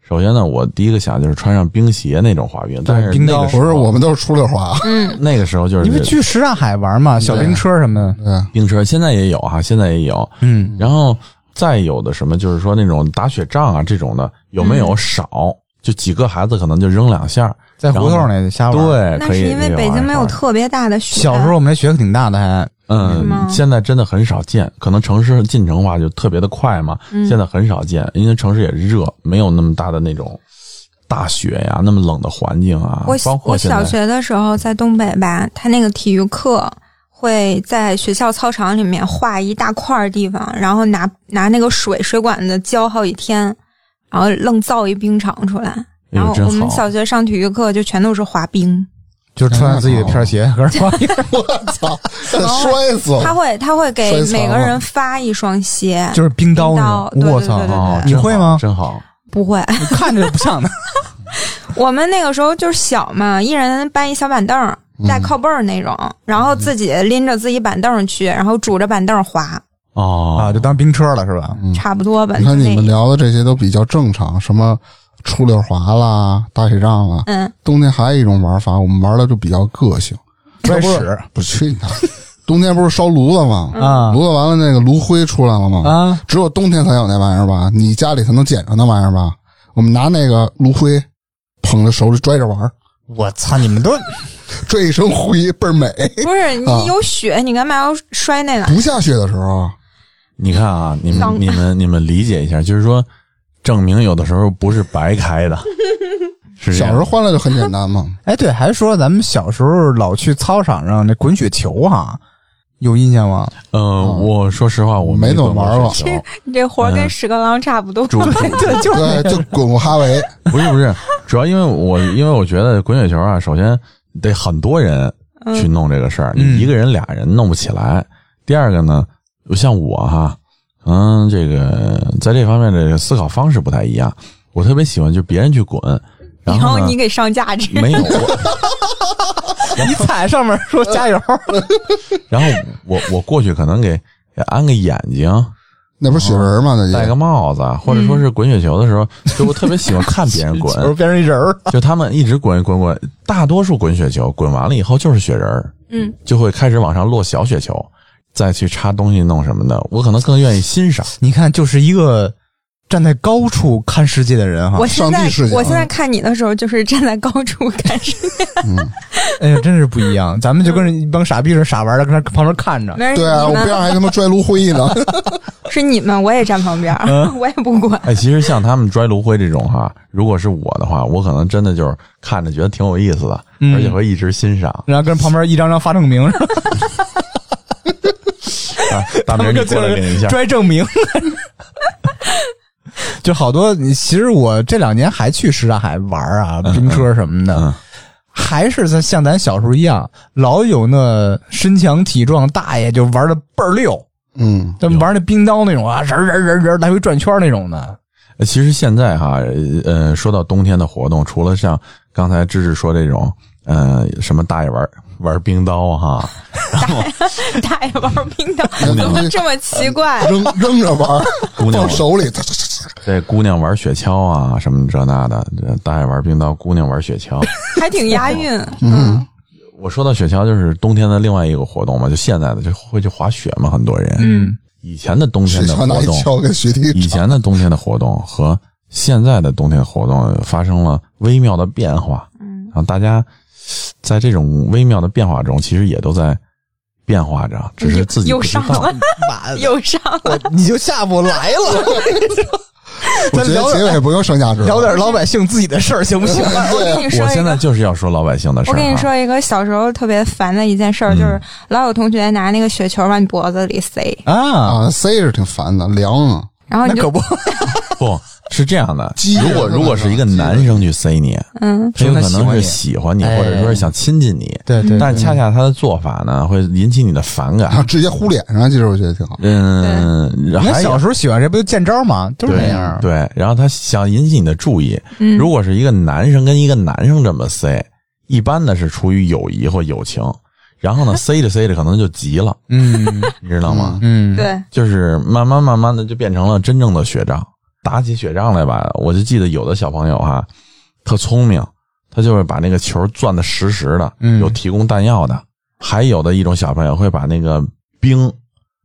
F: 首先呢，我第一个想就是穿上冰鞋那种滑冰，但是
C: 冰
F: 那
C: 刀
F: 个时
B: 不
F: 候
B: 是我们都是出溜滑，
E: 嗯，
F: 那个时候就
C: 你们
F: 是
C: 去什刹海玩嘛，小冰车什么的，
B: 对，
F: 冰车，现在也有哈，现在也有，
C: 嗯，
F: 然后再有的什么就是说那种打雪仗啊这种的有没
C: 嗯
F: 有少？就几个孩子可能就扔两下，
C: 在胡同里瞎玩。，
F: 对，
E: 那
F: 可以啊
E: 是因
F: 那
E: 为
F: 个玩
E: 北
F: 一
E: 京没有
F: 玩
E: 特别大的雪。
C: 小时候我们那雪可挺大的，还
E: 是吗
F: 嗯，现在真的很少见，可能城市进城化就特别的快嘛，
E: 嗯
F: 现在很少见，因为城市也热，没有那么大的那种大雪呀，那么冷的环境啊，
E: 我
F: 包括
E: 我
F: 现
E: 小
F: 在
E: 学的时候在东北吧，他那个体育课会在学校操场里面画一大块儿地方，然后拿拿那个水水管子浇好几天，然后愣造一冰场出来。
F: 哎呦
E: 然后
F: 真
E: 我们
F: 好
E: 小学上体育课就全都是滑冰，
C: 就穿着自己的片鞋，搁这滑冰。
B: 我操，摔
F: 哦
B: 死
E: 哦他
B: 了！
E: 会他会给
B: 摔残
E: 每个
B: 了
E: 人发一双鞋，
C: 就是冰刀
E: 冰
C: 那
E: 对
C: 种，我
E: 对对对
C: 操！
F: 哦，
E: 对
C: 你
F: 真
C: 会
F: 好
C: 吗
F: 真好，
E: 不会。
C: 看着不像的，
E: 我们那个时候就是小嘛，一人搬一小板凳儿，
F: 嗯
E: 带靠背儿那种，然后自己拎着自己板凳儿去，然后拄着板凳儿滑，
F: 哦
C: 啊，就当冰车了是吧？
F: 嗯
E: 差不多吧。
B: 你看
E: 就
B: 你
E: 那
B: 们聊的这些都比较正常，什么出溜滑啦、打雪仗啦，
E: 嗯，
B: 冬天还有一种玩法，我们玩的就比较个性，
C: 摔屎，
B: 不去你的！冬天不是烧炉子吗？
C: 啊
B: 炉子完了那个炉灰出来了吗？
C: 啊，
B: 只有冬天才有那玩意儿吧？你家里才能捡着那玩意儿吧？我们拿那个炉灰捧在手里拽着玩儿，
C: 我操，你们都
B: 拽一身灰倍儿美。
E: 不是
B: 啊
E: 你有雪，你干嘛要摔那
F: 啊
E: 个？
B: 不下雪的时候，
F: 你看啊，你
E: 脏
F: 们你 们你们理解一下，就是说，证明有的时候不是白开 的，是这
B: 小
F: 样
B: 时候欢乐就很简单嘛。
C: 哎，对，还说咱们小时候老去操场上那滚雪球哈，有印象 吗？
F: 呃，我说实话，我
B: 哦没怎么
F: 懂过
B: 玩过
F: 雪 球
E: 你这活儿跟屎壳郎差不多。
C: 对，就是
B: 对，就滚过哈维，
F: 不是不是，主要因为我因为我觉得滚雪球啊，首先得很多人去弄这个事儿，
C: 嗯
F: 你一个人俩人弄不起来。第二个呢，像我哈，嗯，这个在这方面的思考方式不太一样，我特别喜欢就别人去滚，然
E: 然
F: 后
E: 后
F: 呢
E: 你给上价值，
F: 没有我，
C: 你踩上面说加 油，
F: 然后我我过去可能给给安个眼睛，
B: 那不是雪人吗？那
F: 戴
B: 也
F: 个帽子，或者
E: 嗯
F: 说是滚雪球的时候，就我特别喜欢看别 人
C: 球
F: 滚，
C: 变成一 人儿。
F: 就他们一直滚滚滚，大多数滚雪球滚完了以后就是雪人儿，
E: 嗯，
F: 就会开始往上落小雪球，再去插东西弄什么的，我可能更愿意欣赏。
C: 你看，就是一个站在高处看世界的人
F: 啊
C: 哈
E: 我。现
B: 上
E: 在
B: 帝视角
E: 我现在看你的时候，就是站在高处看世界，
C: 哎呀，真是不一样。咱们就跟一帮傻逼似的傻玩的，跟那旁边看着。
E: 没人
B: 对啊，
E: 你
B: 我边
E: 们
B: 上还他妈拽炉灰呢。
E: 是你们，我也站旁边儿，
B: 啊
E: 我也不管。
F: 哎，其实像他们拽芦灰这种哈，如果是我的话，我可能真的就是看着觉得挺有意思的，
C: 嗯
F: 而且会一直欣赏。
C: 然后跟旁边一张张 发证明，
F: 啊、大 明，你过来领一下。
C: 拽证明， 就好多。其实我这两年还去什刹海玩啊，冰车什么的，
F: 嗯
C: 还是咱像咱小时候一样，老有那身强体壮大爷就玩的倍儿溜，
B: 嗯，
C: 他们玩那冰刀那种啊，人儿人儿人儿人儿来回转圈儿那种的。
F: 呃其实现在哈，呃，说到冬天的活动，除了像刚才芝芝说这种，呃，什么大爷玩玩冰刀 哈，
E: 大爷玩冰刀，怎么这么奇怪？
B: 扔扔着玩儿，
F: 姑娘
B: 放手里，
F: 这姑娘玩雪橇啊，什么这那的，这大爷玩冰刀，姑娘玩雪橇。
E: 还挺押韵。
B: 嗯，
F: 我说到雪橇，就是冬天的另外一个活动嘛，就现在的就会去滑雪嘛，很多人。
C: 嗯，
F: 以前的冬
B: 雪
F: 天的
B: 橇
F: 活
B: 拿一
F: 动，
B: 锹给雪地
F: 以前的冬天的活动和现在的冬天活动发生了微妙的变化。嗯，啊，大家在这种微妙的变化中，其实也都在变化着，只是自己
E: 又
F: 不知
E: 上
F: 道
E: 了。，
F: 啊
E: 又上
B: 啊
E: 了。
C: 我你就下不来了。
B: 我觉得结尾不用上价值，
C: 聊点老百姓自己的事儿行不行？
E: 我跟你说
F: 我
E: 一
F: 现在
E: 个，
F: 就是要说老百姓的事儿。
E: 我跟你，说一个小时候特别烦的一件事儿，就是老有同学拿那个雪球往你脖子里塞，
C: 啊，
B: 啊，塞是挺烦的，凉啊，
E: 然后
C: 那
E: 你
C: 可
E: 就
C: 不，
F: 不是这样的
B: 激，
F: 如果
B: 人的
F: 如果
B: 那
F: 是一个
B: 种
F: 男生去塞你，
E: 嗯，
F: 他有可
C: 说他喜
F: 能
C: 欢
F: 是
C: 你
F: 喜欢你，
C: 哎
F: 或者说是想亲近你。
C: 对对
F: 但恰恰他的做法呢，会引起你的反
B: 然后
F: 感。
B: 啊直接呼脸上，其实我觉得挺好。
F: 嗯，
C: 你
F: 还
C: 看
F: 有
C: 小时候喜欢谁不就见招吗？都是那
F: 对
C: 样儿。
F: 对，然后他想引起你的注意。
E: 嗯
F: 如果是一个男生跟一个男生这么塞，一般呢是出于友谊或友情。然后 呢，塞着塞着可能就急了，
C: 嗯
F: 你知道吗？
C: 嗯，
E: 对，
F: 就是慢慢慢慢的就变成了真正的雪仗，打起雪仗来吧。我就记得有的小朋友哈，特聪明，他就会把那个球攥得实实的，
C: 嗯
F: 有提供弹药的。还有的一种小朋友会把那个冰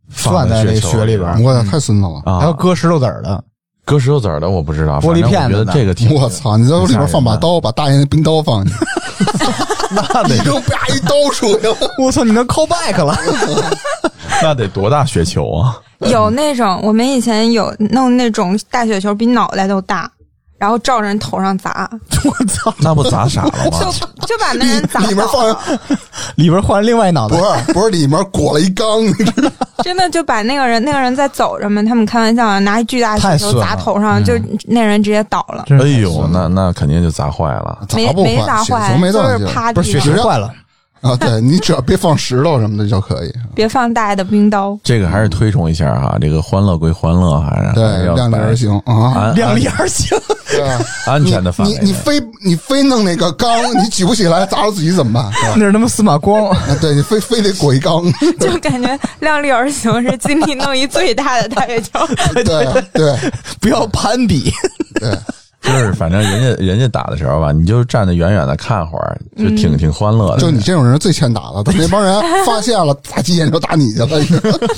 F: 放
C: 攥在那
F: 雪
C: 个
F: 球
C: 雪里边儿
E: 嗯
B: 我操，太孙子了！
F: 啊，
C: 还有搁石头子儿的，
F: 搁石头子儿的我不知道，
C: 玻
F: 反
C: 璃
F: 正
C: 片子
F: 我觉
C: 呢
F: 得这个挺
B: 我操，你在里边放把刀，把大爷那冰刀放进去，
F: 那
B: 一
F: 得
B: 扔啪一刀出去了。
C: 我操，你能 call back 了？
F: 那得多大雪球啊！
E: 有那种我们以前有弄那种大雪球比脑袋都大，然后照着人头上 砸，
C: 我操，
F: 那不砸傻 了吗？
E: 就就把那人砸
B: 里面
E: 倒
B: 放
E: 了，
C: 里边换另外一脑
B: 不
C: 袋，
B: 是不是，里面裹了一缸，你知道吗
E: 真的就把那个人那个人在走着嘛，他们开玩笑拿一巨大
C: 太
E: 雪球
C: 损
E: 砸
C: 了
E: 头上，就那人直接倒了。
C: 真
F: 哎
C: 是
F: 呦，那那肯定就砸坏了。
E: 没
B: 砸不
E: 没砸
B: 雪
E: 坏，
B: 球没
E: 就
B: 到
E: 是
B: 劲儿
E: 趴
C: 不是
E: 地
C: 雪
E: 上
C: 球坏了，
B: 啊！对你只要别放石头什么的就可以。
E: 别放大爷的冰 刀。
F: 这个还是推崇一下哈，这个欢乐归欢乐，还是
B: 对
F: 还是，要
B: 量力
F: 在
B: 而行啊！
F: 哎安
C: 量力而行。
B: 对啊，
F: 安
B: 你
F: 全的范围
B: 你
F: 内。
B: 你非你非弄那个缸，你举不起来砸着自己怎么办？
C: 那是他妈司马 光，
B: 啊，对你非非得裹 一缸，
E: 就感觉量力而行是今 天弄一最大的大雪球。
B: 对对
C: 不要攀比。
B: 对，
F: 不就是反正人家人家打的时候吧，你就站得远远的看会儿，就
E: 嗯
F: 挺挺欢乐的。
B: 就你这种人最欠打了，等那帮人发现了， 打鸡眼就打你去了。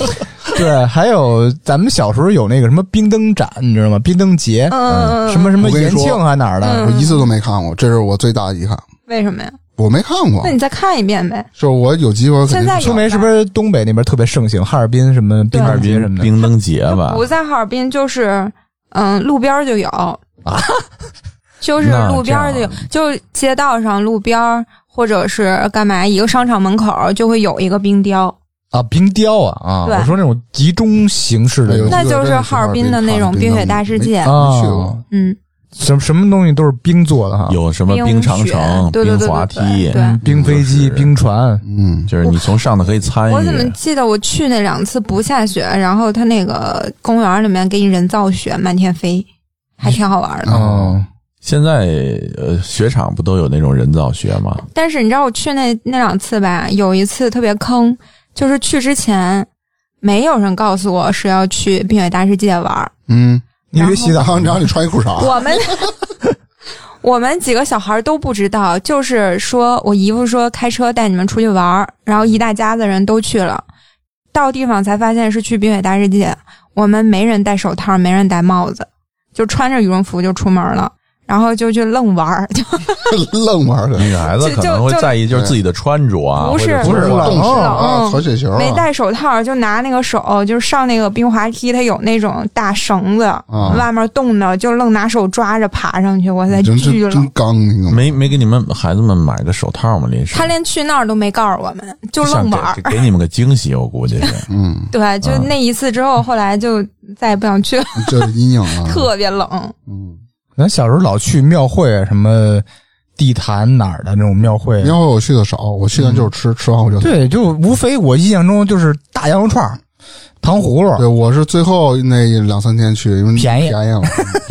C: 对，还有咱们小时候有那个什么冰灯展，你知道吗？冰灯节，
E: 嗯，
C: 什么什么
B: 我跟你
C: 延
B: 说
C: 庆啊还哪儿的，
B: 我一次都没看过，这是我最大的遗憾，
E: 为什么呀？
B: 我没看过
E: 那。你再看一遍呗。
B: 就是我有机会我肯定
E: 现在
B: 去
E: 有
C: 苏
B: 看。
C: 梅是不是东北那边特别盛行？哈尔滨什么冰
E: 哈
C: 灯
E: 尔
C: 节什么的，
F: 冰灯节吧
E: 嗯不，在哈尔滨，就是嗯，路边儿就有啊， 就是
F: 那
E: 路边儿就有，就是街道上、路边儿或者是干嘛，一个商场门口儿就会有一个冰雕，
C: 啊，冰雕啊啊！
E: 对
C: 我说那种集中形式的
B: 哎
C: 那
B: 呦
C: 种
E: 那就
B: 这
E: 是
B: 个
E: 哈尔滨的那
B: 哈
E: 种
B: 尔滨
E: 冰雪
B: 的
E: 大世界。
B: 没去过
C: 啊，
E: 嗯，
C: 什么什么东西都是冰做的哈，
F: 有什么
E: 冰
F: 冰长
E: 雪
F: 城、
E: 对对对
F: 冰滑
E: 对对
F: 梯，
E: 对
C: 嗯冰飞机、
F: 就是
C: 冰船，
B: 嗯，
F: 就是你从上头可以参
E: 我怎么
F: 与。
E: 记得我去那两次不下雪，然后它那个公园里面给你人造雪满天飞，还挺好玩的。
B: 啊
C: 嗯，
F: 现在呃，雪场不都有那种人造雪吗？
E: 但是你知道我去那那两次吧，有一次特别坑，就是去之前没有人告诉我是要去冰雪大世界玩儿，
B: 嗯，
C: 你以为洗
B: 然
C: 澡
B: 后然后你穿一裤衩，
E: 哦我们我们几个小孩都不知道，就是说我姨夫说开车带你们出去玩儿，然后一大家子人都去了，到地方才发现是去冰雪大世界，我们没人戴手套，没人戴帽子，就穿着羽绒服就出门了。然后就去愣玩儿，就
B: 愣玩儿去。
F: 女孩子
E: 就
F: 可能会
E: 就
F: 在意就是自己的穿着啊，
E: 不是
F: 或者
E: 不
B: 是
C: 不是
B: 冻死啊，
E: 嗯
B: 搓雪球啊，
E: 没戴手套，就拿那个手，就是上那个冰滑梯，它有那种大绳子，
B: 啊
E: 外面冻的，就愣拿手抓着爬上去，哇塞，
B: 真
E: 巨
B: 真
E: 冷
B: 真！刚，你知道吗
F: 没没给你们孩子们买个手套吗？临时
E: 他连去那儿都没告诉我们，就
F: 想
E: 愣玩儿
F: 给。给给你们个惊喜，我估计 是
B: 嗯，
E: 对，
C: 啊
E: 就那一次之后，后来就再也不想去了，
C: 嗯
B: 这是阴影啊。
E: 特别冷。
B: 嗯，
C: 咱小时候老去庙会，什么地坛哪儿的那种庙会，
B: 因为我去的少，我去的就是吃，吃完我就走。
C: 对，就无非我印象中就是大羊肉串儿、糖葫
B: 对，
C: 芦，
B: 我是最后那两三天去，因为
C: 便宜
B: 便宜了。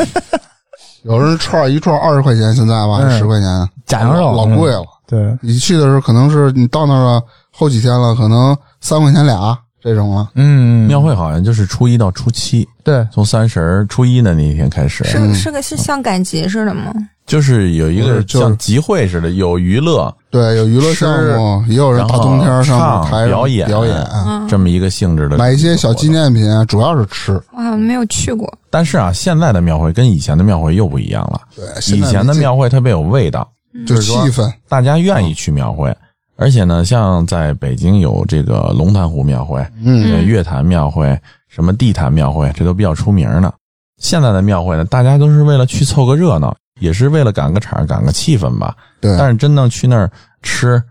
B: 有人串儿一串二十块钱，现在吧
C: 嗯
B: 十块钱，
C: 假羊肉
B: 老
C: 嗯
B: 贵了。
C: 对，
B: 你去的时候可能是你到那儿了后几天了，可能三块钱俩这种了。
C: 嗯，
F: 庙会，好像就是初一到初七，
C: 对，
F: 从三十儿初一的那一天开始，
E: 是是个是像赶集似的吗？
F: 就是有一
B: 不
F: 个
B: 是就是
F: 像集会似的，有娱乐
B: 对，有娱乐
F: 吃
B: 项目，也有人
F: 然
B: 大
F: 后
B: 冬天上
F: 唱
B: 台上
F: 表演
B: 表演，啊
F: 这么一个性质的，
B: 买一些小纪。念品，啊主要是吃。
E: 我好像没有去过。
F: 但是啊，现在的庙会跟以前的庙会又不一样了，
B: 对，
F: 以前的庙会特别有味道，
B: 就气氛，
F: 大家愿意去庙
B: 嗯
F: 会。而且呢，像在北京有这个龙潭湖庙会、
B: 嗯，
F: 呃月坛庙会、什么地坛庙会，这都比较出名的。现在的庙会呢，大家都是为了去凑个热闹，也是为了赶个场、赶个气氛吧。
B: 对，
F: 但是真正去那儿吃，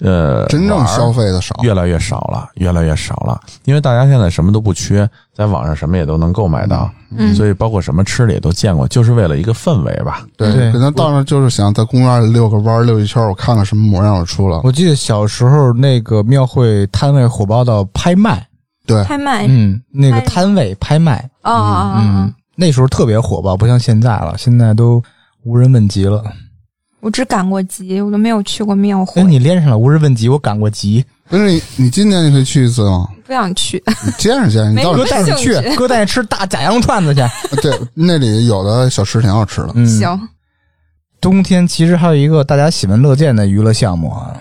F: 呃，
B: 真正
F: 玩儿
B: 消费的少，
F: 越来越少了，越来越少了，因为大家现在什么都不缺，在网上什么也都能购买到，
E: 嗯
F: 所以包括什么吃的也都见过，就是为了一个氛围吧。
B: 对，
C: 对
B: 可能到那儿就是想在公园里遛个弯儿，遛一圈儿，我看看什么模样我出来。
C: 我记得小时候那个庙会摊位火爆到拍卖，
B: 对，
E: 拍卖
C: 嗯，那个
E: 哎拍
C: 摊位拍卖，
E: 哦哦
C: 嗯
E: 哦，，
C: 那时候特别火爆，不像现在了，现在都无人问及了。
E: 我只赶过集，我都没有去过庙会
C: 哎，，你连上了无人问及，我赶过集，
B: 但是你你今年你可以去一次 吗？
E: 不想去。
B: 你见识见识，你
E: 没
B: 到
C: 哥
B: 底
E: 没
C: 带你去
E: 兴，趣
C: 哥带你吃大假羊串子去。
B: 对那里有的小吃挺好吃的，
C: 嗯，
E: 行，
C: 冬天其实还有一个大家喜闻乐见的娱乐项目啊，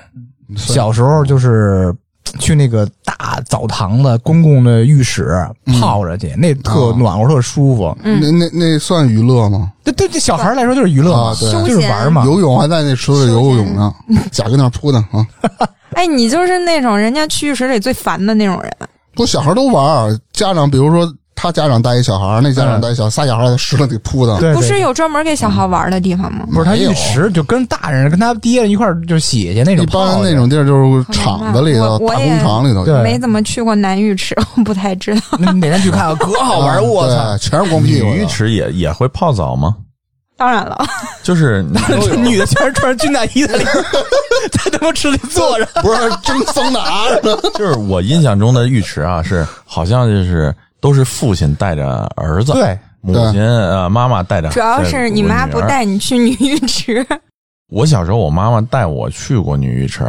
C: 小时候就是去那个大澡堂子、公共的浴室泡着去，那特
B: 哦
C: 暖和、特舒服。
E: 嗯
B: 那那那算娱乐吗？
C: 对对，对小孩来说就是娱乐嘛
B: 啊，，对，
E: 休
C: 就是玩嘛。
B: 游泳还在那池子里游过泳 呢，假跟那儿扑腾啊！
E: 哎，你就是那种人家去浴池里最烦的那种人。
B: 不，小孩都玩儿，啊家长比如说他家长带一小孩儿，那家长带一小，仨小孩儿在池子里扑腾，
C: 对，
E: 不是
C: 对
E: 有专门给小孩玩的地方吗？
C: 不是他
B: 没有
C: 浴池就跟大人跟他爹一块儿就洗去那种
B: 一般
C: 泡着
B: 那种地儿就是厂子里头、
E: 我我
B: 大
E: 也
B: 工厂里头，
C: 对
E: 没怎么去过男浴池，我不太知道。
C: 那哪天去看看，可好玩儿！
B: 啊
C: 我操
B: 对，全是光屁股的
F: 女浴池也也会泡澡吗？
E: 当然了，
F: 就是你 都有
C: 女的全是穿着军大衣在里边儿， 在他妈池里坐着。
B: 不是蒸桑拿是吧？
F: 就是我印象中的浴池啊，是好像就是都是父亲带着儿子，
C: 对，
F: 母亲呃妈妈带着，
E: 主要是你妈
F: 带着
E: 不
F: 女儿。
E: 带你去女浴池。
F: 我小时候，我妈妈带我去过女浴池。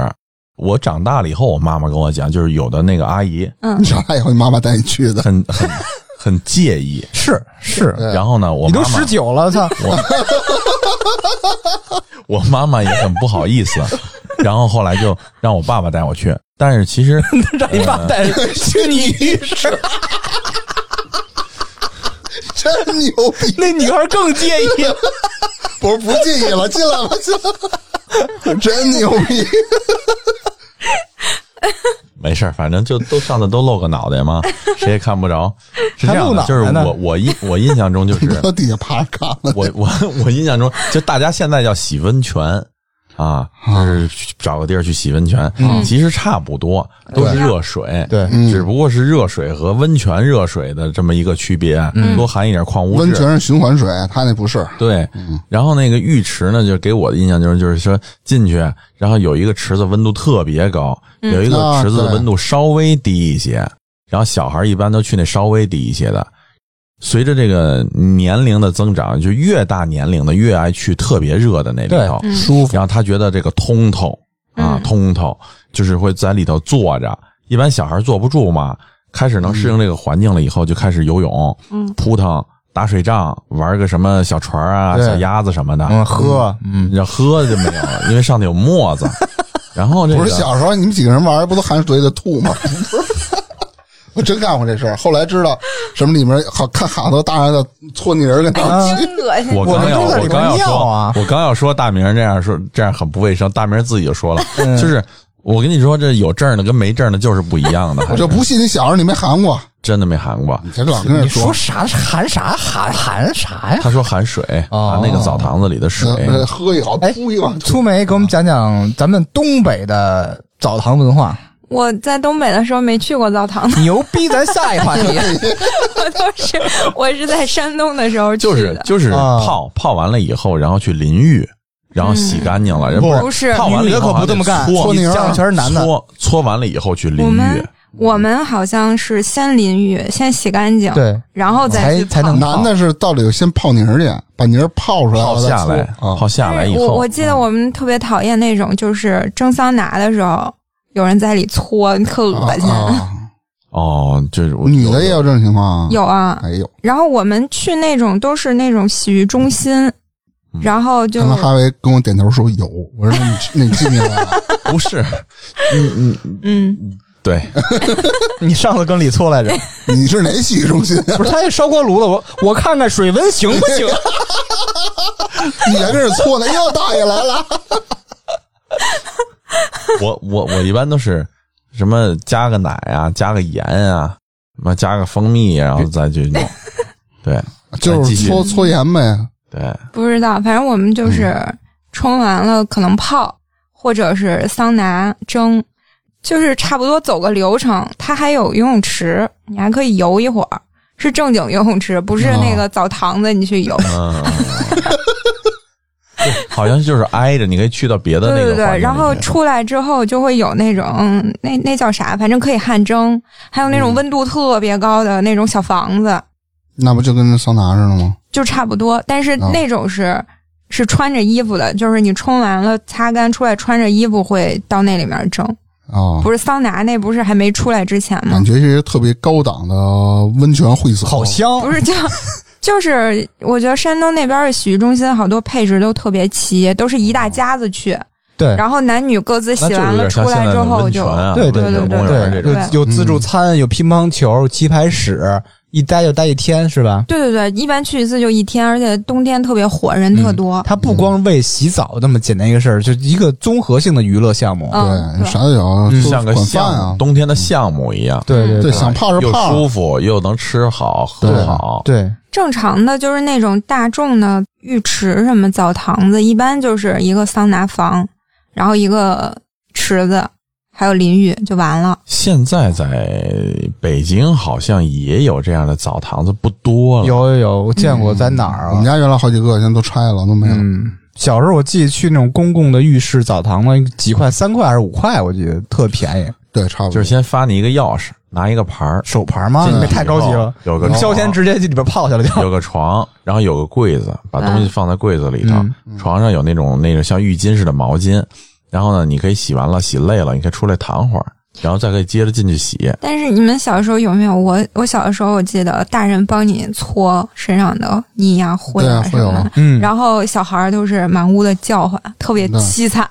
F: 我长大了以后，我妈妈跟我讲，就是有的那个阿姨
E: 嗯
B: 你，长大以后，你妈妈带你去 的，
F: 很很很介意。
C: 是是，
B: 对
F: 然后呢，我
C: 你
F: 妈
C: 都
F: 妈
C: 十九了，操！
F: 我我妈妈也很不好意思，然后后来就让我爸爸带我去，但是其实
C: 让你爸带着 去你浴室，
B: 真牛逼！
C: 那女孩更 介意。
B: 我不介意了，进来吧，进来吧， 真牛逼！
F: 没事儿，反正就都上次都露个脑袋嘛，谁也看不着。是这
C: 还露
F: 样的
C: 脑，
F: 就是
C: 袋呢
F: 我我印我印象中就是
B: 到底下爬干了，
F: 我我我印象中就大家现在叫洗温泉啊，就是去找个地儿去洗温泉，其实差不多都是热水，
C: 嗯对嗯
F: 只不过是热水和温泉热水的这么一个区别，
C: 嗯
F: 多含一点矿物质。
B: 温泉是循环水，他那不是。
F: 对，然后那个浴池呢，就给我的印象就是，就是说进去，然后有一个池子温度特别高，有一个池子的温度稍微低一些，然后小孩一般都去那稍微低一些的。随着这个年龄的增长，就越大年龄的越爱去特别热的那里头，
C: 舒服。
F: 然后他觉得这个通透啊，
E: 嗯
F: 通透就是会在里头坐着，一般小孩坐不住嘛，开始能适应这个环境了以后，就开始游泳，
E: 嗯
F: 扑腾、打水仗，玩个什么小船啊、
C: 对
F: 小鸭子什么的，
C: 嗯，喝，嗯，
F: 然后喝就没有了，因为上头有沫子。 然后这个
B: 不是小时候你们几个人玩，不都含着嘴里的吐吗？ 我真干过这事儿，后来知道什么里面好看好多大人的搓泥人儿跟
E: 哎
B: 那儿
E: 真恶心！
F: 我
C: 啊我
F: 刚
C: 们
F: 要
C: 都在里
F: 我
C: 边
F: 刚要
C: 尿
F: 说
C: 啊
F: 我刚要说大明这样说这样很不卫生，大明自己就说了，就是我跟你说，这有证的跟没证的就是不一样的，
B: 我
F: 还
B: 就是不信你小时候你没含过，
F: 真的没含过。
B: 你这老跟
C: 你
B: 人
C: 嗯说啥含啥含含啥 呀？
F: 他说含水，
C: 哦
F: 含那个澡堂子里的水
B: 呃，呃喝一口
C: 哎
B: 吐一口，
C: 粗梅给我们讲讲咱们东北的澡堂文化，
E: 我在东北的时候没去过澡堂子，
C: 牛逼！咱下一话题，
E: 我都是我是在山东的时候去
F: 就是
E: 的，
F: 就是
C: 啊
F: 泡泡完了以后，然后去淋浴，然后洗干净了，人不
E: 不是
F: 泡完了以
C: 女的
F: 后
C: 嗯可不这么干，
F: 还得搓
C: 你下啊面全是男的，
F: 搓搓完了以后去淋
E: 我
F: 浴
E: 们。我们好像是先淋浴，先洗干 净，
C: 对，
E: 然后再
C: 才
E: 去
C: 才
E: 泡
C: 能
B: 男的是到里头先泡泥儿去，把泥儿泡出来，
F: 泡下来
B: 然后
C: 啊
B: 再，搓
F: 泡下来以
E: 我
F: 后
E: 我，记得我们特别讨厌那种，就是蒸桑拿的时候，有人在里搓，特恶心。
B: 啊啊
F: 哦，就是我
B: 女的也有这种情况啊，
E: 有啊，
B: 哎呦，
E: 然后我们去那种都是那种洗浴中心，然后就
B: 刚才哈维跟我点头说有，我说你那你记不记得啊？
F: 不是，嗯嗯，
E: 嗯，
F: 对，
C: 你上次跟李搓 来着，
B: 你是哪洗浴中心？啊
C: 不是他也烧锅炉了，我我看看水温行不行？
B: 你还跟这搓呢？哟，大爷来了，
F: 我我我一般都是什么加个奶啊，加个盐啊，什么加个蜂蜜，啊然后再去 弄。对
B: 就
F: 哎继
B: 是
F: 续
B: 搓搓盐呗。
F: 对，
E: 不知道，反正我们就是
F: 嗯
E: 冲完了可能泡，或者是桑拿蒸，就是差不多走个流程。它还有游泳池，你还可以游一会儿，是正经游泳池，不是那个澡堂子你去游。
F: 嗯， 对好像就是挨着，你可以去到别的那
E: 对
F: 个
E: 对
F: 环境
E: 对，
F: 里
E: 然后
F: 面
E: 出来之后就会有那种嗯那那叫啥，反正可以汗蒸，还有那种温度特别高的那种小房子，
B: 那不就跟那桑拿似的吗？
E: 就差不多。但是
B: 哦
E: 那种是、是穿着衣服的，就是你冲完了擦干出来，穿着衣服会到那里面蒸。
F: 哦
B: 啊，
E: 不是桑拿那不是还没出来之前吗
F: 嗯
B: 感？觉是一个特别高档的温泉会所，
C: 好香，
E: 不是就 就是我觉得山东那边的洗浴中心好多配置都特别齐，都是一大家子去，
C: 对
E: 然后男女各自
F: 那
E: 洗
F: 就有
E: 完了
F: 点
E: 出
F: 像现
E: 来
F: 在
E: 之
F: 的
E: 后
F: 温
E: 就
F: 泉啊，
C: 对对
F: 温泉
E: 对
F: 公园这
E: 对
F: 种。
E: 对
C: 有有自助
F: 嗯
C: 餐，有乒乓球、棋牌室，一待就待一天，是吧？
E: 对对对，一般去一次就一天，而且冬天特别火，人特多。
F: 嗯
C: 它不光为洗澡那么简单一个事儿，就一个综合性的娱乐项目。
E: 嗯，
B: 对，
E: 对
B: 啥都有，
F: 就
B: 就
F: 像个
B: 管
F: 项
B: 饭
F: 目
B: 啊，
F: 冬天的项目一样，
C: 对
B: 对，
C: 对
B: 想
E: 嗯
B: 泡是
F: 又
B: 泡
F: 舒，服又能吃好
B: 对
F: 喝好。
C: 对，
E: 正常的就是那种大众的浴池什么澡堂子，一般就是一个桑拿房，然后一个池子，还有淋浴就完了。
F: 现在在北京好像也有这样的澡堂子，不多了。
C: 有有有，我见
F: 嗯
C: 过在哪儿
B: 我
C: 啊
B: 们？家原来好几个，现在都拆了，都没有。
C: 嗯，小时候我记得去那种公共的浴室澡堂嘛，几块三块还是五块，我记得特便宜。
B: 对，差不多。
F: 就是先发你一个钥匙，拿一个牌儿，
C: 手牌吗？
F: 进去
C: 那太高级了，
F: 以后有个
C: 你交钱直接去里边泡去了就。
F: 有个 床，然后有个柜子，把东西放在柜子里头。
C: 嗯
F: 床上有那种那种像浴巾似的毛巾，然后呢，你可以洗完了，洗累了，你可以出来躺会儿。然后再可以接着进去洗。
E: 但是你们小时候有没有我？我小的时候我记得大人帮你搓身上的泥呀、灰
B: 对
E: 啊
B: 啊
E: 什么
B: 会
E: 的
B: 有，
C: 嗯，
E: 然后小孩儿都是满屋的叫唤，特别凄惨。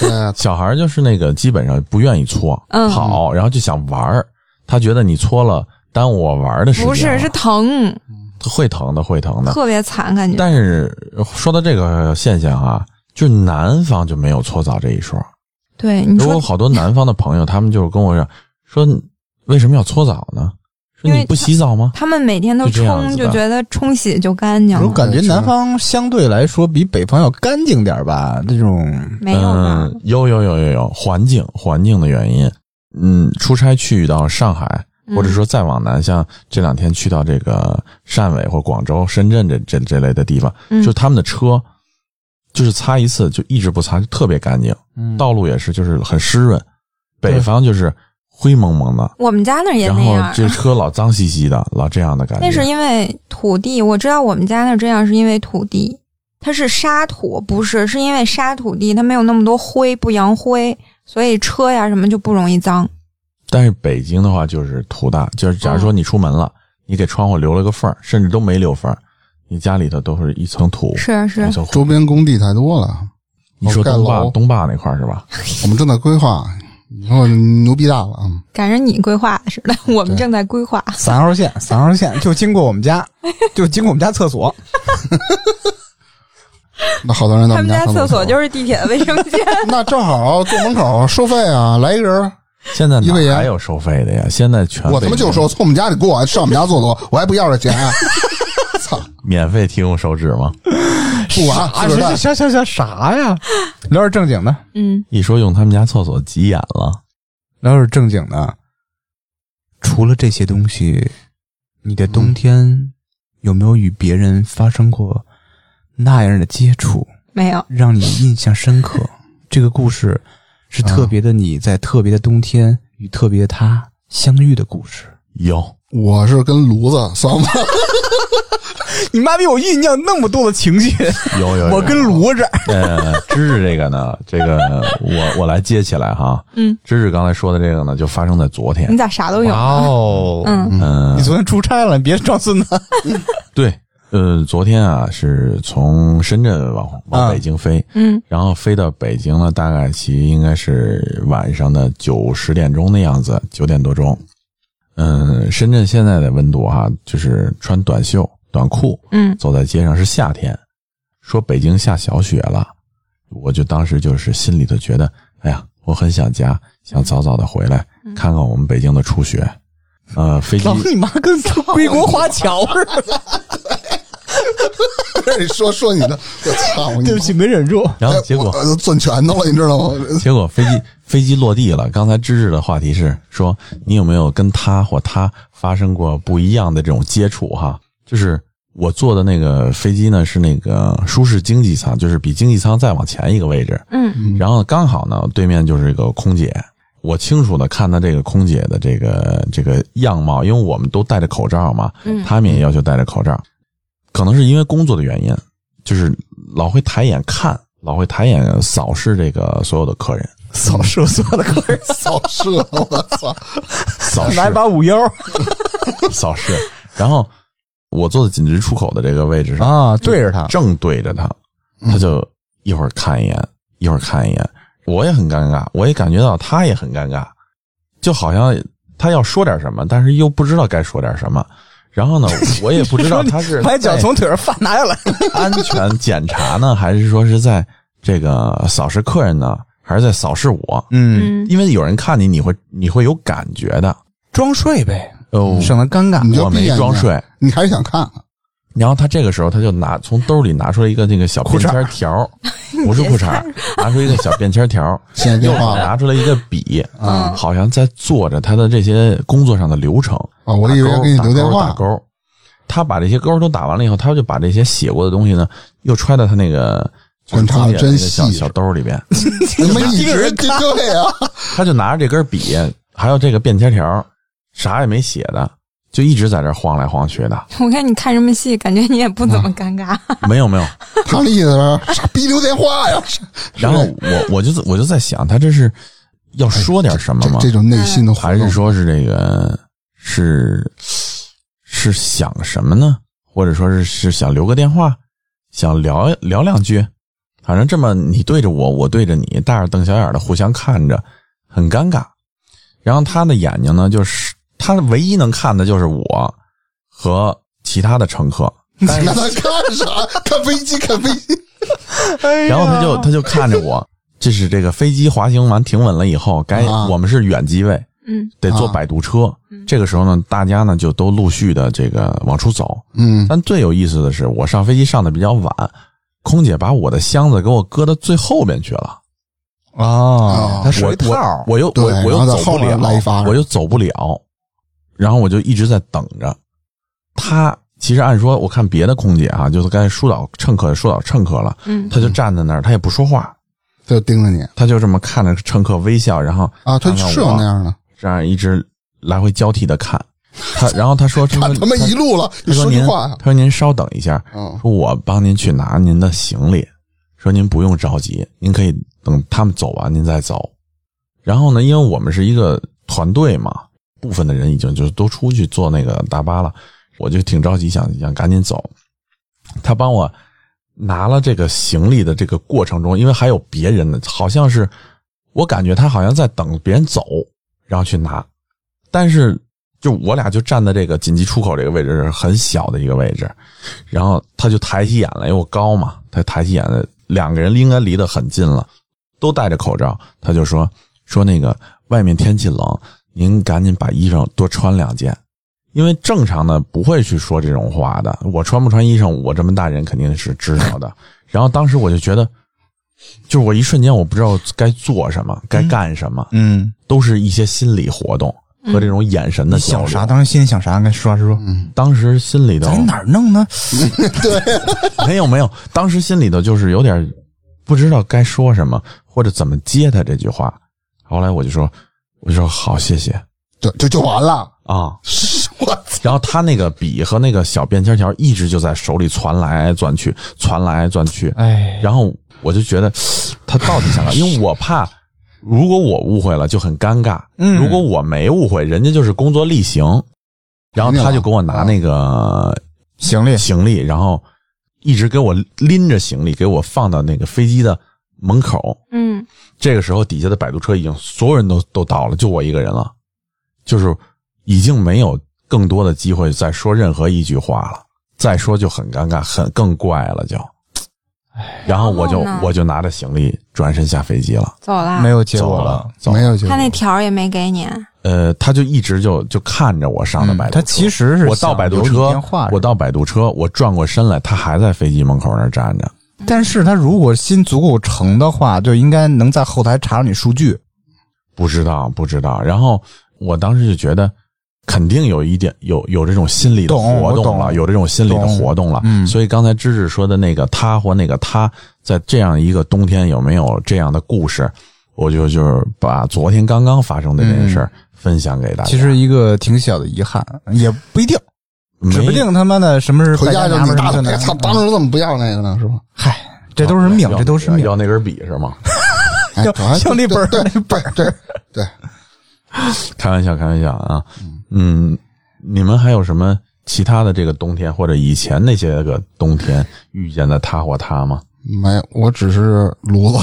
B: 对，
F: 小孩儿就是那个基本上不愿意搓，
E: 嗯
F: 跑，然后就想玩儿，他觉得你搓了耽误我玩儿的时间了，
E: 不是，是疼，
F: 会疼的，会疼的。
E: 特别惨，感觉。
F: 嗯但是说到这个现象啊，就是南方就没有搓澡这一说。
E: 对，你
F: 我
E: 说
F: 有好多南方的朋友，他们就是跟我说，说为什么要搓澡呢？说
E: 因为
F: 你不洗澡吗？
E: 他们每天都
F: 是这样
E: 冲，
F: 子的
E: 就觉得冲洗就干净
I: 我
E: 了，
I: 感觉南方相对来说比北方要干净点儿吧，那种
E: 没有吧？
F: 嗯，有有有有有，环境环境的原因，嗯，出差去到上海，
E: 嗯
F: 或者说再往南，像这两天去到这个汕尾或广州、深圳这这这类的地方，
E: 嗯
F: 就他们的车，就是擦一次就一直不擦，就特别干净，
C: 嗯
F: 道路也是就是很湿润，北方就是灰蒙蒙的，
E: 我们家那儿也
F: 然
E: 那
F: 后
E: 样。
F: 这车老脏兮兮的，老这样的感觉。
E: 那是因为土地，我知道我们家那儿这样是因为土地，它是沙土，不是，是因为沙土地它没有那么多灰，不扬灰，所以车呀什么就不容易脏。
F: 但是北京的话就是土大，就是假如说你出门
E: 哦
F: 了，你给窗户留了个缝儿，甚至都没留缝儿，你家里头都是一层土，
E: 是啊是啊
F: 一层灰。
B: 周边工地太多了，
F: 你说
B: 盖
F: 东坝
B: 楼，
F: 东坝那块儿是吧？
B: 我们正在规划，以后牛逼大了啊！嗯
E: 感觉你规划的似的，我们正在规划。
I: 三号线，三号线就经过我们家，就经过我们家厕所。
B: 那好多人到
E: 他
B: 我
E: 们家
B: 上
E: 厕所
B: 是，
E: 就是地铁的卫生间，
B: 那正好坐门口收费啊，来一个人，
F: 现在
B: 一块钱
F: 哪还有收费的呀？现在全
B: 我他妈
F: 北京
B: 就说从我们家里过，上我们家厕所，我还不要这钱啊！ 操，
F: 免费提供手指吗？
B: 不玩，
I: 啊，
B: 自个儿带
I: 行行行行，啥呀？聊点正经的，
E: 嗯，
F: 一说用他们家厕所急眼了，
I: 聊点正经的。除了这些东西，你的冬天有没有与别人发生过那样的接触，
E: 没有，
I: 让你印象深 刻？这个故事是特别的，你在特别的冬天与特别的他相遇的故事。
F: 有
B: 我是跟炉子算吗？
I: 你妈逼！我酝酿那么多的情绪，哎
F: 有 有，有
I: 我跟罗这
F: 呃，芝芝这个呢，这个我我来接起来哈。
E: 嗯，
F: 芝芝刚才说的这个呢，就发生在昨天
E: 你。咋啥都有？
I: 哦
E: 嗯
F: 嗯
I: 你，昨天出差了，你别装孙子。
F: 对，呃，昨天啊是从深圳往往
I: 啊
F: 北京飞，
E: 嗯
F: 然后飞到北京呢，大概其应该是晚上的九十点钟的样子，九点多钟。嗯，深圳现在的温度哈、就是穿短袖短裤
E: 嗯
F: 走在街上是夏天。说北京下小雪了，我就当时就是心里头觉得，哎呀，我很想家，想早早的回来看看我们北京的初雪。呃，飞机
I: 嗯老子你妈跟归国华侨似 的。
B: 你说说你的，我操你妈！
I: 对不起，没忍住。
F: 然后
B: 哎，
F: 结果
B: 我我攥拳头了，你知道吗？
F: 结果飞机 飞机落地了。刚才芝芝的话题是说，你有没有跟他或他发生过不一样的这种接触？哈，就是我坐的那个飞机呢是那个舒适经济舱，就是比经济舱再往前一个位置。
E: 嗯
F: 然后刚好呢，对面就是一个空姐，我清楚的看她这个空姐的这个这个样貌，因为我们都戴着口罩嘛，
E: 嗯
F: 他们也要求戴着口罩，可能是因为工作的原因，就是老会抬眼看，老会抬眼扫视这个所有的客人，
I: 扫射所有的客人，
B: 扫射，啊我操！
F: 扫视
I: 来把五幺
F: 扫视，然后我坐在紧急出口的这个位置上，
I: 啊，嗯对着他。
F: 正对着他，他就一会儿看一眼，一会儿看一眼，我也很尴尬，我也感觉到他也很尴尬，就好像他要说点什么，但是又不知道该说点什么。然后呢，我也不知道他是
I: 把脚
F: 在
I: 从腿上饭拿下来，
F: 安全检查呢，还是说是在这个扫视客人呢，还是在扫视我？
I: 嗯，
E: 嗯，
F: 因为有人看你，你会你会有感觉的。
I: 装睡呗，
F: 哦
I: 省得尴尬
B: 你。
C: 嗯
B: 就
F: 我
B: 闭
F: 没
B: 眼睛
F: 装睡，
B: 你还是想看啊看？
F: 然后他这个时候他就拿从兜里拿出来一个那个小便签条 儿，不是裤衩儿，拿出一个小便签条儿，
B: 现在
F: 又
B: 电话了
F: 拿出来一个笔，
E: 嗯
F: 好像在做着他的这些工作上的流程。
B: 啊！我以为要给你留电
F: 打
B: 话
F: 勾，打，勾他把这些勾都打完了以后，他就把这些写过的东西呢，又揣到他那个
B: 观察得
F: 就是自己的那个
B: 真细
F: 小小兜里 边，
B: 你们一直啊就这样，
F: 他就拿着这根笔，还有这个便签条儿，啥也没写的，就一直在这儿晃来晃去 的。
E: 我看你看什么戏，感觉你也不怎么尴尬。
F: 没有没有，
B: 他的意思是傻逼留电话呀？
F: 然后我我就我就在想，他这是要说点什么
B: 哎这
F: 吗？
B: 这种内心的活动
F: 还是说是这个是是想什么呢？或者说是是想留个电话，想聊聊两句？反正这么你对着我，我对着你，大眼瞪小眼的互相看着，很尴尬。然后他的眼睛呢，就是他唯一能看的就是我和其他的乘客，但是
B: 那他看啥？看飞机，看飞机。
I: 哎
F: 然后他
B: 哎
F: 就他就看着我，就是这个飞机滑行完停稳了以后，该、
B: 啊
F: 我们是远机位，
E: 嗯，
F: 得坐
B: 啊
F: 摆渡车。这个时候呢，大家呢就都陆续的这个往出走。
B: 嗯，
F: 但最有意思的是，我上飞机上的比较晚，空姐把我的箱子给我搁到最后边去了。
B: 啊
F: 啊
C: 哦，它是
F: 我
C: 一套儿
F: 我我又
B: 对
F: 我我
B: 然后
F: 又
B: 在
F: 走
B: 后
F: 不
B: 面
F: 了
B: 来一发，
F: 我又走不了，然后我就一直在等着。他其实按说，我看别的空姐啊，就是刚才疏导乘客疏导乘客了，
E: 嗯
F: 他就站在那儿，他也不说话，
B: 他就盯着你
F: 他就这么看着乘客微笑，然后
B: 啊，他
F: 看看
B: 是
F: 我
B: 有那样的，
F: 这样一直来回交替的看他，然后他说：“他
B: 看 他妈一路了，
F: 他
B: 你
F: 说
B: 说句
F: 您，
B: 话啊呀
F: 他？说您稍等一下，
B: 嗯
F: 说我帮您去拿您的行李，说您不用着急，您可以等他们走完您再走。然后呢，因为我们是一个团队嘛，部分的人已经就都出去坐那个大巴了，我就挺着急，想想赶紧走。他帮我拿了这个行李的这个过程中，因为还有别人呢，好像是我感觉他好像在等别人走，然后去拿，但是。就我俩就站在这个紧急出口这个位置，是很小的一个位置，然后他就抬起眼来，因为我高嘛，他抬起眼来，两个人应该离得很近了，都戴着口罩，他就说说那个外面天气冷，您赶紧把衣裳多穿两件，因为正常的不会去说这种话的，我穿不穿衣裳，我这么大人肯定是知道的。然后当时我就觉得，就是我一瞬间我不知道该做什么，该干什么，
C: 嗯，
F: 都是一些心理活动和这种眼神的
C: 你
F: 交
C: 想
F: 流。
C: 啥？当时心里想啥？跟实话实说，
F: 当时心里头
C: 咱哪儿弄呢？
F: 没有没有，当时心里头就是有点不知道该说什么或者怎么接他这句话。后来我就说，我就说好，谢谢
B: 就就就完了。
F: 啊。
B: 我操！
F: 然后他那个笔和那个小便签条一直就在手里传来转去，传来转去。
C: 哎，
F: 然后我就觉得他到底想 干，因为我怕如果我误会了就很尴尬。
C: 嗯
F: 如果我没误会，人家就是工作例行。然后他就给我拿那个
C: 行李
F: 行李，然后一直给我拎着行李，给我放到那个飞机的门口。
E: 嗯
F: 这个时候，底下的摆渡车已经所有人都都到了，就我一个人了，就是已经没有更多的机会再说任何一句话了，再说就很尴尬，很更怪了就。然后我就
E: 然后呢
F: 我就拿着行李转身下飞机了，
E: 走 了，
C: 没有结
F: 走
C: 果
F: 了。，走
B: 没
F: 了。
B: 有结
E: 他
B: 果
E: 那条儿也没给你，
F: 呃，他就一直就就看着我上的
I: 嗯
F: 摆渡车。
C: 嗯他其实是
F: 我到
C: 想
F: 摆渡
C: 留你
F: 车
C: 电话，
F: 我到摆渡车，我转过身来，他还在飞机门口那儿站着。
C: 但是他如果心足够诚的话，就应该能在后台查到你数据。
F: 不知道，不知道。然后我当时就觉得，肯定有一点有有这种心理的
C: 懂
F: 活
C: 我
F: 动
C: 懂
F: 了，有这种心理的
C: 懂
F: 活动了。
C: 嗯
F: 所以刚才芝芝说的那个他或那个他，在这样一个冬天有没有这样的故事？我就就是把昨天刚刚发生的这件事儿分享给大家。
C: 嗯其实一个挺小的遗憾，也不一定，
F: 没
C: 指不定他妈的什么是
B: 回家就
C: 就
B: 你打他，哎
C: 的呢。嗯
B: 操！当时怎么不要那个呢？是吧？
C: 嗨，这都是命
F: 要，
C: 这都是命
F: 要。那根笔是吗？
B: 哎，
C: 就
B: 主要还
C: 就那本儿
B: 对
C: 那
B: 对对对，
F: 开玩笑，开玩笑啊。嗯，你们还有什么其他的这个冬天或者以前那些个冬天遇见的他或他吗？
B: 没有，我只是炉子，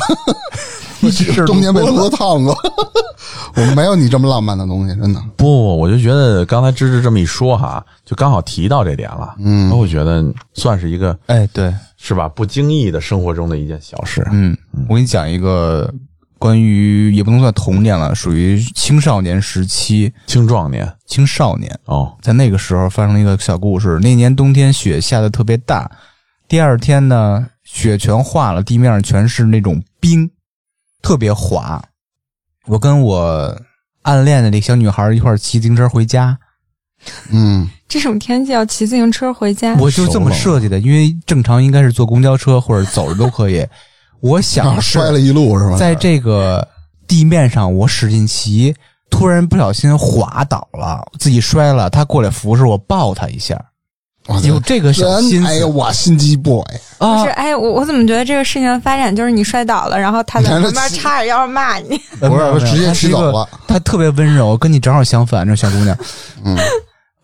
C: 你只是
B: 中间被炉子烫过。我没有你这么浪漫的东西，真的。
F: 不，我就觉得刚才芝芝这么一说哈，就刚好提到这点了。嗯，我觉得算是一个
C: 哎，对，
F: 是吧？不经意的生活中的一件小事。
C: 嗯，我给你讲一个关于也不能算童年了，属于青少年时期，
F: 青壮年
C: 青少年
F: 哦，
C: 在那个时候发生了一个小故事。那年冬天雪下的特别大，第二天呢，雪全化了，地面上全是那种冰，特别滑。我跟我暗恋的那小女孩一块儿骑自行车回家，
B: 嗯，
E: 这种天气要骑自行车回家，
C: 我就是这么设计的，因为正常应该是坐公交车或者走着都可 以。我
B: 然
C: 想
B: 后
C: 是
B: 啊摔了一路是吧？
C: 在这个地面上，我使劲骑，突然不小心滑倒了，自己摔了，他过来扶着我，抱他一下。
B: 我操
C: 有这个小心
B: 人，哎呀，
C: 思
B: 我心机 boy，
E: 不
C: 啊
E: 是，！哎，我我怎么觉得这个事情的发展就是你摔倒了，然后他在
B: 来了
E: 旁边
B: 起
E: 叉着腰骂你，
B: 不是
C: 没有没有
B: 直接
C: 她是
B: 骑
C: 一
B: 走
C: 个
B: 了
C: 她特别温柔，跟你正好相反，这小姑娘。
B: 嗯，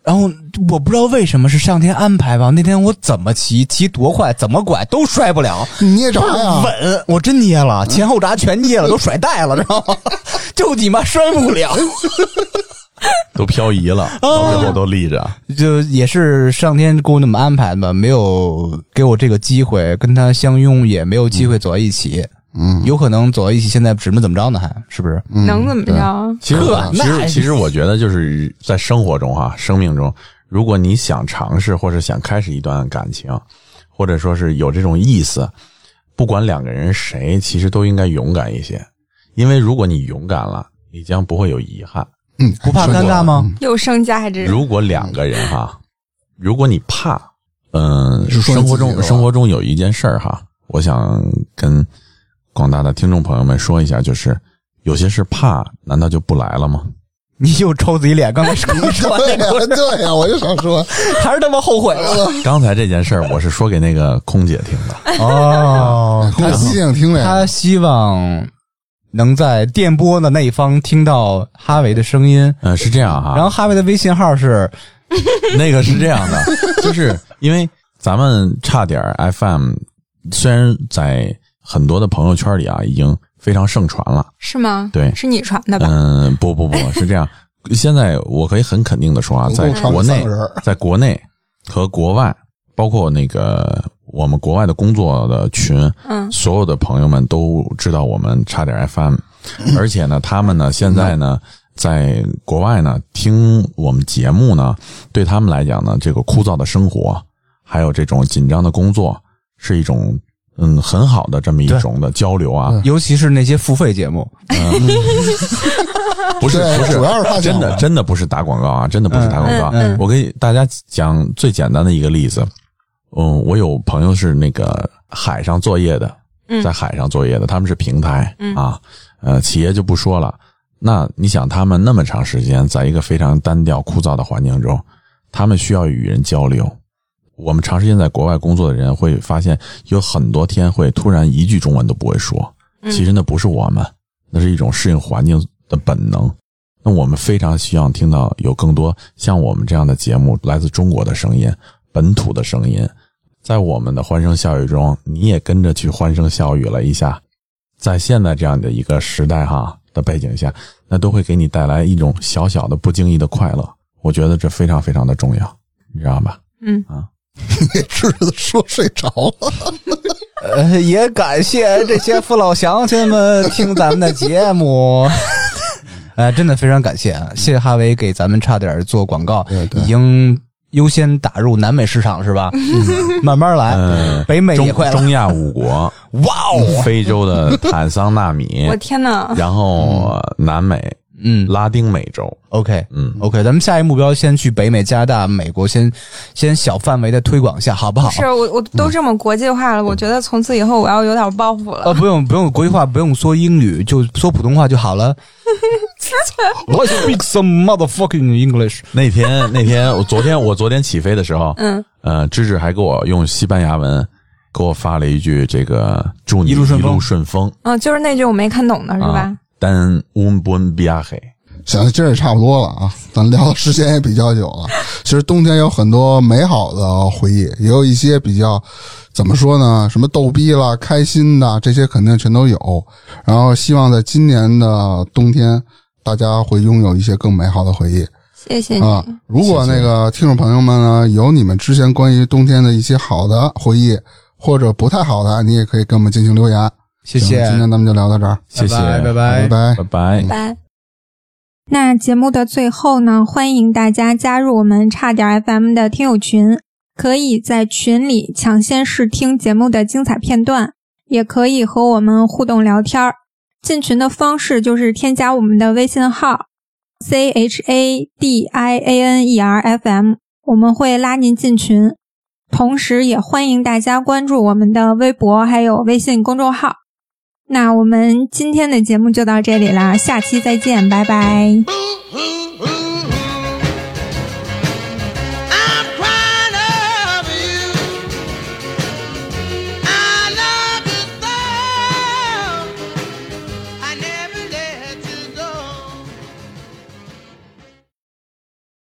C: 然后我不知道为什么是上天安排吧，那天我怎么骑，骑多快，怎么拐都摔不了，
B: 捏
C: 倍
B: 啥
C: 儿
B: 呀？
C: 稳，我真捏了，前后闸全捏了，都甩带了，知道吗？ 就你妈摔不了，
F: 都漂移了，到最后都立着。
C: 就也是上天给我那么安排的吧，没有给我这个机会跟他相拥，也没有机会走在一起，
B: 嗯，
C: 有可能走在一起，现在指不怎么着呢，还是不是？
B: 嗯
E: 能怎么着啊？
F: 其实
C: 呵，
F: 其
C: 那
F: 实，其实我觉得就是在生活中哈、生命中，如果你想尝试或者想开始一段感情，或者说是有这种意思，不管两个人谁，其实都应该勇敢一些，因为如果你勇敢了，你将不会有遗憾。
B: 嗯，
C: 不怕尴尬吗？
E: 又升价值，
F: 如果两个人哈，如果你怕，嗯、
B: 是说你
F: 生活
B: 自
F: 中
B: 己是吧
F: 生活中有一件事儿哈，我想跟广大的听众朋友们说一下，就是有些事怕，难道就不来了 吗？
C: 你就抽自己脸，刚才说你说
B: 对
C: 那
B: 呀，
C: 个，
B: 对呀，我就想说，
C: 还是他妈后悔了。
F: 刚才这件事儿，我是说给那个空姐听的。
C: 哦
B: 他一定听啊这
C: 他
B: 个，
C: 希望能在电波的那一方听到哈维的声音。
F: 嗯，是这样哈、
C: 然后哈维的微信号是
F: 那个是这样的， 就是因为咱们差点儿 FM，虽然在很多的朋友圈里啊，已经非常盛传了。
E: 是吗？
F: 对
E: 是你传的吧？
F: 嗯，不不不是这样。现在我可以很肯定的说啊，
B: 总
F: 在
B: 共唱
F: 国
B: 了三
F: 内
B: 个人儿，
F: 在国内和国外，包括那个我们国外的工作的群，
E: 嗯
F: 所有的朋友们都知道我们差点 FM，而且呢，他们呢现在呢在国外呢听我们节目呢，对他们来讲呢，这个枯燥的生活，还有这种紧张的工作，是一种嗯很好的这么一种的交流啊，
C: 尤其是那些付费节目，
F: 不是
B: 对
F: 不是，
B: 主要是他
F: 真
B: 讲
F: 的
B: 的
F: 真的不是打广告啊，真的不是打广告啊。
E: 嗯嗯
F: 我给大家讲最简单的一个例子，嗯，我有朋友是那个海上作业的，
E: 嗯
F: 在海上作业的，他们是平台、
E: 嗯
F: 啊，呃，企业就不说了。那你想，他们那么长时间在一个非常单调、枯燥的环境中，他们需要与人交流。我们长时间在国外工作的人会发现，有很多天会突然一句中文都不会说。
E: 嗯
F: 其实那不是我们，那是一种适应环境的本能。那我们非常希望听到有更多像我们这样的节目，来自中国的声音、本土的声音，在我们的欢声笑语中，你也跟着去欢声笑语了一下。在现在这样的一个时代哈的背景下，那都会给你带来一种小小的不经意的快乐。我觉得这非常非常的重要，你知道吧？
E: 嗯，
B: 给侄子说睡着了，
C: 呃， 也感谢这些父老乡亲们听咱们的节 目。呃，真的非常感谢，啊！谢谢哈维给咱们差点做广告，
B: 对对
C: 已经优先打入南美市场是吧？慢慢来，
F: 嗯
C: 北美
F: 中
C: 也快了。
F: 中亚五国，
C: 哇哦，
F: 非洲的坦桑纳米
E: 嗯我，天呐，
F: 然后南美、
C: 嗯
F: 拉丁美洲，
C: ，OK，
F: 嗯，
C: OK，咱们下一目标先去北美、加拿大、美国先，先小范围的推广一下，好不好？
E: 是我我都这么国际化了，我觉得从此以后我要有点抱负了
C: 呃，。不用不用规划，不用说英语，就说普通话就好 了。I speak some motherfucking English。
F: 那天那天我昨天我昨天起飞的时候，
E: 嗯，
F: 呃，芝芝还给我用西班牙文给我发了一句这个祝你
C: 一路顺风
F: 顺风
E: 嗯，就是那句我没看懂的是吧
F: 啊？，dan un buen viaje。
B: 行，今儿也差不多了啊，咱聊的时间也比较久了。其实冬天有很多美好的回忆，也有一些比较怎么说呢，什么逗逼啦、开心的这些肯定全都有。然后希望在今年的冬天，大家会拥有一些更美好的回忆。
E: 谢谢
B: 啊
E: 你，，
B: 如果那个听众朋友们呢，有你们之前关于冬天的一些好的回忆，或者不太好的，你也可以跟我们进行留言。
C: 谢
B: 行
C: 谢，
B: 今天咱们就聊到这儿，
F: 谢谢，
C: 拜拜
B: 拜拜
F: 拜拜。
E: 拜。那节目的最后呢，欢迎大家加入我们差点 FM 的听友群，可以在群里抢先试听节目的精彩片段，也可以和我们互动聊天儿。进群的方式就是添加我们的微信号 c h a d i a n e r f m，我们会拉您进群。同时，也欢迎大家关注我们的微博还有微信公众号。那我们今天的节目就到这里啦，下期再见，拜拜。
D: Boo hoo hoo.